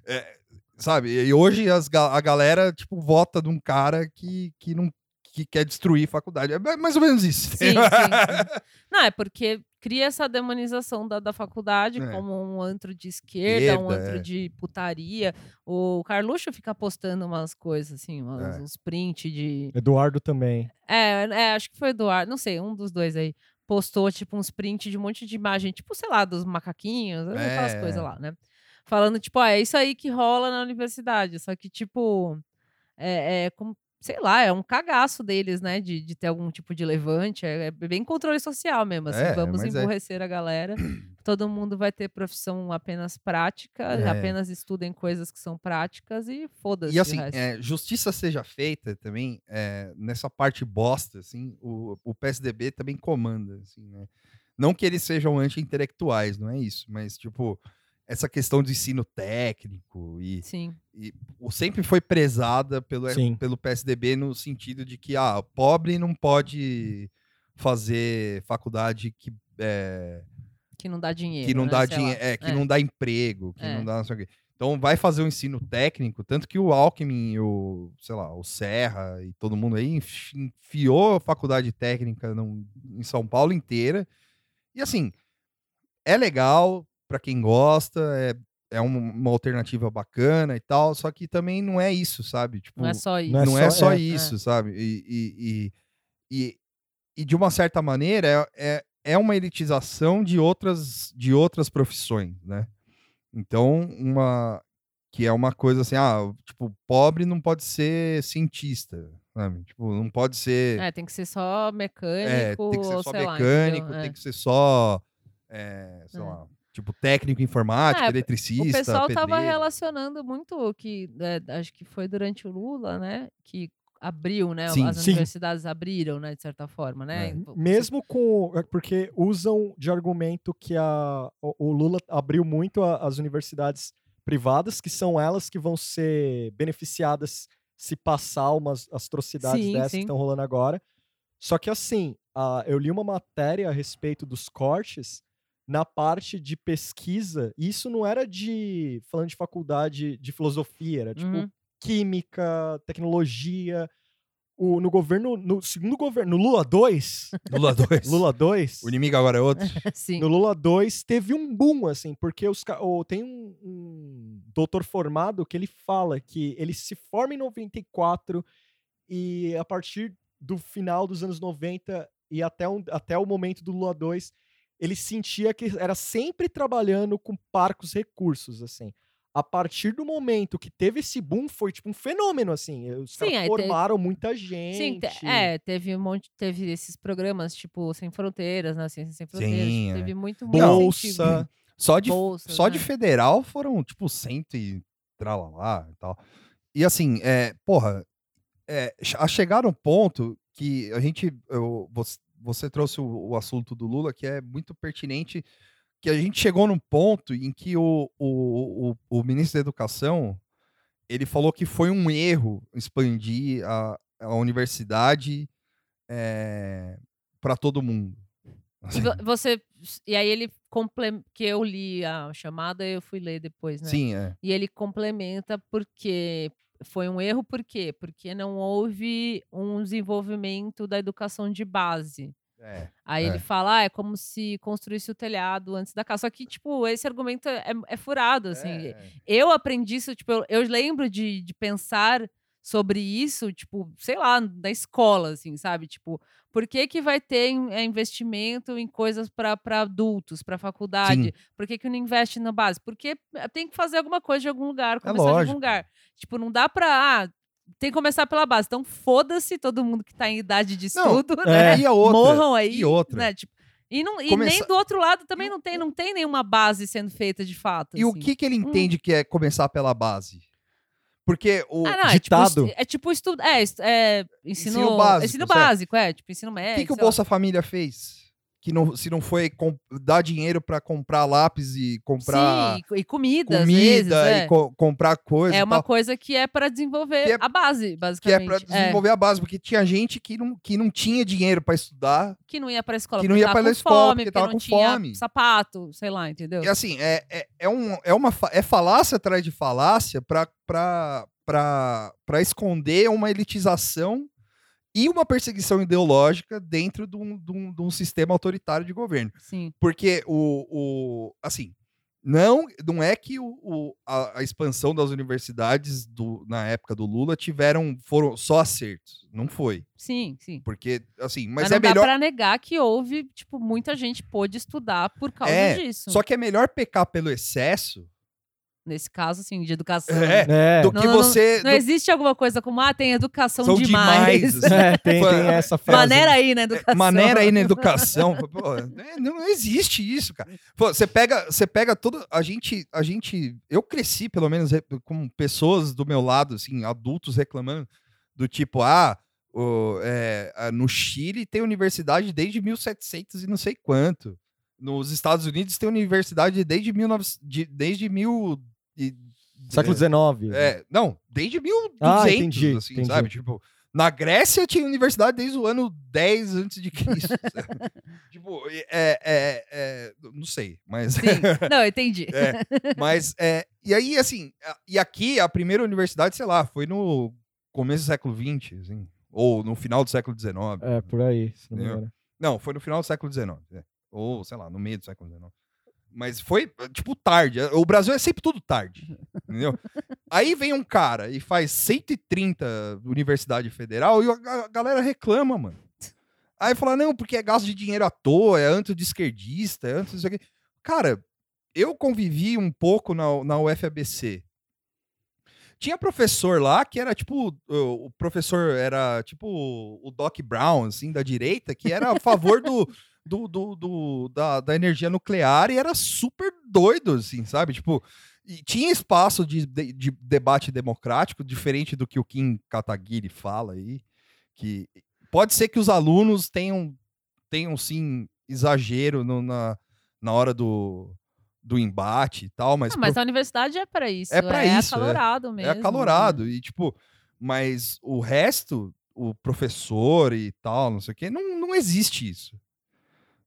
Speaker 1: é, sabe? E hoje as, ga- a galera, tipo, vota de um cara que, que não que quer destruir faculdade. É mais ou menos isso.
Speaker 2: sim, sim. sim. Não, é porque cria essa demonização da, da faculdade
Speaker 1: É.
Speaker 2: como um antro de esquerda, um
Speaker 1: Esquerda,
Speaker 2: antro
Speaker 1: é.
Speaker 2: de putaria. O Carluxo fica postando umas coisas, assim, umas-
Speaker 1: É.
Speaker 2: uns prints de.
Speaker 3: Eduardo também.
Speaker 2: É, é, acho que foi o Eduardo, não sei, um dos dois aí. Postou, tipo, uns prints de um monte de imagem, tipo, sei lá, dos macaquinhos, aquelas
Speaker 1: É.
Speaker 2: coisas lá, né? Falando, tipo, ah, é isso aí que rola na universidade. Só que, tipo, é, é como, sei lá, é um cagaço deles, né? De, de ter algum tipo de levante. É, é bem controle social mesmo, assim.
Speaker 1: É,
Speaker 2: vamos
Speaker 1: mas é.
Speaker 2: emburrecer a galera. Todo mundo vai ter profissão apenas prática,
Speaker 1: É.
Speaker 2: apenas estudem coisas que são práticas e foda-se.
Speaker 1: (laughs) E assim,
Speaker 2: o resto.
Speaker 1: é, justiça seja feita também, é, nessa parte bosta, assim, o, o PSDB também comanda, assim, né? Não que eles sejam anti-intelectuais, não é isso, mas, tipo, essa questão de ensino técnico e
Speaker 2: Sim,
Speaker 1: o- sempre foi prezada pelo,
Speaker 3: Sim.
Speaker 1: pelo PSDB no sentido de que, ah, pobre não pode fazer faculdade que, é,
Speaker 2: que não dá dinheiro.
Speaker 1: que não
Speaker 2: né,
Speaker 1: dá
Speaker 2: sei lá.
Speaker 1: dinheiro, é, que
Speaker 2: É.
Speaker 1: não dá emprego, que
Speaker 2: É.
Speaker 1: não dá não sei o quê. Então vai fazer um ensino técnico, tanto que o Alckmin, e o, sei lá, o Serra e todo mundo aí enfi- enfiou a faculdade técnica num- em São Paulo inteira. E assim, é legal para quem gosta, é, é um- uma alternativa bacana e tal, só que também não é isso, sabe? Tipo,
Speaker 2: Não é só isso.
Speaker 3: Não é
Speaker 1: não é
Speaker 3: só-
Speaker 1: só
Speaker 3: é,
Speaker 1: isso, sabe? E, e, e, e- e de uma certa maneira é, é, é uma elitização de outras, de outras profissões, né? Então, uma que é uma coisa assim, ah, tipo, pobre não pode ser cientista, sabe? Tipo, não pode ser
Speaker 2: É, tem que ser só
Speaker 1: é,
Speaker 2: mecânico.
Speaker 1: tem que ser
Speaker 2: ou
Speaker 1: só
Speaker 2: sei lá,
Speaker 1: mecânico,
Speaker 2: entendeu?
Speaker 1: tem
Speaker 2: É.
Speaker 1: que ser só é, sei
Speaker 2: É.
Speaker 1: lá, tipo técnico informático,
Speaker 2: É,
Speaker 1: eletricista,
Speaker 2: O pessoal tava
Speaker 1: pedreiro.
Speaker 2: relacionando muito o que é, acho que foi durante o Lula, né? Que abriu, né?
Speaker 1: Sim,
Speaker 2: as
Speaker 3: sim.
Speaker 2: universidades abriram, né? De certa forma, né?
Speaker 1: É.
Speaker 2: Vo- você-
Speaker 3: Mesmo com. é Porque usam de argumento que a, o o Lula abriu muito a- as universidades privadas, que são elas que vão ser beneficiadas se passar umas atrocidades
Speaker 2: Sim,
Speaker 3: dessas
Speaker 2: sim.
Speaker 3: que estão rolando agora. Só que assim, a- eu li uma matéria a respeito dos cortes na parte de pesquisa. E isso não era de. falando de faculdade de filosofia, era tipo
Speaker 2: Uhum. (laughs)
Speaker 3: química, tecnologia. O, no governo, no segundo governo, no Lula 2,
Speaker 1: Lula
Speaker 2: (laughs)
Speaker 1: 2.
Speaker 3: Lula 2,
Speaker 1: O inimigo agora é outro.
Speaker 2: Sim.
Speaker 3: no Lula 2 teve um boom, assim, porque os, ca- o- tem um, um doutor formado que ele fala que ele se forma em 94 e a partir do final dos anos 90 e até, um- até o momento do Lula 2, ele sentia que era sempre trabalhando com parcos recursos, assim. A partir do momento que teve esse boom, foi tipo um fenômeno, assim. Os
Speaker 2: Sim,
Speaker 3: caras
Speaker 2: aí teve-
Speaker 3: formaram muita gente.
Speaker 2: Sim, te- é, teve um monte, teve esses programas, tipo, Sem Fronteiras, né? Ciência Sem Fronteiras.
Speaker 1: Sim,
Speaker 2: tipo,
Speaker 1: é.
Speaker 2: teve muito, muito incentivo.
Speaker 3: Bolsa.
Speaker 1: Só de,
Speaker 2: Bolsas,
Speaker 1: só de
Speaker 2: né?
Speaker 1: federal foram, tipo, cento e tralalá e tal. E assim, é, porra, é, che- a chegar um ponto que a gente. eu- você, você trouxe o, o assunto do Lula, que é muito pertinente, que a gente chegou num ponto em que o, o, o, o ministro da Educação ele falou que foi um erro expandir a, a universidade para todo mundo.
Speaker 2: E
Speaker 1: Assim,
Speaker 2: vo- você. E aí ele complementa. Que eu li a chamada e eu fui ler depois, né?
Speaker 1: sim, é.
Speaker 2: E ele complementa porque. Foi um erro, por quê? Porque não houve um desenvolvimento da educação de base.
Speaker 1: é.
Speaker 2: Aí
Speaker 1: É.
Speaker 2: ele fala, ah, é como se construísse o telhado antes da casa. Só que, tipo, esse argumento é, é furado, assim.
Speaker 1: É,
Speaker 2: Eu aprendi isso, tipo, eu, eu lembro de, de pensar sobre isso, tipo, sei lá, na escola, assim, sabe? Tipo, por que que vai ter in- é, investimento em coisas para adultos, para faculdade?
Speaker 1: Sim.
Speaker 2: Por que que não investe na base? Porque eh, tem que fazer alguma coisa de algum lugar, começar de algum
Speaker 1: É lógico.
Speaker 2: lugar. Tipo, não dá pra... ah, tem que começar pela base. Então, foda-se todo mundo que tá em idade de
Speaker 1: Não,
Speaker 2: estudo,
Speaker 3: é,
Speaker 2: né?
Speaker 1: E a outra,
Speaker 2: morram aí.
Speaker 1: e outra.
Speaker 2: né? Tipo, e, não, e
Speaker 1: Começa-
Speaker 2: nem do outro lado também não tem, não tem nenhuma base sendo feita de fato.
Speaker 1: E o
Speaker 2: assim.
Speaker 1: que, que ele entende que é começar pela base? Porque o.
Speaker 2: Ah, não,
Speaker 3: ditado?
Speaker 2: É tipo, estu- é tipo estu- é, est- é, ensino,
Speaker 1: Ensino básico,
Speaker 2: ensino
Speaker 1: certo.
Speaker 2: básico, é, tipo ensino
Speaker 1: o
Speaker 2: médio.
Speaker 1: que, que o
Speaker 2: sei lá.
Speaker 1: Bolsa Família fez? Que não, se não foi com- dar dinheiro pra comprar lápis e comprar
Speaker 2: Sim, e co- e comida, às
Speaker 1: comida
Speaker 2: vezes,
Speaker 1: e
Speaker 2: é.
Speaker 1: co- comprar coisa
Speaker 2: É
Speaker 1: e
Speaker 2: uma
Speaker 1: tal,
Speaker 2: coisa que é para desenvolver
Speaker 1: Que é-
Speaker 2: a base,
Speaker 1: que é
Speaker 2: basicamente.
Speaker 1: pra desenvolver a base, porque tinha gente que não, que não tinha dinheiro pra estudar.
Speaker 2: que não ia pra escola,
Speaker 1: que não
Speaker 2: porque
Speaker 1: ia
Speaker 2: tava
Speaker 1: pra
Speaker 2: com
Speaker 1: escola,
Speaker 2: fome,
Speaker 1: porque tava
Speaker 2: não
Speaker 1: com
Speaker 2: tinha
Speaker 1: fome.
Speaker 2: sapato, sei lá, entendeu?
Speaker 1: E assim, é, é, é, um, é, uma, fa- é falácia atrás de falácia pra- pra pra- pra esconder uma elitização e uma perseguição ideológica dentro de um, de um- de um sistema autoritário de governo.
Speaker 2: Sim.
Speaker 1: Porque o. o assim, não, não é que o, o- a, a expansão das universidades do- na época do Lula tiveram foram só acertos. Não foi.
Speaker 2: Sim, sim.
Speaker 1: Porque, assim, mas,
Speaker 2: Mas,
Speaker 1: é
Speaker 2: não dá
Speaker 1: melhor.
Speaker 2: pra negar que houve, tipo, muita gente pôde estudar por causa
Speaker 1: É,
Speaker 2: disso.
Speaker 1: Só que é melhor pecar pelo excesso
Speaker 2: Nesse caso, assim, de educação.
Speaker 1: É,
Speaker 2: né?
Speaker 3: É,
Speaker 1: do
Speaker 2: Não,
Speaker 1: que
Speaker 2: não,
Speaker 1: você.
Speaker 2: Não
Speaker 1: do-
Speaker 2: existe alguma coisa como, ah, tem educação
Speaker 1: São
Speaker 2: demais.
Speaker 1: demais,
Speaker 3: é, tem,
Speaker 1: Foi-
Speaker 3: tem essa frase.
Speaker 2: (laughs) Maneira aí na educação.
Speaker 1: maneira aí na educação. Pô, né, não existe isso, cara. Pô, você pega, você pega toda a gente, a gente, eu cresci pelo menos re- com pessoas do meu lado, assim, adultos reclamando do tipo, ah, o- é, ah, no Chile tem universidade desde 1700 e não sei quanto. Nos Estados Unidos tem universidade desde 19, de, desde mil e-
Speaker 3: Século né? XIX.
Speaker 1: é, não, desde 1200,
Speaker 3: Uhum. Ah, entendi,
Speaker 1: assim,
Speaker 3: entendi.
Speaker 1: sabe? Tipo, na Grécia tinha universidade desde o ano 10 antes de Cristo. (laughs) sabe? tipo, é, é, é, não sei, mas
Speaker 2: Sim. Não, eu entendi.
Speaker 1: É. (laughs) mas é, e aí assim, a- e aqui a primeira universidade, sei lá, foi no começo do século XX, assim, ou no final do século XIX.
Speaker 3: É, por aí. se não me
Speaker 1: Entendeu?
Speaker 3: engano.
Speaker 1: Não, foi no final do século XIX. é. Ou, sei lá, no meio do século XIX. Mas foi, eh, tipo, tarde. O Brasil é sempre tudo tarde. entendeu? Aí vem um cara e faz 130 Universidade Federal e a a galera reclama, mano. Aí fala, não, porque é gasto de dinheiro à toa, é antes de esquerdista, é antes disso aqui. Cara, eu convivi um pouco na, na UFABC. Tinha professor lá que era tipo. O o professor era tipo o Doc Brown, assim, da direita, que era a favor do, do, do, do- da, da energia nuclear e era super doido, assim, sabe? Tipo, e tinha espaço de, de- de debate democrático, diferente do que o Kim Kataguiri fala aí. Que pode ser que os alunos tenham, tenham sim, exagero no- na, na hora do, do embate e tal, mas.
Speaker 2: Ah, mas a universidade é pra isso.
Speaker 1: É pra isso, é.
Speaker 2: acalorado mesmo. né?
Speaker 1: É acalorado. E, tipo, mas o resto, o professor e tal, não sei o quê, não, não existe isso.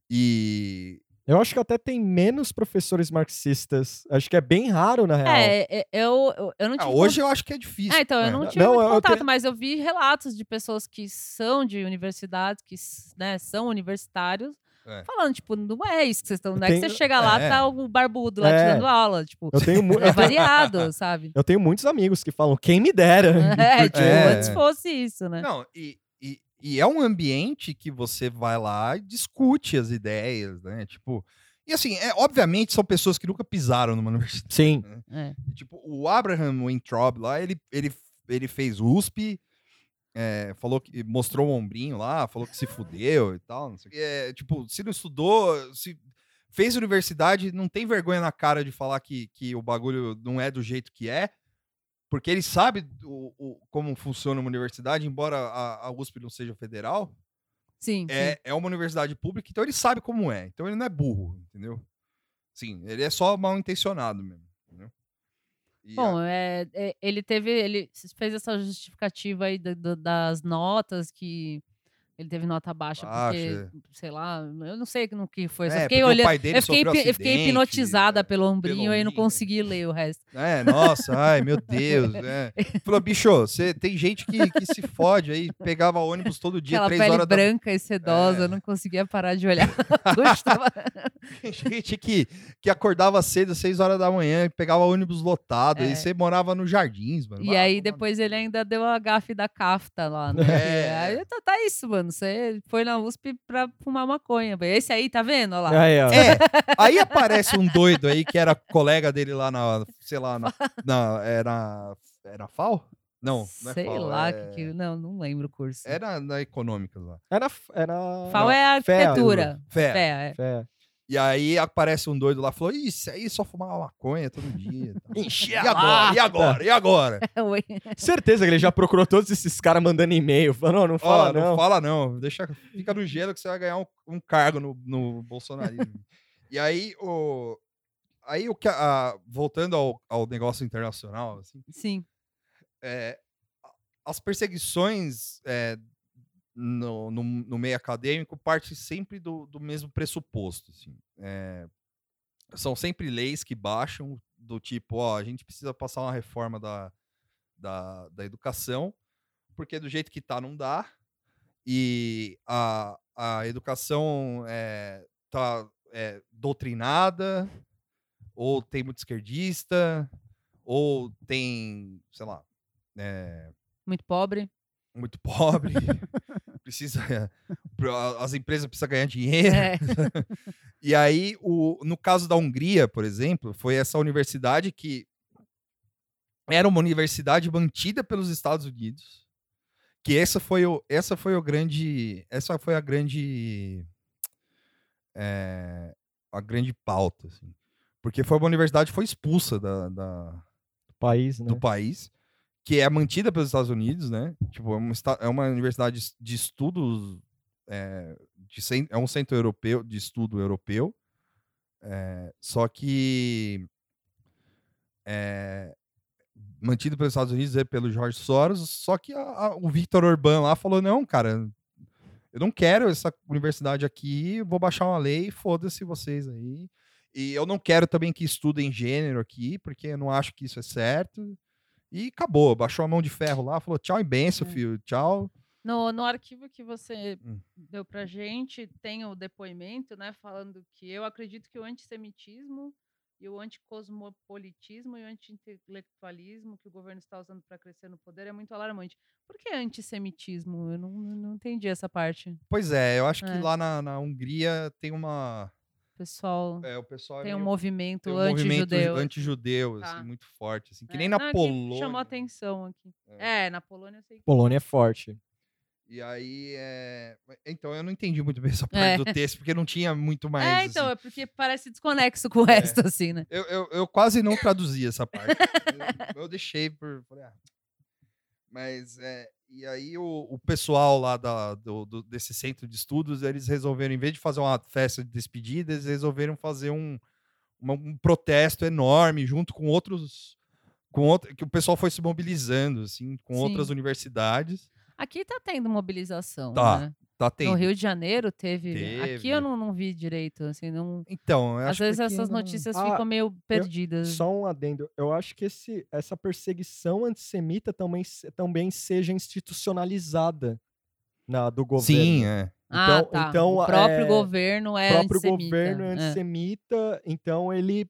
Speaker 1: E.
Speaker 3: Eu acho que até tem menos professores marxistas. Acho que é bem raro, na real.
Speaker 2: É, é, é, eu, eu, eu não
Speaker 1: Ah,
Speaker 2: tive.
Speaker 1: hoje eu acho que é
Speaker 2: con-
Speaker 1: difícil.
Speaker 2: Ah, então, eu
Speaker 1: né?
Speaker 2: não tive
Speaker 3: Não,
Speaker 2: muito
Speaker 3: eu- eu
Speaker 2: contato,
Speaker 3: tenho-
Speaker 2: mas eu vi relatos de pessoas que são de universidades, que s- né, são universitários,
Speaker 1: É.
Speaker 2: falando, tipo, não é isso que vocês estão.
Speaker 3: Eu
Speaker 2: Não é que
Speaker 3: tenho-
Speaker 2: você chega lá,
Speaker 1: É.
Speaker 2: tá o barbudo lá
Speaker 3: É.
Speaker 2: te dando aula. Tipo,
Speaker 3: Eu tenho, mu-
Speaker 2: (laughs) é variado, sabe? (laughs)
Speaker 3: (laughs) eu tenho muitos amigos que falam, quem me dera.
Speaker 2: É, tipo,
Speaker 1: É.
Speaker 2: antes fosse isso, né?
Speaker 1: Não, e, e, e é um ambiente que você vai lá e discute as ideias, né? Tipo, e assim, é, obviamente são pessoas que nunca pisaram numa (laughs) universidade.
Speaker 3: Sim.
Speaker 2: É.
Speaker 1: E, Tipo, o Abraham Weintraub lá, ele, ele, ele fez USP, é, falou que mostrou o ombrinho lá, falou que se fudeu e tal. Não sei o quê. É, tipo, se não estudou, se fez universidade, não tem vergonha na cara de falar que, que o bagulho não é do jeito que é, porque ele sabe o, o- como funciona uma universidade, embora a, a USP não seja federal,
Speaker 2: Sim, sim.
Speaker 1: é, é uma universidade pública, então ele sabe como é. Então ele não é burro, entendeu? Sim, ele é só mal intencionado mesmo. Entendeu? E a-
Speaker 2: Bom, é, é, ele teve. Ele fez essa justificativa aí da- da- das notas que. Ele teve nota baixa,
Speaker 1: Baixa,
Speaker 2: porque, sei lá, eu não sei no que foi. só
Speaker 1: É,
Speaker 2: fiquei
Speaker 1: porque o
Speaker 2: olhando.
Speaker 1: pai dele
Speaker 2: eu, fiquei,
Speaker 1: sofreu
Speaker 2: hipno- eu fiquei
Speaker 1: acidente,
Speaker 2: hipnotizada
Speaker 1: é,
Speaker 2: pelo ombrinho e não
Speaker 1: ombrinho.
Speaker 2: consegui ler o resto.
Speaker 1: É, nossa, ai, meu Deus.
Speaker 2: (laughs)
Speaker 1: É. Falou, bicho, você tem gente que, que se fode aí, pegava ônibus todo dia,
Speaker 2: Aquela
Speaker 1: três
Speaker 2: pele
Speaker 1: horas da É.
Speaker 2: branca e sedosa, eu não conseguia parar de olhar. (laughs)
Speaker 1: (laughs)
Speaker 2: Gostava.
Speaker 1: Tem (laughs) gente que, que acordava cedo, seis horas da manhã, e pegava ônibus lotado,
Speaker 2: É.
Speaker 1: e você morava nos jardins, mano.
Speaker 2: E
Speaker 1: Vai
Speaker 2: aí
Speaker 1: tomar no
Speaker 2: depois
Speaker 1: cu.
Speaker 2: ele ainda deu a gafe da cafta lá, né?
Speaker 1: É.
Speaker 2: Aí tá, tá isso, mano. Você foi na USP pra fumar maconha. velho. Esse aí, tá vendo? Olha lá.
Speaker 3: Aí, ó.
Speaker 1: É, aí aparece um doido aí que era colega dele lá na, sei lá, na, (laughs) na- era, era FAO? Não, não é
Speaker 2: Sei
Speaker 1: FAO,
Speaker 2: lá.
Speaker 1: é-
Speaker 2: que que- Não, não lembro o curso.
Speaker 1: Era na Econômicas lá.
Speaker 3: Era. era...
Speaker 2: FAO é
Speaker 3: fé,
Speaker 2: arquitetura.
Speaker 1: Fé.
Speaker 2: Fé, é.
Speaker 3: (laughs) Fé.
Speaker 1: E aí aparece um doido lá, falou, isso aí só fumava maconha todo dia.
Speaker 3: (laughs)
Speaker 1: e tal."
Speaker 3: Enchi
Speaker 1: E
Speaker 3: a
Speaker 1: agora? E
Speaker 3: lata.
Speaker 1: agora? E agora?
Speaker 2: Oi.
Speaker 3: Certeza que ele já procurou todos esses caras mandando e-mail. Falando, "Ó, (laughs) não fala,
Speaker 1: Ó,
Speaker 3: não.
Speaker 1: fala não, deixa, fica no gelo que você vai ganhar um, um cargo no, no bolsonarismo. e aí o aí o que a- a- voltando ao, ao negócio internacional, assim,
Speaker 2: Sim.
Speaker 1: é, a- as perseguições é, no, no, no meio acadêmico parte sempre do, do mesmo pressuposto, assim. É, são sempre leis que baixam do tipo, ó, a gente precisa passar uma reforma da, da, da educação, porque do jeito que tá não dá, e a, a educação é, tá é, doutrinada, ou tem muito esquerdista, ou tem, sei lá, é,
Speaker 2: Muito pobre.
Speaker 1: muito pobre, precisa pra- as empresas precisam ganhar dinheiro.
Speaker 2: É.
Speaker 1: E aí, o, no caso da Hungria, por exemplo, foi essa universidade que era uma universidade mantida pelos Estados Unidos. Que essa foi o, essa foi o grande, essa foi a grande, eh, a grande pauta, assim. porque foi uma universidade que foi expulsa da, da-
Speaker 3: País, né?
Speaker 1: do país, que é mantida pelos Estados Unidos, né? Tipo, é uma, esta- é uma universidade de es- de estudos, é, de cen- é um centro europeu, de estudo europeu, é, só que é, mantido pelos Estados Unidos e pelo George Soros, só que a- a- o Victor Orbán lá falou, não, cara, eu não quero essa universidade aqui, eu vou baixar uma lei, foda-se vocês aí. E eu não quero também que estudem gênero aqui, porque eu não acho que isso é certo. E acabou, baixou a mão de ferro lá, falou tchau e benção,
Speaker 2: É.
Speaker 1: filho, tchau.
Speaker 2: (laughs) No, no arquivo que você
Speaker 1: Hum.
Speaker 2: deu pra gente, tem o depoimento, né, falando que eu acredito que o antissemitismo e o anticosmopolitismo e o antiintelectualismo que o governo está usando para crescer no poder é muito alarmante. Por que antissemitismo? Eu não, não não entendi essa parte.
Speaker 1: Pois é, eu acho que
Speaker 2: É.
Speaker 1: lá na, na Hungria tem uma.
Speaker 2: O Pessoal,
Speaker 1: é, o pessoal é
Speaker 2: tem um
Speaker 1: meio-
Speaker 2: movimento
Speaker 1: tem um movimento
Speaker 2: anti-judeu.
Speaker 1: anti-judeu,
Speaker 2: Tá.
Speaker 1: assim, muito forte. Assim, que
Speaker 2: É,
Speaker 1: nem na
Speaker 2: não, é
Speaker 1: Polônia.
Speaker 2: Chamou atenção aqui. É.
Speaker 1: É.
Speaker 2: na Polônia eu sei que.
Speaker 3: Polônia é forte.
Speaker 1: E aí é. Então eu não entendi muito bem (laughs) essa parte
Speaker 2: É.
Speaker 1: do texto, porque não tinha muito mais. assim,
Speaker 2: é, então, é porque parece desconexo com o
Speaker 3: É.
Speaker 2: resto, assim, né?
Speaker 1: Eu, eu, eu quase não traduzi essa parte. eu, eu deixei por. falei, ah. Mas é. E aí o, o pessoal lá da, do, do- desse centro de estudos, eles resolveram, em vez de fazer uma festa de despedida, eles resolveram fazer um, uma- um protesto enorme junto com outros. Com outro, que o pessoal foi se mobilizando, assim, com outras
Speaker 2: Sim.
Speaker 1: universidades.
Speaker 2: Aqui tá tendo mobilização,
Speaker 1: Tá.
Speaker 2: né?
Speaker 1: Tá tendo.
Speaker 2: No Rio de Janeiro teve. Aqui eu
Speaker 1: Teve.
Speaker 2: não, não vi direito, assim, não.
Speaker 1: Então, eu
Speaker 2: Às
Speaker 1: acho que
Speaker 2: vezes
Speaker 1: aqui
Speaker 2: essas
Speaker 1: não-
Speaker 2: notícias
Speaker 3: Ah,
Speaker 2: ficam meio perdidas.
Speaker 3: Só um adendo. Eu acho que esse, essa perseguição antissemita também, se- também seja institucionalizada na, do governo.
Speaker 1: Sim, é.
Speaker 2: ah,
Speaker 3: então-
Speaker 2: tá.
Speaker 3: então,
Speaker 2: o próprio
Speaker 3: é,
Speaker 2: governo é
Speaker 3: o próprio
Speaker 2: antissemita.
Speaker 3: governo é
Speaker 2: é.
Speaker 3: antissemita, então ele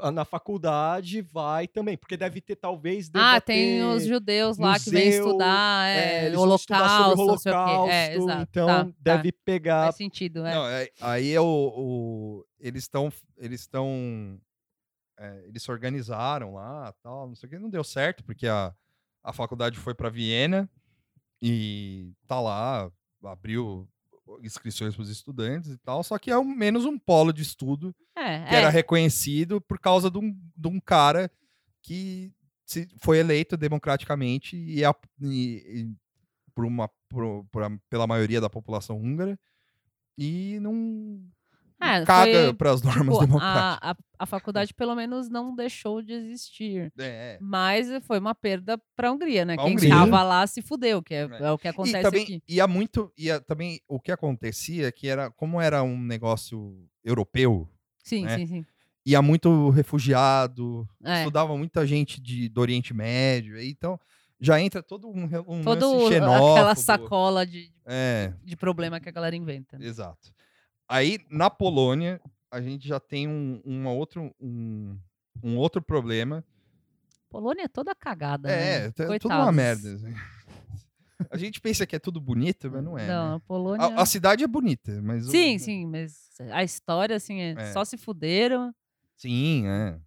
Speaker 3: ah, na faculdade vai também, porque deve ter talvez deva
Speaker 2: Ah, tem
Speaker 3: ter,
Speaker 2: os judeus lá que vêm
Speaker 3: museu,
Speaker 2: estudar,
Speaker 3: é,
Speaker 2: é,
Speaker 3: eles vão
Speaker 2: holocausto,
Speaker 3: estudar sobre o
Speaker 2: não sei o quê. É,
Speaker 3: Holocausto,
Speaker 2: exato.
Speaker 3: então
Speaker 2: tá, tá.
Speaker 3: deve pegar
Speaker 2: Faz sentido, é.
Speaker 1: Não, é- aí é o, o- eles estão. Eles estão. é, eles se organizaram lá tal, não sei o que. Não deu certo, porque a, a faculdade foi para Viena e tá lá, abriu inscrições para os estudantes e tal. Só que é um, menos um polo de estudo
Speaker 2: é,
Speaker 1: que
Speaker 2: é.
Speaker 1: era reconhecido por causa de um, de um cara que se foi eleito democraticamente e, é a- e- e por uma, por- por a- pela maioria da população húngara e não, não
Speaker 2: É,
Speaker 1: caga
Speaker 2: foi-
Speaker 1: para as normas
Speaker 2: Pô,
Speaker 1: democráticas.
Speaker 2: a, a, a faculdade pelo menos não deixou de existir.
Speaker 1: É, é.
Speaker 2: Mas eh, foi uma perda pra Hungria, né?
Speaker 1: Pra
Speaker 2: Quem
Speaker 1: Hungria. tá
Speaker 2: estava lá se fudeu, que é, é o que acontece
Speaker 1: e também,
Speaker 2: aqui.
Speaker 1: E há muito, e há também o que acontecia é que era como era um negócio europeu
Speaker 2: Sim,
Speaker 1: né?
Speaker 2: sim, sim.
Speaker 1: ia muito refugiado,
Speaker 2: É.
Speaker 1: estudava muita gente de, do Oriente Médio, aí então já entra todo um, re- um
Speaker 2: Toda
Speaker 1: lance
Speaker 2: o-
Speaker 1: xenófobo.
Speaker 2: aquela sacola de,
Speaker 1: É,
Speaker 2: de problema que a galera inventa. né?
Speaker 1: exato. Aí, na Polônia, a gente já tem um, uma outro, um, um outro problema.
Speaker 2: Polônia é toda cagada.
Speaker 1: É,
Speaker 2: né?
Speaker 1: é t- é tudo
Speaker 2: Coitados.
Speaker 1: uma merda. assim. (laughs) A gente pensa que é tudo bonito, mas não é.
Speaker 2: Não,
Speaker 1: né?
Speaker 2: a Polônia.
Speaker 1: A, a cidade é bonita, mas. o-
Speaker 2: Sim, sim, mas a história, assim, é,
Speaker 1: É.
Speaker 2: só se fuderam.
Speaker 1: Sim, é.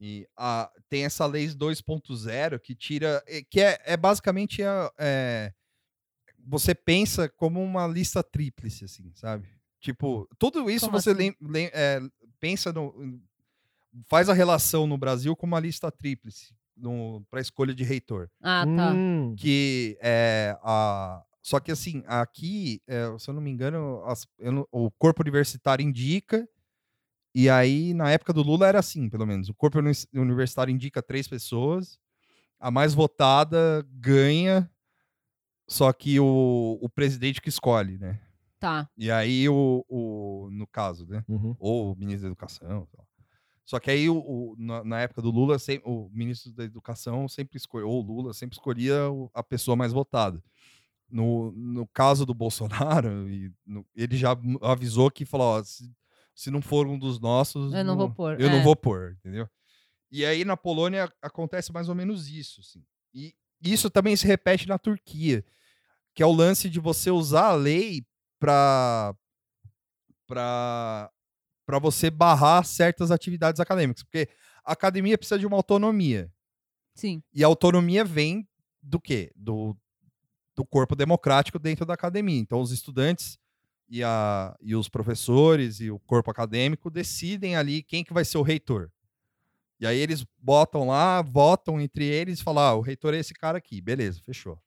Speaker 1: E a, tem essa lei 2.0 que tira. eh, que é, é basicamente a, é, você pensa como uma lista tríplice, assim, sabe? Tipo, tudo isso
Speaker 2: Como
Speaker 1: você
Speaker 2: assim?
Speaker 1: lem- lem- eh, pensa no. faz a relação no Brasil com uma lista tríplice para escolha de reitor
Speaker 2: Ah, tá.
Speaker 3: Hum,
Speaker 1: que é a só que assim aqui é, se eu não me engano as- eu não- o corpo universitário indica e aí na época do Lula era assim pelo menos o corpo unis- universitário indica três pessoas a mais votada ganha só que o, o presidente que escolhe né
Speaker 2: Tá.
Speaker 1: e aí o, o no caso né
Speaker 2: Uhum.
Speaker 1: ou o ministro da Educação. sei lá. Só que aí, o, o- na, na época do Lula, sem- o ministro da Educação sempre escolheu, ou o Lula sempre escolhia o- a pessoa mais votada. No, no caso do Bolsonaro, (laughs) e no- ele já mu- avisou que falou: ó, se, se não for um dos nossos.
Speaker 2: Eu não vou pôr,
Speaker 1: Eu não
Speaker 2: é.
Speaker 1: vou pôr, entendeu? E aí na Polônia acontece mais ou menos isso. Assim. E isso também se repete na Turquia, que é o lance de você usar a lei para para para você barrar certas atividades acadêmicas, porque a academia precisa de uma autonomia.
Speaker 2: Sim.
Speaker 1: E a autonomia vem do quê? Do, do corpo democrático dentro da academia. Então os estudantes e, a, e os professores e o corpo acadêmico decidem ali quem que vai ser o reitor. E aí eles botam lá, votam entre eles e falam: ah, o reitor é esse cara aqui, beleza, fechou.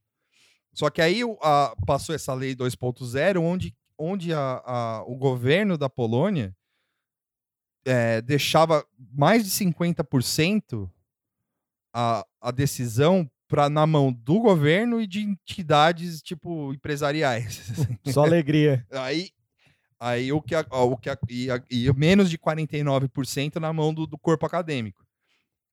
Speaker 1: Só que aí o- a- passou essa lei 2.0, onde, onde a- a- o governo da Polônia eh, deixava mais de 50% a, a decisão para na mão do governo e de entidades tipo empresariais. (laughs) assim.
Speaker 3: (laughs) Só alegria.
Speaker 1: aí aí o que, a- o que a- e, a- e menos de 49% na mão do, do corpo acadêmico.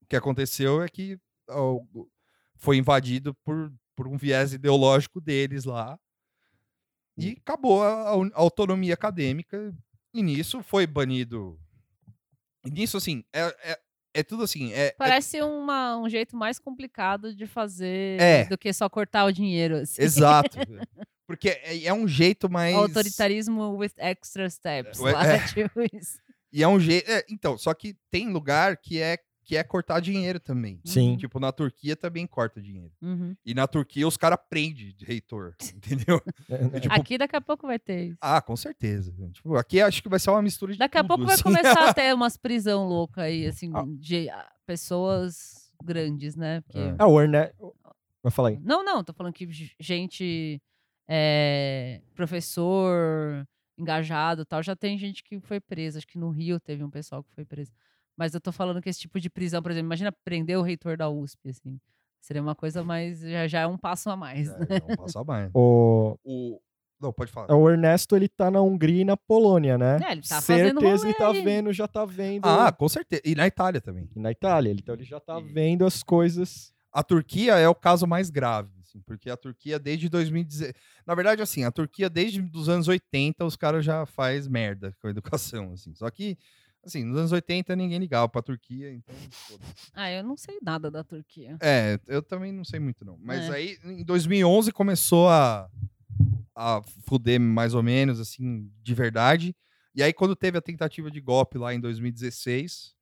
Speaker 1: O que aconteceu é que ó, o- foi invadido por, por um viés ideológico deles lá e acabou a, a un- a autonomia acadêmica e nisso foi banido. E nisso, assim, é, é, é tudo assim, é, é
Speaker 2: Parece uma, um jeito mais complicado de fazer
Speaker 1: É.
Speaker 2: do que só cortar o dinheiro. assim. (laughs)
Speaker 1: Exato. Porque é, é um jeito mais.
Speaker 2: Autoritarismo with extra steps. (laughs)
Speaker 1: Ué,
Speaker 2: lá,
Speaker 1: é.
Speaker 2: tipo isso.
Speaker 1: E é um jeito. é, então, só que tem lugar que é que é cortar dinheiro também.
Speaker 3: Sim.
Speaker 1: Tipo, na Turquia também corta dinheiro.
Speaker 2: Uhum.
Speaker 1: E na Turquia os caras prendem de
Speaker 2: (laughs)
Speaker 1: reitor, entendeu?
Speaker 2: Uhum.
Speaker 1: É tipo,
Speaker 2: Aqui daqui a pouco vai ter isso.
Speaker 1: ah, com certeza. Tipo, aqui acho que vai ser uma mistura de.
Speaker 2: Daqui a
Speaker 1: tudo,
Speaker 2: pouco vai
Speaker 1: assim. (laughs)
Speaker 2: começar a ter umas prisão louca aí, assim,
Speaker 3: Ah.
Speaker 2: de ah, pessoas grandes, né? Porque-
Speaker 1: É.
Speaker 3: É o Ernesto. Vai falar aí.
Speaker 2: Não, não, tô falando que g- gente, é, professor, engajado e tal, já tem gente que foi presa. Acho que no Rio teve um pessoal que foi preso. Mas eu tô falando que esse tipo de prisão, por exemplo, imagina prender o reitor da USP, assim. Seria uma coisa mais. Já, já é um passo a mais. né?
Speaker 1: É, não passa
Speaker 3: (laughs)
Speaker 1: mais.
Speaker 3: O, é
Speaker 1: O... Não, pode falar.
Speaker 3: o Ernesto, ele tá na Hungria e na Polônia, né?
Speaker 2: É, ele tá fazendo
Speaker 3: Certeza
Speaker 2: rolê
Speaker 3: ele tá
Speaker 2: ali.
Speaker 3: vendo, já tá vendo.
Speaker 1: Ah, com certeza. E na Itália também.
Speaker 3: E na Itália, ele- então ele já tá
Speaker 1: E-
Speaker 3: vendo as coisas.
Speaker 1: A Turquia é o caso mais grave, assim, porque a Turquia desde 2016. Na verdade, assim, a Turquia desde os anos 80 os caras já faz merda com a educação, assim. Só que Assim, nos anos 80 ninguém ligava pra Turquia, então. foda-se.
Speaker 2: Ah, eu não sei nada da Turquia.
Speaker 1: É, eu também não sei muito, não. Mas
Speaker 2: É.
Speaker 1: aí, em 2011, começou a, a fuder mais ou menos, assim, de verdade. E aí, quando teve a tentativa de golpe lá em 2016,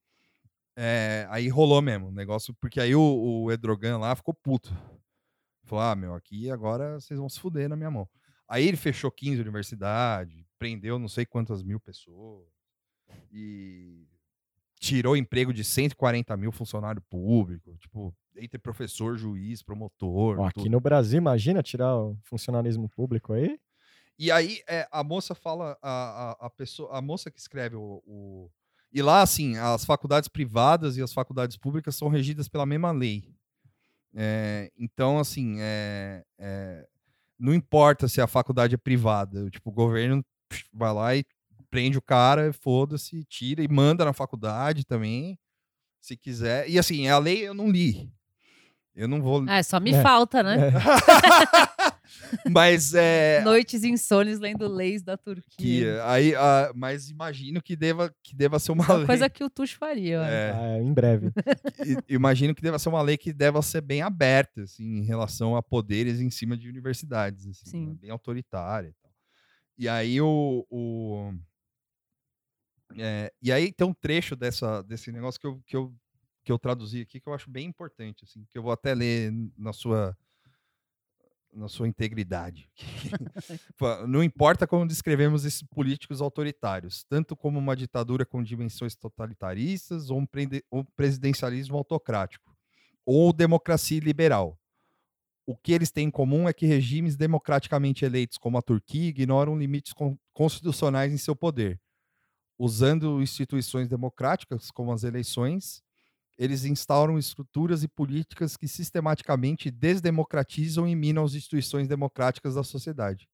Speaker 1: é, aí rolou mesmo o negócio, porque aí o, o Edrogan lá ficou puto. Falou, ah, meu, aqui agora vocês vão se fuder na minha mão. Aí ele fechou 15 universidades, prendeu não sei quantas mil pessoas e tirou emprego de 140 mil funcionário público, tipo, entre professor, juiz, promotor.
Speaker 3: Ó,
Speaker 1: tudo.
Speaker 3: aqui no Brasil, imagina tirar o funcionalismo público aí.
Speaker 1: E aí é, a moça fala, a, a, a pessoa, a moça que escreve o, o- E lá, assim, as faculdades privadas e as faculdades públicas são regidas pela mesma lei. É, então, assim, é, é, não importa se a faculdade é privada. Tipo, o governo psh, vai lá e prende o cara, foda-se, tira e manda na faculdade também, se quiser. E assim, a lei eu não li. Eu não
Speaker 2: (laughs)
Speaker 1: vou.
Speaker 2: Ah, só me
Speaker 3: É.
Speaker 2: falta, né?
Speaker 1: Mas é,
Speaker 2: (laughs) Noites insones lendo leis da
Speaker 1: Que,
Speaker 2: Turquia. É
Speaker 1: aí, ah, mas imagino que deva, que deva ser uma
Speaker 2: Uma
Speaker 1: (laughs) lei.
Speaker 2: coisa que o Tuxo faria, eu acho.
Speaker 1: É,
Speaker 3: Ah, em breve.
Speaker 1: i- imagino que deva ser uma lei que deva ser bem aberta, assim, em relação a poderes em cima de universidades, assim, né,
Speaker 2: Sim.
Speaker 1: bem autoritária. E, tal. E aí o, o- é, e aí tem um trecho dessa, desse negócio que eu, que eu que eu traduzi aqui que eu acho bem importante, assim, que eu vou até ler n- na sua na sua integridade. Fa- Tipo, ah, Não importa como descrevemos esses políticos autoritários, tanto como uma ditadura com dimensões totalitaristas ou um, prende- ou presidencialismo autocrático ou democracia liberal. O que eles têm em comum é que regimes democraticamente eleitos como a Turquia ignoram limites con- constitucionais em seu poder. Usando instituições democráticas como as eleições, eles instauram estruturas e políticas que sistematicamente desdemocratizam e minam as instituições democráticas da sociedade.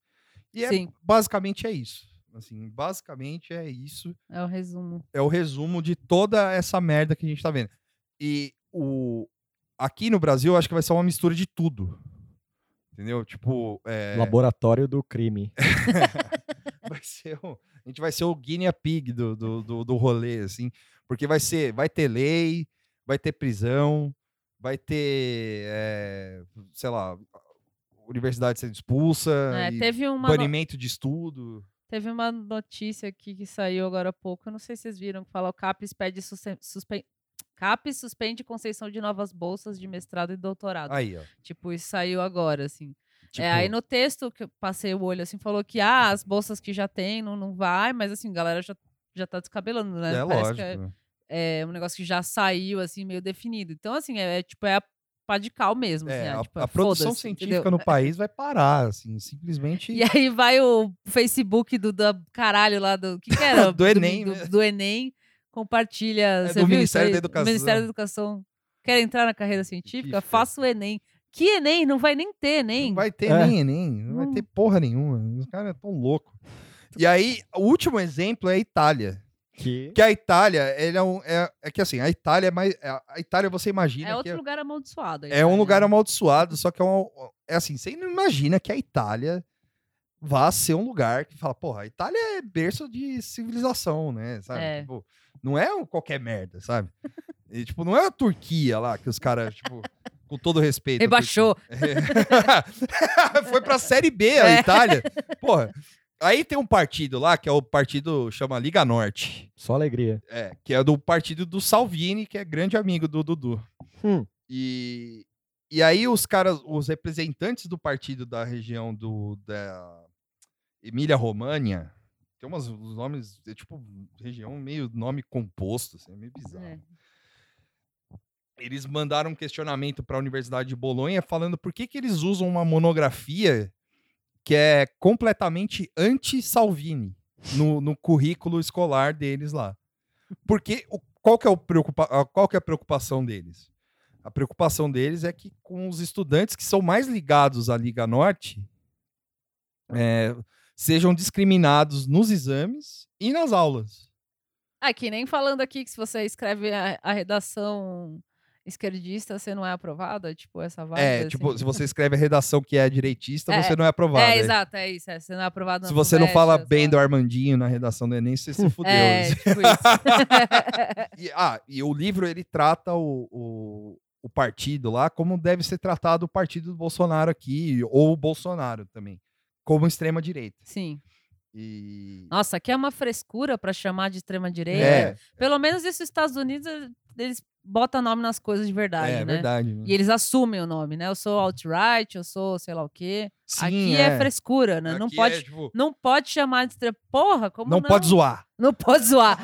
Speaker 1: E é-
Speaker 2: Sim,
Speaker 1: basicamente é isso. Assim, basicamente é isso.
Speaker 2: é o resumo.
Speaker 1: É o resumo de toda essa merda que a gente tá vendo. E o aqui no Brasil, eu acho que vai ser uma mistura de tudo. Entendeu? Tipo, é, (laughs)
Speaker 3: Laboratório do crime.
Speaker 1: vai ser o- a gente vai ser o guinea pig do, do, do, do rolê, assim. Porque vai ser, vai ter lei, vai ter prisão, vai ter, é, sei lá, universidade sendo expulsa,
Speaker 2: É,
Speaker 1: Ah, e
Speaker 2: teve uma. no-
Speaker 1: banimento de estudo.
Speaker 2: Teve uma notícia aqui que saiu agora há pouco, eu não sei se vocês viram, que fala o CAPES pede suspen- suspen- CAPES suspende conceição de novas bolsas de mestrado e doutorado.
Speaker 1: Aí, ó.
Speaker 2: Tipo, isso saiu agora, assim.
Speaker 1: Tipo,
Speaker 2: É, aí no texto que eu passei o olho, assim, falou que ah, as bolsas que já tem não, não vai, mas assim, a galera já, já tá descabelando, né?
Speaker 1: é
Speaker 2: Parece
Speaker 1: lógico.
Speaker 2: que é, é um negócio que já saiu, assim, meio definido. Então, assim, é, é, tipo, é a pá de cal mesmo.
Speaker 1: É,
Speaker 2: assim, é,
Speaker 1: a,
Speaker 2: tipo,
Speaker 1: a
Speaker 2: é,
Speaker 1: produção
Speaker 2: foda-se,
Speaker 1: científica
Speaker 2: entendeu? É.
Speaker 1: no país vai parar, assim, simplesmente.
Speaker 2: E (laughs) aí vai o Facebook do da caralho lá do. que, que
Speaker 1: (laughs)
Speaker 2: era?
Speaker 1: Do Enem,
Speaker 2: Do,
Speaker 1: né?
Speaker 2: do Enem. Compartilha.
Speaker 1: É
Speaker 2: você
Speaker 1: do
Speaker 2: viu
Speaker 1: Ministério
Speaker 2: isso
Speaker 1: da
Speaker 2: aí?
Speaker 1: Educação.
Speaker 2: Ministério da Educação. Quer entrar na carreira científica?
Speaker 1: Científica.
Speaker 2: Faça o Enem. Que Enem? Não vai nem ter
Speaker 1: Não
Speaker 2: Enem.
Speaker 1: vai ter
Speaker 3: É.
Speaker 1: nem Enem, não vai
Speaker 2: Não.
Speaker 1: ter porra nenhuma. Os caras tão loucos. E aí, o último exemplo é a Itália.
Speaker 3: Tipo, Que...
Speaker 1: Que a Itália, ele é, um, é, é que assim, a Itália é mais. é- A Itália, você imagina.
Speaker 2: É
Speaker 1: né, que
Speaker 2: outro lugar amaldiçoado. a
Speaker 1: é um
Speaker 2: Itália,
Speaker 1: lugar
Speaker 2: né?
Speaker 1: amaldiçoado, só que é, um, é assim, você não imagina que a Itália vá ser um lugar que fala, porra, a Itália é berço de civilização, né? Sabe?
Speaker 2: É.
Speaker 1: Tipo, não é um qualquer merda, sabe? E, tipo, não é a Turquia lá que os caras, tipo, com todo respeito. a
Speaker 2: Rebaixou.
Speaker 1: é. (laughs) Foi pra Série B a
Speaker 2: É.
Speaker 1: Itália. Porra. Aí tem um partido lá, que é o partido, chama Liga Norte.
Speaker 3: Só alegria.
Speaker 1: É, que é do partido do Salvini, que é grande amigo do Dudu.
Speaker 3: Hum.
Speaker 1: E, e aí os caras, os representantes do partido da região do, da Emília România, tem umas, uns nomes, é tipo, região meio nome composto, assim, é meio bizarro.
Speaker 2: É.
Speaker 1: Eles mandaram um questionamento para a Universidade de Bolonha falando por que, que eles usam uma monografia que é completamente anti-Salvini no, no currículo escolar deles lá. Porque o, qual, que é o preocupa, a- qual que é a preocupação deles? A preocupação deles é que com os estudantes que são mais ligados à Liga Norte é, sejam discriminados nos exames e nas aulas.
Speaker 2: É Ah, que nem falando aqui que se você escreve a, a redação esquerdista, você não é aprovada? Tipo, essa vaga.
Speaker 1: É,
Speaker 2: assim?
Speaker 1: tipo, se você escreve a redação que é direitista,
Speaker 2: É,
Speaker 1: você não é aprovado.
Speaker 2: É,
Speaker 1: né?
Speaker 2: exato, é isso. é, você não é aprovado na
Speaker 1: Se você não fala
Speaker 2: FUVEST,
Speaker 1: bem
Speaker 2: exato.
Speaker 1: do Armandinho na redação do Enem, você se fudeu.
Speaker 2: (laughs)
Speaker 1: (laughs)
Speaker 2: É, tipo isso.
Speaker 1: E, ah, e o livro ele trata o, o, o partido lá como deve ser tratado o partido do Bolsonaro aqui, ou o Bolsonaro também, como extrema-direita.
Speaker 2: Sim.
Speaker 1: E.
Speaker 2: Nossa, aqui é uma frescura pra chamar de extrema-direita.
Speaker 1: é,
Speaker 2: Pelo menos isso, os Estados Unidos, eh, eles botam nome nas coisas de verdade,
Speaker 1: é,
Speaker 2: né?
Speaker 1: verdade. né?
Speaker 2: E eles assumem o nome, né? Eu sou alt-right, eu sou sei lá o quê.
Speaker 1: Sim,
Speaker 2: aqui é, frescura, né? não,
Speaker 1: Aqui é,
Speaker 2: pode,
Speaker 1: tipo,
Speaker 2: não pode chamar de extrema... Porra, como não?
Speaker 1: não pode
Speaker 2: (laughs)
Speaker 1: zoar.
Speaker 2: Não pode zoar.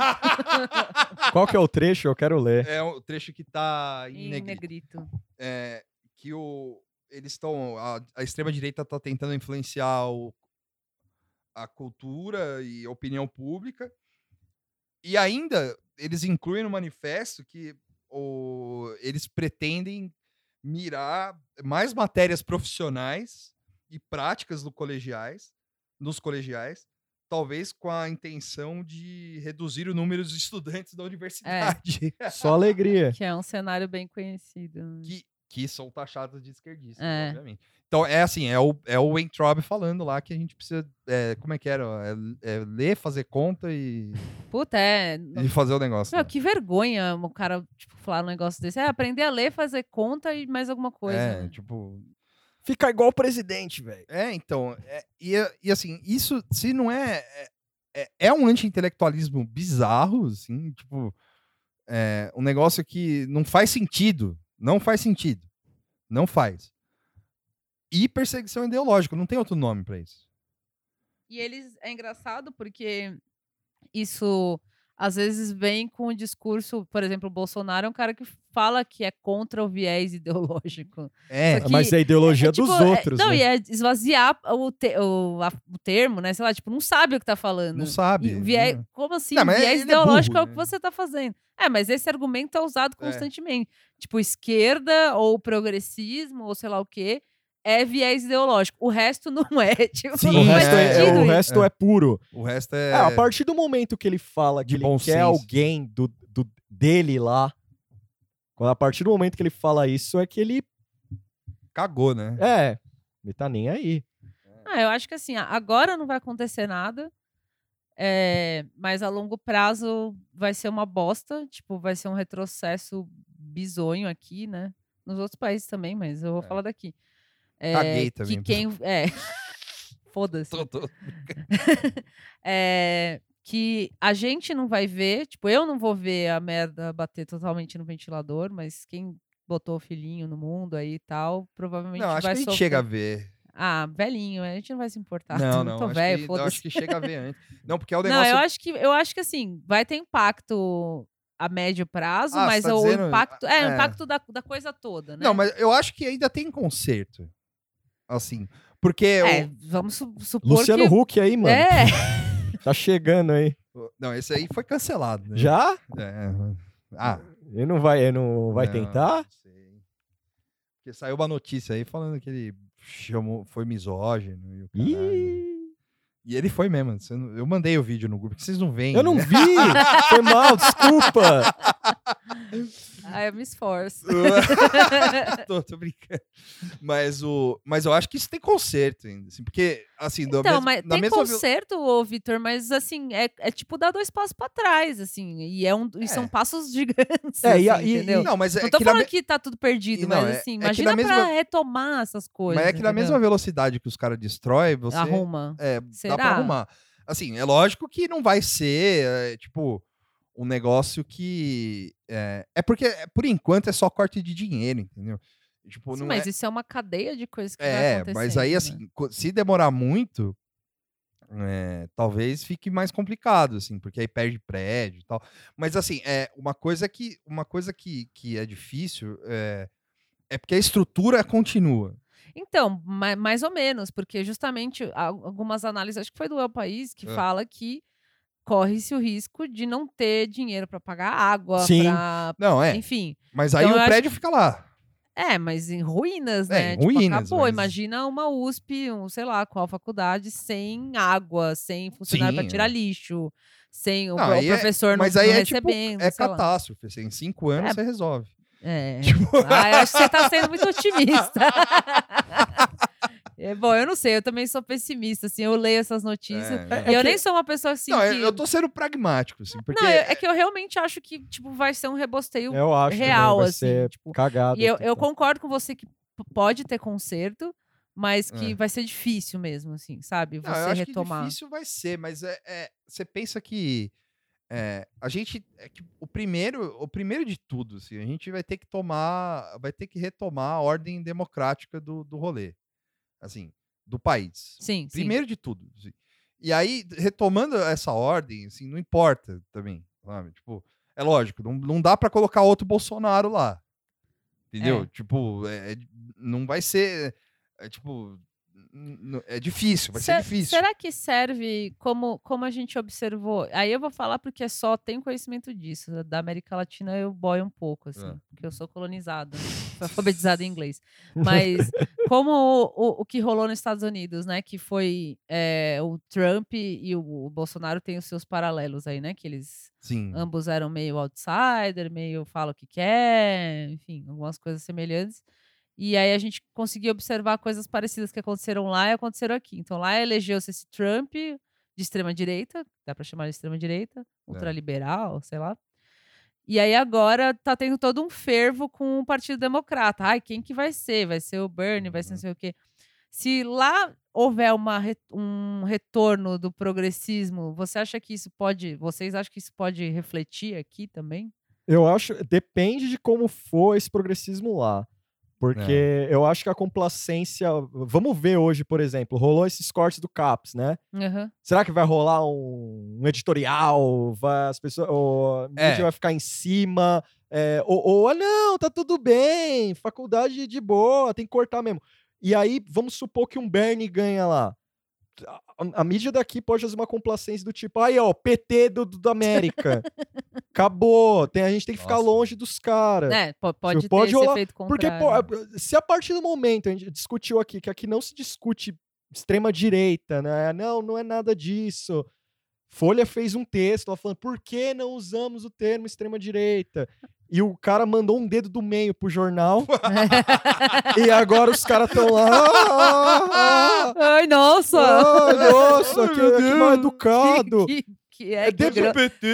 Speaker 3: Qual que é o trecho? Eu quero ler.
Speaker 1: É o trecho que tá em
Speaker 2: Em
Speaker 1: (laughs) negrito.
Speaker 2: negrito.
Speaker 1: é, que o, eles estão. A, a extrema-direita está tentando influenciar o- a cultura e a opinião pública. E ainda eles incluem no manifesto que o, eles pretendem mirar mais matérias profissionais e práticas do colegiais, nos colegiais, talvez com a intenção de reduzir o número de estudantes da universidade,
Speaker 3: Só alegria.
Speaker 2: Que é um cenário bem conhecido. né?
Speaker 1: que, que são taxados de esquerdistas,
Speaker 2: É.
Speaker 1: obviamente. Então, é assim, é o, é o Weintraub falando lá que a gente precisa, é, como é que era? É, é ler, fazer conta e,
Speaker 2: Puta, é...
Speaker 1: e fazer o negócio.
Speaker 2: Meu,
Speaker 1: né?
Speaker 2: que vergonha o cara, tipo, falar um negócio desse. É, aprender a ler, fazer conta e mais alguma coisa.
Speaker 1: é,
Speaker 2: né?
Speaker 1: tipo...
Speaker 3: Fica igual o presidente, velho.
Speaker 1: É, então, é, e, e assim, isso se não é... é- É, é um anti-intelectualismo bizarro, assim, tipo... É, um negócio que não faz sentido. Não faz sentido. Não faz. E perseguição ideológica, não tem outro nome pra isso.
Speaker 2: E eles é engraçado porque isso às vezes vem com o discurso, por exemplo, o Bolsonaro é um cara que fala que é contra o viés ideológico.
Speaker 1: É,
Speaker 2: Só que-
Speaker 3: Mas é a ideologia
Speaker 2: É, tipo,
Speaker 3: dos
Speaker 2: é-
Speaker 3: outros,
Speaker 2: Não,
Speaker 3: né?
Speaker 2: e é esvaziar o, te- o, a- o termo, né? Sei lá, tipo, não sabe o que tá falando.
Speaker 1: não sabe.
Speaker 2: E o viés-
Speaker 1: né?
Speaker 2: como assim?
Speaker 1: Não, mas
Speaker 2: viés
Speaker 1: ele é burro,
Speaker 2: ideológico é, o
Speaker 1: né?
Speaker 2: que você tá fazendo. É, mas esse argumento é usado
Speaker 1: É.
Speaker 2: constantemente. Tipo, esquerda ou progressismo ou sei lá o quê é viés ideológico. O resto não é. (laughs) Tipo,
Speaker 1: Sim,
Speaker 3: o
Speaker 2: não faz
Speaker 3: resto, é,
Speaker 2: sentido
Speaker 3: o
Speaker 2: isso.
Speaker 3: resto é, puro.
Speaker 1: O resto é.
Speaker 3: É, a partir do momento que ele fala que
Speaker 1: De
Speaker 3: ele
Speaker 1: bom
Speaker 3: quer
Speaker 1: senso.
Speaker 3: alguém do, do- dele lá, quando- a partir do momento que ele fala isso, é que ele.
Speaker 1: Cagou, né?
Speaker 3: É, ele tá nem aí.
Speaker 2: Ah, eu acho que assim, a- agora não vai acontecer nada, é, mas a longo prazo vai ser uma bosta, tipo, vai ser um retrocesso bizonho aqui, né? Nos outros países também, mas eu vou
Speaker 1: É.
Speaker 2: falar daqui. É,
Speaker 1: Caguei
Speaker 2: Que
Speaker 1: também. então.
Speaker 2: quem, é, (laughs) foda-se.
Speaker 1: Tô- tô-
Speaker 2: É, que a gente não vai ver, tipo, eu não vou ver a merda bater totalmente no ventilador, mas quem botou o filhinho no mundo aí e tal, provavelmente
Speaker 1: Não, acho que
Speaker 2: vai
Speaker 1: a gente
Speaker 2: sofrer.
Speaker 1: chega a ver.
Speaker 2: Ah, velhinho, a gente não vai se importar. (laughs)
Speaker 1: não, não.
Speaker 2: tô
Speaker 1: acho,
Speaker 2: velho,
Speaker 1: que, eu
Speaker 2: foda-se.
Speaker 1: acho que chega a ver antes. Não, porque é o
Speaker 2: Não,
Speaker 1: negócio.
Speaker 2: eu acho que eu acho que assim, vai ter impacto a médio prazo,
Speaker 1: Ah, você
Speaker 2: mas
Speaker 1: tá
Speaker 2: o
Speaker 1: dizendo-
Speaker 2: impacto. É, o
Speaker 1: é.
Speaker 2: impacto da, da coisa toda, né?
Speaker 1: Não, mas eu acho que ainda tem conserto. Assim. Porque.
Speaker 2: É, vamos su- supor
Speaker 3: Luciano
Speaker 2: que.
Speaker 3: Huck aí, mano.
Speaker 2: É,
Speaker 3: Tá chegando aí.
Speaker 1: o- Não, esse aí foi cancelado. Né?
Speaker 3: Já?
Speaker 1: É. Ah.
Speaker 3: Ele não vai, ele não vai
Speaker 1: não,
Speaker 3: tentar?
Speaker 1: não sei. Porque saiu uma notícia aí falando que ele chamou, foi misógino. E, o caralho.
Speaker 3: Ih,
Speaker 1: e ele foi mesmo. você não- Eu mandei o vídeo no grupo, que vocês não veem.
Speaker 3: eu não (laughs)
Speaker 1: né?
Speaker 3: vi! Foi mal, desculpa!
Speaker 2: ah, eu me esforço.
Speaker 1: (laughs) tô, tô brincando. Mas, o, mas eu acho que isso tem conserto ainda. assim, porque, assim, da
Speaker 2: Então,
Speaker 1: mes-
Speaker 2: mas
Speaker 1: na
Speaker 2: tem
Speaker 1: mesma vi-
Speaker 2: conserto, ô Vitor, mas assim, é, é tipo dar dois passos pra trás, assim, e, é um, e são
Speaker 1: É.
Speaker 2: passos (laughs) gigantes,
Speaker 3: É, e a-
Speaker 2: assim,
Speaker 3: e- e-
Speaker 2: entendeu?
Speaker 1: Não, mas é
Speaker 2: não tô
Speaker 1: que na
Speaker 2: falando
Speaker 1: me-
Speaker 2: que tá tudo perdido,
Speaker 1: E não,
Speaker 2: mas
Speaker 1: é- é
Speaker 2: assim,
Speaker 1: que na
Speaker 2: imagina pra
Speaker 1: mesma-
Speaker 2: retomar essas coisas,
Speaker 1: mas é que na mesma
Speaker 2: entendeu?
Speaker 1: velocidade que os caras destroem, você
Speaker 2: Arruma.
Speaker 1: é, dá pra
Speaker 2: Será?
Speaker 1: arrumar. Assim, é lógico que não vai ser, é, tipo, um negócio que... É, é porque, é, por enquanto, é só corte de dinheiro, entendeu? Tipo,
Speaker 2: Sim,
Speaker 1: não
Speaker 2: mas
Speaker 1: é...
Speaker 2: isso é uma cadeia de coisas que vai né?
Speaker 1: É,
Speaker 2: acontecer.
Speaker 1: mas aí, assim, co- se demorar muito, é, talvez fique mais complicado, assim, porque aí perde prédio e tal. Mas, assim, é, uma coisa que, uma coisa que, que é difícil é, é porque a estrutura continua.
Speaker 2: Então, ma- mais ou menos, porque justamente a- algumas análises, acho que foi do El País, que
Speaker 1: Ah.
Speaker 2: fala que corre-se o risco de não ter dinheiro para pagar água,
Speaker 3: Sim.
Speaker 2: pra-
Speaker 1: Não, é.
Speaker 2: enfim.
Speaker 1: Mas aí
Speaker 2: então eu
Speaker 1: o
Speaker 2: acho
Speaker 1: prédio fica lá.
Speaker 2: É, mas em ruínas,
Speaker 1: É,
Speaker 2: né?
Speaker 1: em
Speaker 2: Tipo,
Speaker 1: ruínas,
Speaker 2: acabou.
Speaker 1: mas-
Speaker 2: Imagina uma USP, um, sei lá, qual faculdade, sem água, sem funcionário para
Speaker 1: Sim,
Speaker 2: tirar
Speaker 1: é.
Speaker 2: lixo, sem o,
Speaker 1: Não,
Speaker 2: o
Speaker 1: aí é-
Speaker 2: professor não,
Speaker 1: Mas aí
Speaker 2: não
Speaker 1: é tipo,
Speaker 2: recebendo.
Speaker 1: é
Speaker 2: sei lá.
Speaker 1: catástrofe. Assim, em cinco anos
Speaker 2: É.
Speaker 1: você resolve. (laughs)
Speaker 2: É.
Speaker 1: Tipo
Speaker 2: Ah, eu acho que você tá sendo muito otimista. É, bom, eu não sei, eu também sou pessimista, assim, eu leio essas notícias.
Speaker 1: É,
Speaker 2: E eu
Speaker 3: que-
Speaker 2: nem sou uma pessoa assim.
Speaker 1: não, eu-
Speaker 2: que...
Speaker 1: eu tô sendo pragmático, assim, porque.
Speaker 2: Não, eu- é que eu realmente acho que, tipo, vai ser um rebosteio
Speaker 3: Eu acho que
Speaker 2: real,
Speaker 3: vai
Speaker 2: assim.
Speaker 3: ser
Speaker 2: Tipo,
Speaker 3: cagado.
Speaker 2: e eu, eu
Speaker 3: total.
Speaker 2: concordo com você que p- pode ter conserto, mas que
Speaker 1: É.
Speaker 2: vai ser difícil mesmo, assim, sabe?
Speaker 1: Não, eu
Speaker 2: Você
Speaker 1: acho
Speaker 2: retomar.
Speaker 1: que difícil vai ser, mas é, é- você pensa que é, a gente é que o primeiro, o primeiro de tudo, assim, a gente vai ter que tomar, vai ter que retomar a ordem democrática do, do rolê, assim, do país.
Speaker 2: Sim, sim.
Speaker 1: Primeiro de tudo. assim. E aí, d- retomando essa ordem, assim, não importa também, sabe? Tipo, é lógico, não, não dá pra colocar outro Bolsonaro lá. Entendeu?
Speaker 2: É.
Speaker 1: Tipo, é- é- não vai ser. É, tipo. n- n- É difícil, vai ser
Speaker 2: Se-
Speaker 1: difícil.
Speaker 2: Será que serve como, como a gente observou? Aí eu vou falar porque é só tenho conhecimento disso. da- Da América Latina eu boio um pouco, assim,
Speaker 1: Ah.
Speaker 2: porque eu sou colonizada, (laughs) né? fui alfabetizada em
Speaker 1: (laughs)
Speaker 2: inglês. Mas como o, o, o que rolou nos Estados Unidos, né? Que foi é, o Trump e o, o Bolsonaro têm os seus paralelos aí, né? Que eles
Speaker 1: Sim.
Speaker 2: ambos eram meio outsider, meio fala o que quer, enfim, algumas coisas semelhantes. E aí a gente conseguiu observar coisas parecidas que aconteceram lá e aconteceram aqui. Então lá elegeu-se esse Trump de extrema direita, dá para chamar de extrema
Speaker 3: É.
Speaker 2: direita, ultraliberal, sei lá. E aí agora tá tendo todo um fervo com o Partido Democrata. Ai, quem que vai ser? Vai ser o Bernie, vai ser
Speaker 3: Uhum.
Speaker 2: não sei o quê. Se lá houver uma, re- um retorno do progressismo, você acha que isso pode. Vocês acham que isso pode refletir aqui também?
Speaker 3: Eu acho, depende de como for esse progressismo lá. Porque eu acho que a complacência. Vamos ver hoje, por exemplo, rolou esses cortes do CAPS, né?
Speaker 2: Aham.
Speaker 3: Será que vai rolar um, um editorial? Vai, as pessoas, o a
Speaker 1: É.
Speaker 3: mídia vai ficar em cima? É, ou, ou, ah, não, tá tudo bem, faculdade de boa, tem que cortar mesmo. E aí, vamos supor que um Bernie ganha lá. A, a mídia daqui pode fazer uma complacência do tipo, aí, ó, PT do, do- da
Speaker 1: (laughs)
Speaker 3: América. Acabou, tem, a gente tem que ficar
Speaker 1: Nossa.
Speaker 3: longe dos caras.
Speaker 2: É, po- pode ter
Speaker 3: pode
Speaker 2: esse
Speaker 3: rolar,
Speaker 2: efeito
Speaker 3: Porque,
Speaker 2: contrário.
Speaker 3: pô, eh, se a partir do momento, a gente discutiu aqui, que aqui não se discute extrema-direita, né? Não, não é nada disso. Folha fez um texto ela falando por que não usamos o termo extrema-direita? E o cara mandou um dedo do meio
Speaker 2: (laughs)
Speaker 3: pro jornal. e agora os caras estão lá. "Ah, ah, ah,
Speaker 2: né? Ai, nossa!
Speaker 3: ah, nossa,
Speaker 1: Ai,
Speaker 3: que,
Speaker 1: meu
Speaker 3: que mal educado.
Speaker 2: (laughs) Que, que- é,
Speaker 3: É
Speaker 2: que
Speaker 3: dentro
Speaker 2: gra-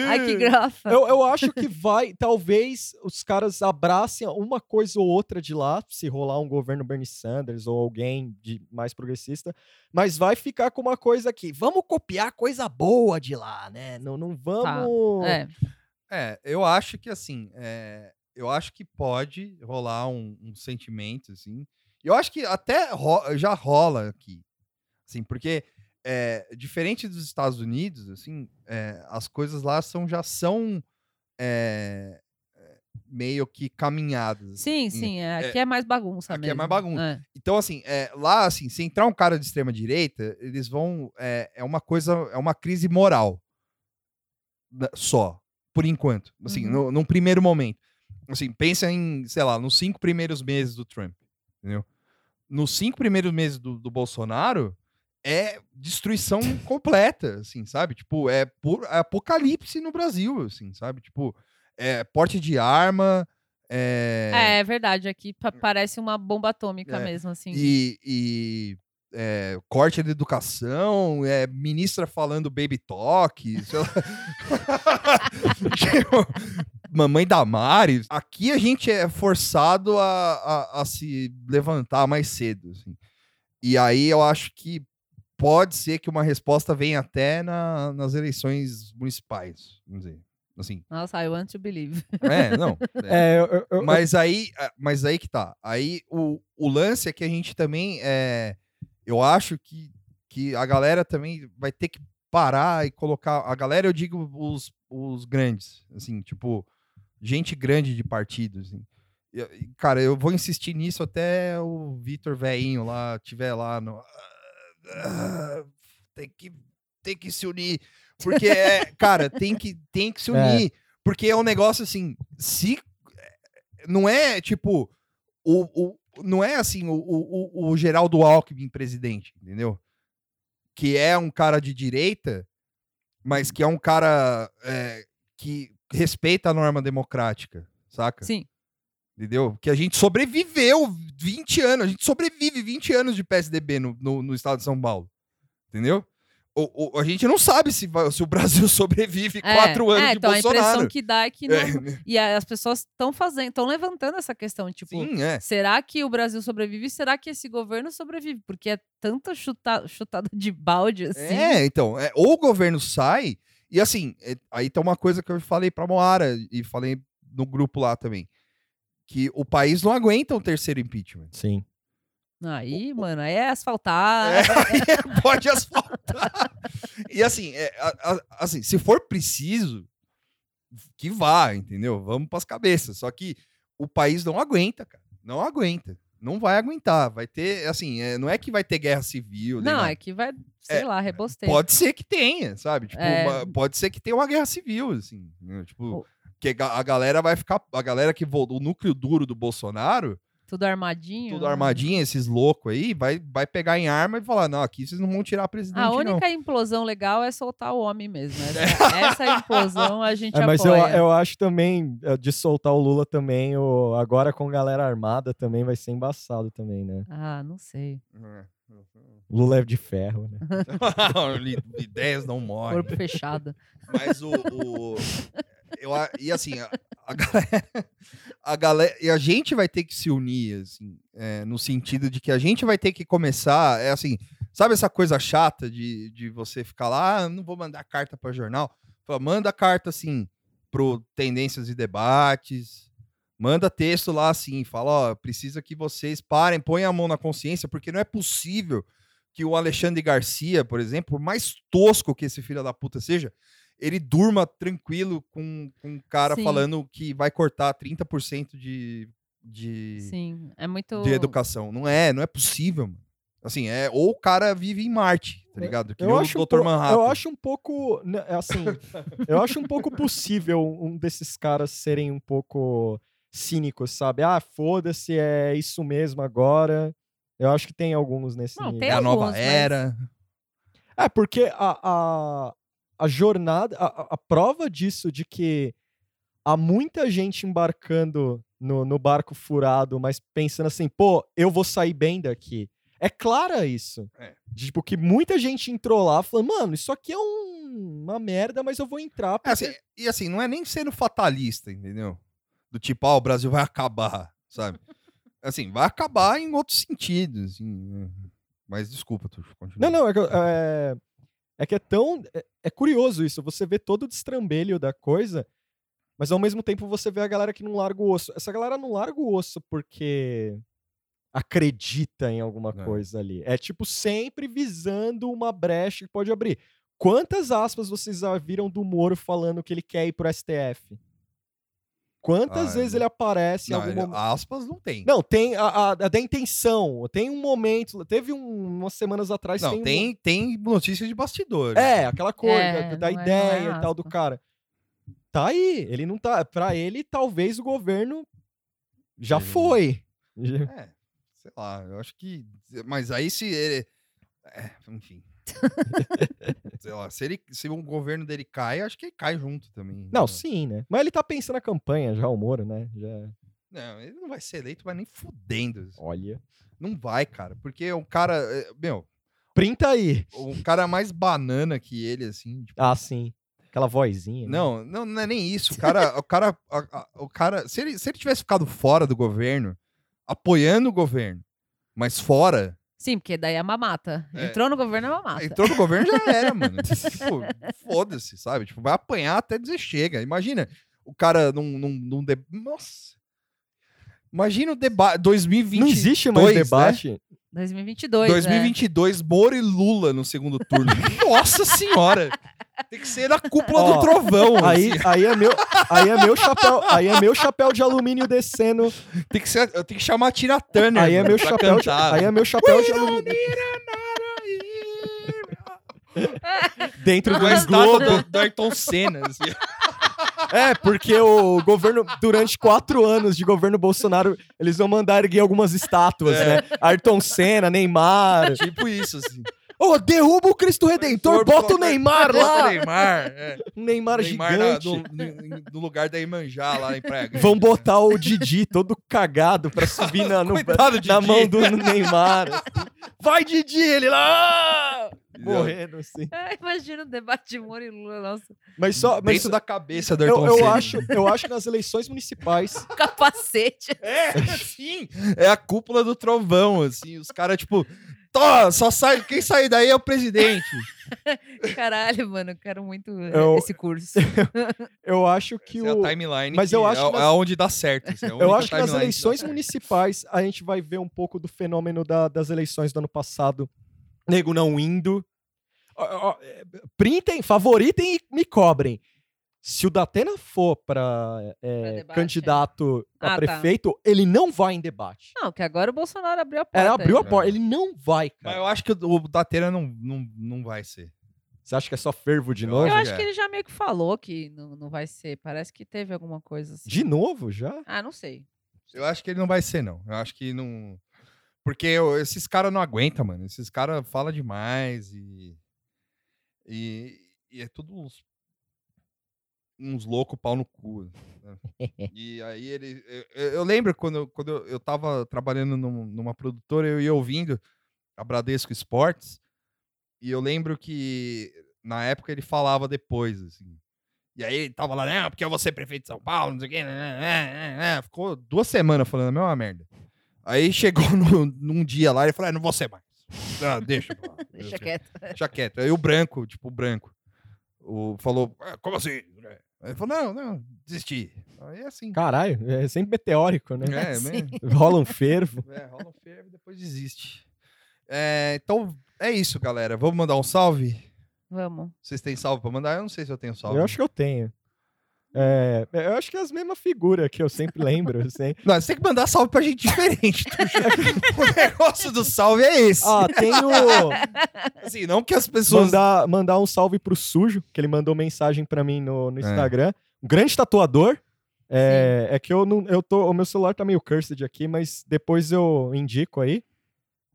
Speaker 2: Ai, que graça.
Speaker 3: Eu, eu acho que vai, talvez os caras abracem uma coisa ou outra de lá, se rolar um governo Bernie Sanders ou alguém de mais progressista, mas vai ficar com uma coisa aqui. Vamos copiar coisa boa de lá, né? Não, não vamos.
Speaker 2: É,
Speaker 1: É, eu acho que assim, é, eu acho que pode rolar um, um sentimento, assim. Eu acho que até ro- já rola aqui, assim, porque é, diferente dos Estados Unidos, assim, é, as coisas lá são já são é, é, meio que caminhadas. assim.
Speaker 2: sim, sim. é, aqui é, mais bagunça
Speaker 1: aqui
Speaker 2: mesmo.
Speaker 1: é mais bagunça. Então, assim, é, lá, assim, se entrar um cara de extrema direita, eles vão. É, é uma coisa, é uma crise moral. da- Só. Por enquanto. Assim,
Speaker 2: Uhum.
Speaker 1: no, num primeiro momento. Assim, pensa em, sei lá, nos cinco primeiros meses do Trump. Entendeu? Nos cinco primeiros meses do, do Bolsonaro, é
Speaker 2: (laughs)
Speaker 1: destruição completa, assim, sabe? Tipo, é, pu- é apocalipse no Brasil, assim, sabe? Tipo, é porte de arma.
Speaker 2: É, é, verdade. Aqui pa- parece uma bomba atômica
Speaker 1: Hum. É,
Speaker 2: mesmo, assim.
Speaker 1: e, e, é, corte da educação, é, ministra falando baby talk, sei lá. (laughs) Tipo, mamãe Damares. Aqui a gente é forçado a, a, a se levantar mais cedo. assim. E aí eu acho que pode ser que uma resposta venha até na- nas eleições municipais, vamos dizer. Assim,
Speaker 2: Nossa, I want to believe.
Speaker 1: é, não. é.
Speaker 3: É, eu- eu- eu-
Speaker 1: Mas aí, ah, mas aí que tá. Aí o, o lance é que a gente também é, eu acho que, que a galera também vai ter que parar e colocar a galera, eu digo os, os grandes, assim, tipo gente grande de partido, assim. E- e, Cara, eu vou insistir nisso até o Vitor Veinho lá tiver lá no "Ah, ah, tem que tem que se unir, porque é, cara, tem que tem que se unir, porque é um negócio assim, se não é tipo o, o não é assim o, o, o- o Geraldo Alckmin presidente, entendeu? Que é um cara de direita, mas
Speaker 2: Uhum.
Speaker 1: que é um eh, cara é, que respeita a norma democrática, saca?
Speaker 2: Sim.
Speaker 1: Entendeu? Que a gente sobreviveu 20 anos. A gente sobrevive 20 anos de PSDB no, no, no estado de São Paulo. Entendeu? O, o- a gente não sabe se, vai- se o Brasil (laughs) sobrevive
Speaker 2: É,
Speaker 1: quatro anos
Speaker 2: é,
Speaker 1: de
Speaker 2: então a impressão
Speaker 1: Bolsonaro. né?
Speaker 2: que dá é que não. E a- as pessoas estão fazendo, estão levantando essa questão, tipo,
Speaker 1: Sim, é.
Speaker 2: será que o Brasil sobrevive? Será que esse governo sobrevive? Porque é tanta chuta, chutada de balde assim.
Speaker 1: É, então, é, ou o governo sai, e assim, é, aí tá uma coisa que eu falei pra Moara e falei no grupo lá também, que o país não aguenta um terceiro impeachment. (laughs)
Speaker 3: Sim.
Speaker 2: Aí, mano, aí é asfaltar.
Speaker 1: É, aí (laughs) pode asfaltar. E assim, é, a- a- assim, se for preciso, que vá, entendeu? Vamos pras cabeças. Só que o país não aguenta, cara. Não aguenta. Não vai aguentar. Vai ter, assim, é, não é que vai ter guerra civil. nem
Speaker 2: Não,
Speaker 1: nada.
Speaker 2: é que vai, sei
Speaker 1: É,
Speaker 2: lá, rebosteio.
Speaker 1: Pode ser que tenha, sabe? Tipo,
Speaker 2: É.
Speaker 1: uma- pode ser que tenha uma guerra civil, assim. né? Tipo,
Speaker 2: O-
Speaker 1: que ga- a galera vai ficar. A galera que voltou, o núcleo duro do Bolsonaro,
Speaker 2: Tudo armadinho.
Speaker 1: tudo
Speaker 2: né?
Speaker 1: armadinho, esses loucos aí, vai, vai pegar em arma e falar: não, aqui vocês não vão tirar presidente,
Speaker 2: A
Speaker 1: não.
Speaker 2: única implosão legal é soltar o homem mesmo. Essa,
Speaker 3: (laughs)
Speaker 2: essa implosão a gente
Speaker 3: É, mas eu,
Speaker 2: apoia.
Speaker 3: eu acho também, é, de soltar o Lula também, o, agora com galera armada também vai ser embaçado também, né?
Speaker 2: Ah, não sei.
Speaker 1: É. (laughs)
Speaker 3: Lula é de ferro, né?
Speaker 1: Li- Ideias não morrem. né?
Speaker 2: Corpo
Speaker 1: (laughs)
Speaker 2: fechado.
Speaker 1: Mas o. o- eu, a- e assim, a, a galera, (laughs) a galera- E a gente vai ter que se unir, assim, é, no sentido de que a gente vai ter que começar. É assim, sabe essa coisa chata de, de você ficar lá, ah, não vou mandar carta para jornal? Fala, manda carta assim pro Tendências e Debates. Manda texto lá assim, fala, ó, precisa que vocês parem, põem a mão na consciência, porque não é possível que o Alexandre Garcia, por exemplo, por mais tosco que esse filho da puta seja, ele durma tranquilo com, com um cara
Speaker 2: Sim.
Speaker 1: falando que vai cortar 30% de, de,
Speaker 2: Sim, é muito.
Speaker 1: de educação. Não é, não é possível, mano. Assim, é ou o cara vive em Marte, tá ligado? Que nem o
Speaker 3: um
Speaker 1: Dr.
Speaker 3: pou-
Speaker 1: Manhattan.
Speaker 3: eu acho um pouco, né, é assim, eu acho um pouco possível um desses caras serem um pouco cínicos, sabe? Ah, foda-se, é isso mesmo agora. Eu acho que tem alguns nesse
Speaker 2: Não,
Speaker 3: nível.
Speaker 1: é
Speaker 2: tem
Speaker 1: a nova
Speaker 2: alguns, mas-
Speaker 1: era.
Speaker 3: É, porque a, a, a jornada, a, a- a prova disso de que há muita gente embarcando no, no barco furado, mas pensando assim, pô, eu vou sair bem daqui. É clara isso.
Speaker 1: É.
Speaker 3: De, Tipo, que muita gente entrou lá falando, mano, isso aqui é um- uma merda, mas eu vou entrar.
Speaker 1: É, assim, e assim, não é nem sendo fatalista, entendeu? Do tipo, ah, o Brasil vai acabar,
Speaker 2: (laughs)
Speaker 1: sabe? Assim, vai acabar em outros sentidos. assim, né? Mas desculpa, tu continua.
Speaker 3: Não, não, é, que eu- é- é que é tão. É, é curioso isso. Você vê todo o destrambelho da coisa, mas ao mesmo tempo você vê a galera que não larga o osso. Essa galera não larga o osso porque acredita em alguma
Speaker 1: É.
Speaker 3: coisa ali. É tipo sempre visando uma brecha que pode abrir. Quantas aspas vocês já viram do Moro falando que ele quer ir pro STF? Quantas
Speaker 1: Ah,
Speaker 3: vezes
Speaker 1: ele-
Speaker 3: ele aparece
Speaker 1: Não,
Speaker 3: em algum
Speaker 1: ele- é
Speaker 3: momento?
Speaker 1: aspas não tem.
Speaker 3: Não, tem a, a, a da intenção. Tem um momento. Teve um- umas semanas atrás.
Speaker 1: Não,
Speaker 3: um-
Speaker 1: tem, tem notícia de bastidores.
Speaker 3: é, aquela coisa,
Speaker 2: É, não
Speaker 3: da- da
Speaker 2: é- não é
Speaker 3: ideia e tal do
Speaker 2: aspa.
Speaker 3: cara. Tá aí, ele não tá. Pra ele, talvez o governo já
Speaker 1: Ele-
Speaker 3: foi.
Speaker 1: (laughs)
Speaker 3: Já-
Speaker 1: É, sei lá, eu acho que. Mas aí se ele. É, enfim. sei lá, se, ele, se um governo dele cai, acho que ele cai junto também.
Speaker 3: Não,
Speaker 1: sei
Speaker 3: sim, né? Mas ele tá pensando na campanha já, o Moro, né? Já...
Speaker 1: lá. Não, ele não vai ser eleito, mas nem fudendo. assim.
Speaker 3: Olha.
Speaker 1: Não vai, cara. Porque é um cara. é, Meu,
Speaker 3: Printa aí.
Speaker 1: um cara mais banana que ele, assim. tipo,
Speaker 3: Ah, sim. Aquela vozinha. né?
Speaker 1: Não, não, não é nem isso. O cara. O cara. a- a- o cara se, ele, se ele tivesse ficado fora do governo, apoiando o governo, mas fora,
Speaker 2: Sim, porque daí é mamata.
Speaker 1: É.
Speaker 2: Entrou no governo é mamata.
Speaker 1: Entrou no governo já era, mano. tipo, foda-se, sabe? Tipo, vai apanhar até dizer chega. Imagina o cara num. num, num de- Nossa! Imagina o debate. 2020.
Speaker 3: Não existe mais
Speaker 1: dois, né?
Speaker 3: debate.
Speaker 2: 2022. né?
Speaker 1: 2022, Moro e Lula no segundo turno. Nossa senhora! Tem que ser na cúpula
Speaker 3: Ó,
Speaker 1: do trovão.
Speaker 3: Aí,
Speaker 1: assim.
Speaker 3: aí, é meu, aí é meu chapéu, aí é meu chapéu de alumínio descendo.
Speaker 1: Tem que ser, eu tenho que chamar a Tina Turner.
Speaker 3: Aí é
Speaker 1: mano,
Speaker 3: meu
Speaker 1: pra
Speaker 3: chapéu, de,
Speaker 1: cantar.
Speaker 3: aí é meu chapéu de alumínio dentro do
Speaker 1: Do
Speaker 3: Tá,
Speaker 1: estado
Speaker 3: Globo.
Speaker 1: do, do Ayrton Senna. assim.
Speaker 3: É, porque o governo, durante quatro anos de governo Bolsonaro, É. eles vão mandar erguer algumas estátuas, né? Ayrton Senna, Neymar.
Speaker 1: Tipo isso, assim.
Speaker 3: Ô, Ô, derruba o Cristo Redentor, bota o Neymar
Speaker 1: Bota o
Speaker 3: lá!
Speaker 1: Neymar, é.
Speaker 3: Um Neymar
Speaker 1: Neymar na-
Speaker 3: gigante.
Speaker 1: no, no- no lugar da Imanjá lá em Praia Grande.
Speaker 3: Vão botar o Didi todo cagado pra subir na, no-
Speaker 1: Coitado,
Speaker 3: na
Speaker 1: Didi.
Speaker 3: mão do Neymar. assim. Vai, Didi! Ele lá!
Speaker 1: Entendeu?
Speaker 3: Morrendo, assim.
Speaker 2: (laughs) Ai, né? É, Imagina o debate de Moro e Lula, nossa. (laughs)
Speaker 3: Mas só. Mas
Speaker 1: Dentro da cabeça do
Speaker 3: eu,
Speaker 1: Ayrton
Speaker 3: eu,
Speaker 1: Senna. (laughs)
Speaker 3: acho, eu acho que nas eleições municipais.
Speaker 2: Capacete.
Speaker 1: É, sim. É a cúpula do trovão, assim. Os caras, tipo, "Tó, só sai, quem sair daí é o presidente.
Speaker 2: Caralho, mano, eu quero muito eh,
Speaker 3: Eu-
Speaker 2: esse
Speaker 3: (laughs)
Speaker 2: curso.
Speaker 3: Eu acho que
Speaker 1: Essa é
Speaker 3: o.
Speaker 1: a timeline.
Speaker 3: Mas
Speaker 1: que
Speaker 3: eu acho
Speaker 1: é,
Speaker 3: que nas-
Speaker 1: é onde dá certo. assim, é a
Speaker 3: Eu
Speaker 1: única
Speaker 3: acho que nas
Speaker 1: timeline dá
Speaker 3: eleições
Speaker 1: certo.
Speaker 3: municipais a gente vai ver um pouco do fenômeno da- das eleições do ano passado. Nego não indo. Ó, ó, é, Printem, favoritem e me cobrem. Se o Datena for para
Speaker 2: debate,
Speaker 3: candidato a
Speaker 2: Ah, tá.
Speaker 3: prefeito, ele não vai em debate.
Speaker 2: Não, que agora o Bolsonaro abriu a porta.
Speaker 3: Ela abriu a
Speaker 1: né?
Speaker 3: porta, ele não vai,
Speaker 1: Mas
Speaker 3: cara.
Speaker 1: eu acho que o, o Datena não, não, não vai ser.
Speaker 3: Você acha que é só fervo de
Speaker 1: Eu
Speaker 3: novo?
Speaker 2: Eu
Speaker 1: Hoje
Speaker 2: acho
Speaker 1: é.
Speaker 2: que ele já meio que falou que não, não vai ser. Parece que teve alguma coisa assim.
Speaker 3: De novo já?
Speaker 2: Ah, não sei.
Speaker 1: Eu acho que ele não vai ser, não. Eu acho que não. Porque eu- esses caras não aguentam, mano. Esses caras falam demais e. E, e é tudo uns, uns loucos pau no cu. né? e aí ele. eu- Eu, eu lembro quando, eu- quando eu, eu tava trabalhando num- numa produtora, eu ia ouvindo a Bradesco Esportes, e eu lembro que na época ele falava depois, assim. E aí ele tava lá, não, porque eu vou ser prefeito de São Paulo, não sei o quê. né, né, né, né, né." Ficou duas semanas falando a mesma merda. Aí chegou (laughs) no- num dia lá e falou, ah, não vou ser mais. Ah, deixa. pra lá,
Speaker 2: Deixa quieto.
Speaker 1: Deixa quieto. Aí o branco, tipo, o branco, o, falou, "Ah, como assim? André?" Aí ele falou, não, não, desisti. Aí é assim.
Speaker 3: Caralho, é sempre
Speaker 1: (laughs)
Speaker 3: meteórico, né?
Speaker 1: É,
Speaker 2: Sim.
Speaker 1: né?
Speaker 3: Rola um fervo.
Speaker 1: É, rola um fervo e depois desiste. É, então, é isso, galera. Vamos mandar um salve?
Speaker 2: Vamos.
Speaker 1: Vocês têm salve pra mandar? Eu não sei se eu tenho salve.
Speaker 3: Eu acho que eu tenho. É, eu acho que é as mesmas figuras que eu sempre lembro. (laughs) assim.
Speaker 1: Não, você tem que mandar salve pra gente diferente.
Speaker 3: (laughs)
Speaker 1: Tuxo. (laughs) o negócio do salve é esse.
Speaker 3: É Ah, tem (laughs) o.
Speaker 1: Assim, não que as pessoas.
Speaker 3: Mandar, mandar um salve pro Sujo, que ele mandou mensagem pra mim no, no
Speaker 1: É.
Speaker 3: Instagram. Um grande tatuador. É, é que eu não. Eu tô, o meu celular tá meio cursed aqui, mas depois eu indico aí.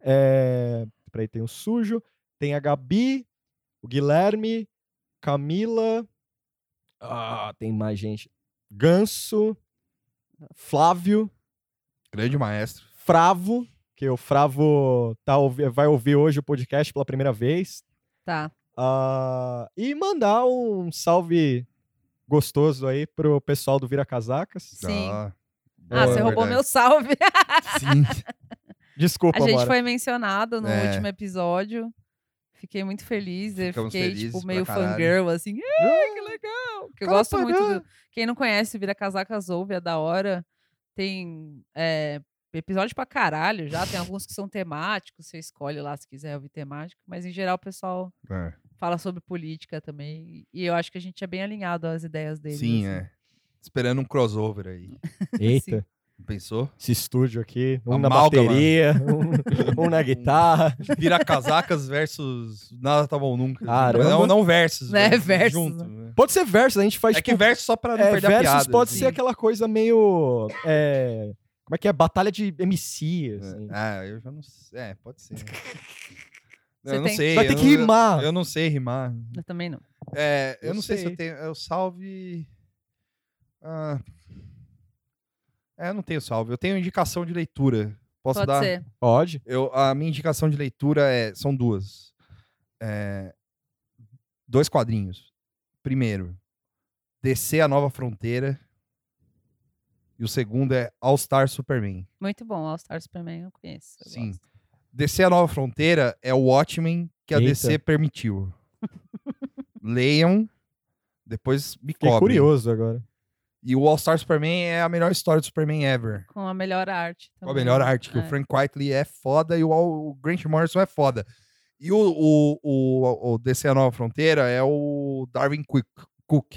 Speaker 3: É, peraí, tem o Sujo, tem a Gabi, o Guilherme, Camila. Ah, tem mais gente. Ganso, Flávio.
Speaker 1: Grande maestro.
Speaker 3: Fravo, que o Fravo tá, ouvi- vai ouvir hoje o podcast pela primeira vez.
Speaker 2: Tá.
Speaker 3: Ah, e mandar um salve gostoso aí pro pessoal do Vira Casacas.
Speaker 2: Sim.
Speaker 1: Ah,
Speaker 2: Ah,
Speaker 1: boa,
Speaker 2: você roubou
Speaker 1: verdade.
Speaker 2: meu salve. (laughs)
Speaker 1: Sim.
Speaker 3: Desculpa,
Speaker 2: A gente
Speaker 3: Mora.
Speaker 2: foi mencionado no
Speaker 1: É.
Speaker 2: último episódio. Fiquei muito feliz. Eu
Speaker 1: Ficamos
Speaker 2: fiquei,
Speaker 1: felizes
Speaker 2: tipo,
Speaker 1: pra
Speaker 2: meio
Speaker 1: caralho. Ah,
Speaker 2: fangirl, assim. Ai, que legal! Que eu
Speaker 3: cara,
Speaker 2: gosto
Speaker 3: pô,
Speaker 2: muito.
Speaker 3: né?
Speaker 2: Do... Quem não conhece, Vira Casacas ouve, é da hora. Tem é, episódio pra caralho já. Tem alguns que são temáticos. Você escolhe lá se quiser ouvir temático. Mas, em geral, o pessoal
Speaker 1: É.
Speaker 2: fala sobre política também. E eu acho que a gente é bem alinhado às ideias assim. dele.
Speaker 1: Sim, é. Esperando um crossover aí.
Speaker 2: assim.
Speaker 3: Eita,
Speaker 1: Pensou?
Speaker 3: esse estúdio aqui. Um na
Speaker 1: Amálgama. (laughs)
Speaker 3: bateria, um, um na guitarra.
Speaker 1: Vira casacas versus nada tá bom nunca.
Speaker 3: Caramba.
Speaker 1: Não, não versus.
Speaker 2: Né,
Speaker 1: vamos
Speaker 2: versus,
Speaker 1: Junto. né?
Speaker 3: Pode ser verso, a gente faz
Speaker 1: É que
Speaker 3: tipo,
Speaker 1: versus só pra não
Speaker 3: é,
Speaker 1: perder a
Speaker 3: versus
Speaker 1: piada.
Speaker 3: pode
Speaker 1: assim.
Speaker 3: ser aquela coisa meio. é, como é que é? Batalha de MC. Assim.
Speaker 1: Ah, eu já não sei. É, pode
Speaker 2: (laughs)
Speaker 1: ser.
Speaker 2: Você
Speaker 1: eu não
Speaker 2: tem-
Speaker 1: sei.
Speaker 3: Vai ter
Speaker 1: É. eu
Speaker 3: que
Speaker 1: não-
Speaker 3: rimar.
Speaker 1: Eu não sei rimar.
Speaker 2: Eu também não.
Speaker 1: É, eu,
Speaker 3: Eu
Speaker 1: não sei. se eu
Speaker 3: sei.
Speaker 1: tenho. Eu salve. Ah, é, eu não tenho salve. Eu tenho indicação de leitura. Posso
Speaker 2: Pode
Speaker 1: dar?
Speaker 2: ser.
Speaker 3: Pode.
Speaker 1: Eu, a minha indicação de leitura é, são duas. É, dois quadrinhos. Primeiro, Descer a Nova Fronteira. E o segundo é All Star Superman.
Speaker 2: Muito bom. All Star Superman eu conheço. eu
Speaker 1: Sim.
Speaker 2: gosto.
Speaker 1: Descer a Nova Fronteira é o Watchmen que a
Speaker 3: Eita.
Speaker 1: DC permitiu. Leiam, depois me
Speaker 3: Fiquei
Speaker 1: cobrem.
Speaker 3: curioso agora.
Speaker 1: E o All Star Superman é a melhor história do Superman ever.
Speaker 2: Com a melhor arte.
Speaker 1: Com a
Speaker 2: também.
Speaker 1: melhor arte, que o
Speaker 2: É.
Speaker 1: Frank Whiteley é foda e o, Al- o Grant Morrison é foda. E o, o, o, o DC A Nova Fronteira é o Darwin Quick- Cook,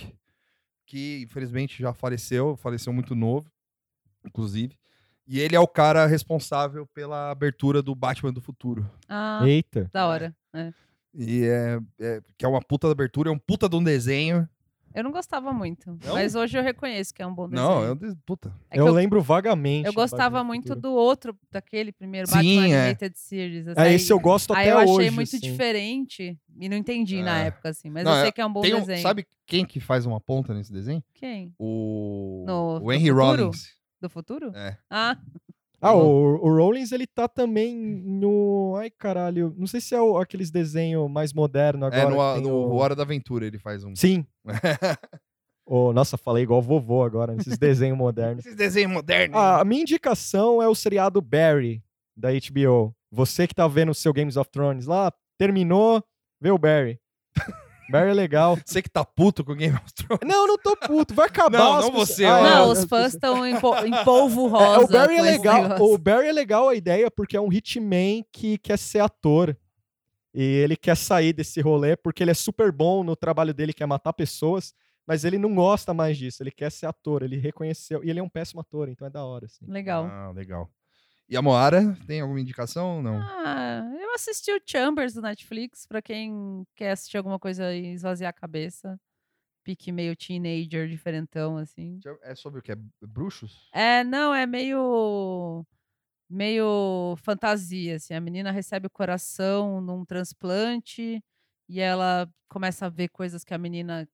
Speaker 1: que infelizmente já faleceu, faleceu muito novo, inclusive. E ele é o cara responsável pela abertura do Batman do Futuro.
Speaker 2: Ah,
Speaker 3: Eita.
Speaker 2: da hora.
Speaker 1: é E é, é- que é uma puta da abertura, é um puta de um desenho.
Speaker 2: Eu não gostava muito.
Speaker 1: Não?
Speaker 2: Mas hoje eu reconheço que é um bom desenho.
Speaker 1: Não, eu. des- Puta.
Speaker 2: É que
Speaker 3: eu,
Speaker 2: eu-
Speaker 3: lembro vagamente.
Speaker 2: Eu
Speaker 3: do Batman
Speaker 2: gostava
Speaker 3: do
Speaker 2: muito
Speaker 3: Futuro.
Speaker 2: do outro, daquele primeiro
Speaker 1: Sim,
Speaker 2: Batman
Speaker 1: é.
Speaker 2: Animated Series. assim.
Speaker 3: É, esse eu gosto
Speaker 2: Aí
Speaker 3: até
Speaker 2: eu achei
Speaker 3: hoje.
Speaker 2: muito
Speaker 3: assim.
Speaker 2: diferente e não entendi na
Speaker 1: É.
Speaker 2: época, assim. Mas
Speaker 1: Não,
Speaker 2: eu sei
Speaker 1: é-
Speaker 2: que é um bom
Speaker 1: Tem um,
Speaker 2: desenho.
Speaker 1: sabe quem que faz uma ponta nesse desenho?
Speaker 2: Quem?
Speaker 1: O.
Speaker 2: No-
Speaker 1: o
Speaker 2: no
Speaker 1: Henry
Speaker 2: futuro?
Speaker 1: Rollins.
Speaker 2: Do futuro?
Speaker 1: É.
Speaker 2: Ah,
Speaker 3: Ah, o, o Rollins, ele tá também no... Ai, caralho. Não sei se é o- aqueles desenhos mais modernos agora.
Speaker 1: é no,
Speaker 3: que tem
Speaker 1: no
Speaker 3: o-
Speaker 1: Hora da Aventura ele faz um.
Speaker 3: Sim. Ô, nossa, falei igual vovô agora, nesses desenhos modernos.
Speaker 1: Esses desenhos modernos.
Speaker 3: Ah, a minha indicação é o seriado Barry, da HBO. Você que tá vendo o seu Games of Thrones lá, terminou, vê o Barry. (laughs) Barry é legal.
Speaker 1: Você que tá puto com Game of Thrones.
Speaker 3: Não, não tô puto, vai acabar.
Speaker 1: Não,
Speaker 3: as
Speaker 1: não
Speaker 3: pessoas-
Speaker 1: você,
Speaker 3: Ah,
Speaker 1: ó.
Speaker 2: não,
Speaker 3: é,
Speaker 2: os
Speaker 3: é,
Speaker 2: fãs estão em, po- em polvo rosa.
Speaker 3: (laughs) é, o Barry é
Speaker 2: com esse
Speaker 3: legal.
Speaker 2: negócio.
Speaker 3: O Barry é legal a ideia porque é um hitman que quer ser ator. E ele quer sair desse rolê porque ele é super bom no trabalho dele, que é matar pessoas, mas ele não gosta mais disso, ele quer ser ator, ele reconheceu. E ele é um péssimo ator, então é da hora. Assim.
Speaker 2: Legal.
Speaker 1: Ah, legal. E a Moara, tem alguma indicação? Não.
Speaker 2: Ah, eu assisti o Chambers do Netflix, pra quem quer assistir alguma coisa e esvaziar a cabeça. Pique meio teenager, diferentão, assim.
Speaker 1: Deixa eu- É sobre o que? É bruxos?
Speaker 2: É, não, é meio. meio fantasia, assim. A menina recebe o coração num transplante e ela começa a ver coisas que a menina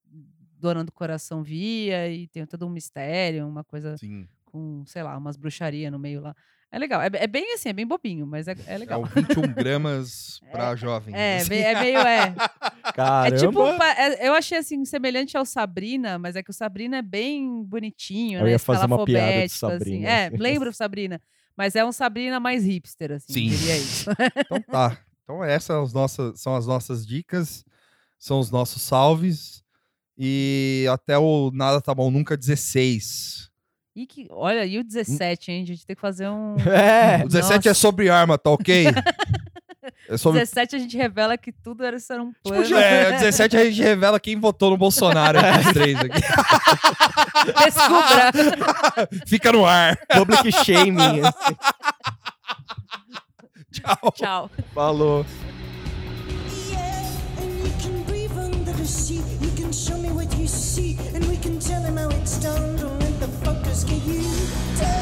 Speaker 2: dona do coração via e tem todo um mistério, uma coisa
Speaker 1: Sim.
Speaker 2: com, sei lá, umas bruxaria no meio lá. É legal. É, be- é bem assim, é bem bobinho, mas é, é
Speaker 1: É
Speaker 2: legal.
Speaker 1: o 21
Speaker 2: (laughs)
Speaker 1: gramas pra jovens.
Speaker 2: É,
Speaker 1: assim.
Speaker 2: bem- é meio. É,
Speaker 3: Caramba.
Speaker 2: (laughs) é tipo. um pa- é- eu achei assim, semelhante ao Sabrina, mas é que o Sabrina é bem bonitinho,
Speaker 3: Eu
Speaker 2: né?
Speaker 3: ia fazer uma piada de
Speaker 2: escalafobético,
Speaker 3: Sabrina,
Speaker 2: Assim. É,
Speaker 3: assim.
Speaker 2: lembra o Sabrina. Mas é um Sabrina mais hipster, assim.
Speaker 1: Sim.
Speaker 2: Diria isso.
Speaker 1: Então tá. Então essas são as nossas, são as nossas dicas, são os nossos salves. E até o Nada Tá Bom Nunca 16.
Speaker 2: (laughs) E que, olha, e o 17, hein? A gente tem que fazer
Speaker 3: (laughs)
Speaker 2: um.
Speaker 3: É.
Speaker 1: O 17 é
Speaker 2: Nossa.
Speaker 1: sobre arma, tá
Speaker 2: (laughs)
Speaker 1: ok? É sobre.
Speaker 2: 17 a gente revela que tudo era ser um
Speaker 3: Tipo
Speaker 2: plano.
Speaker 1: É, o 17 a gente revela quem votou no Bolsonaro entre os três aqui.
Speaker 2: (laughs) Descubra.
Speaker 3: (laughs)
Speaker 1: Fica no ar.
Speaker 2: (laughs)
Speaker 3: Public shaming. assim.
Speaker 1: Tchau.
Speaker 2: Tchau.
Speaker 3: Falou.
Speaker 5: Yeah, and you can breathe under the sea. You can show me what you see, and we can tell him how it's done. Don't let the fuckers get you down.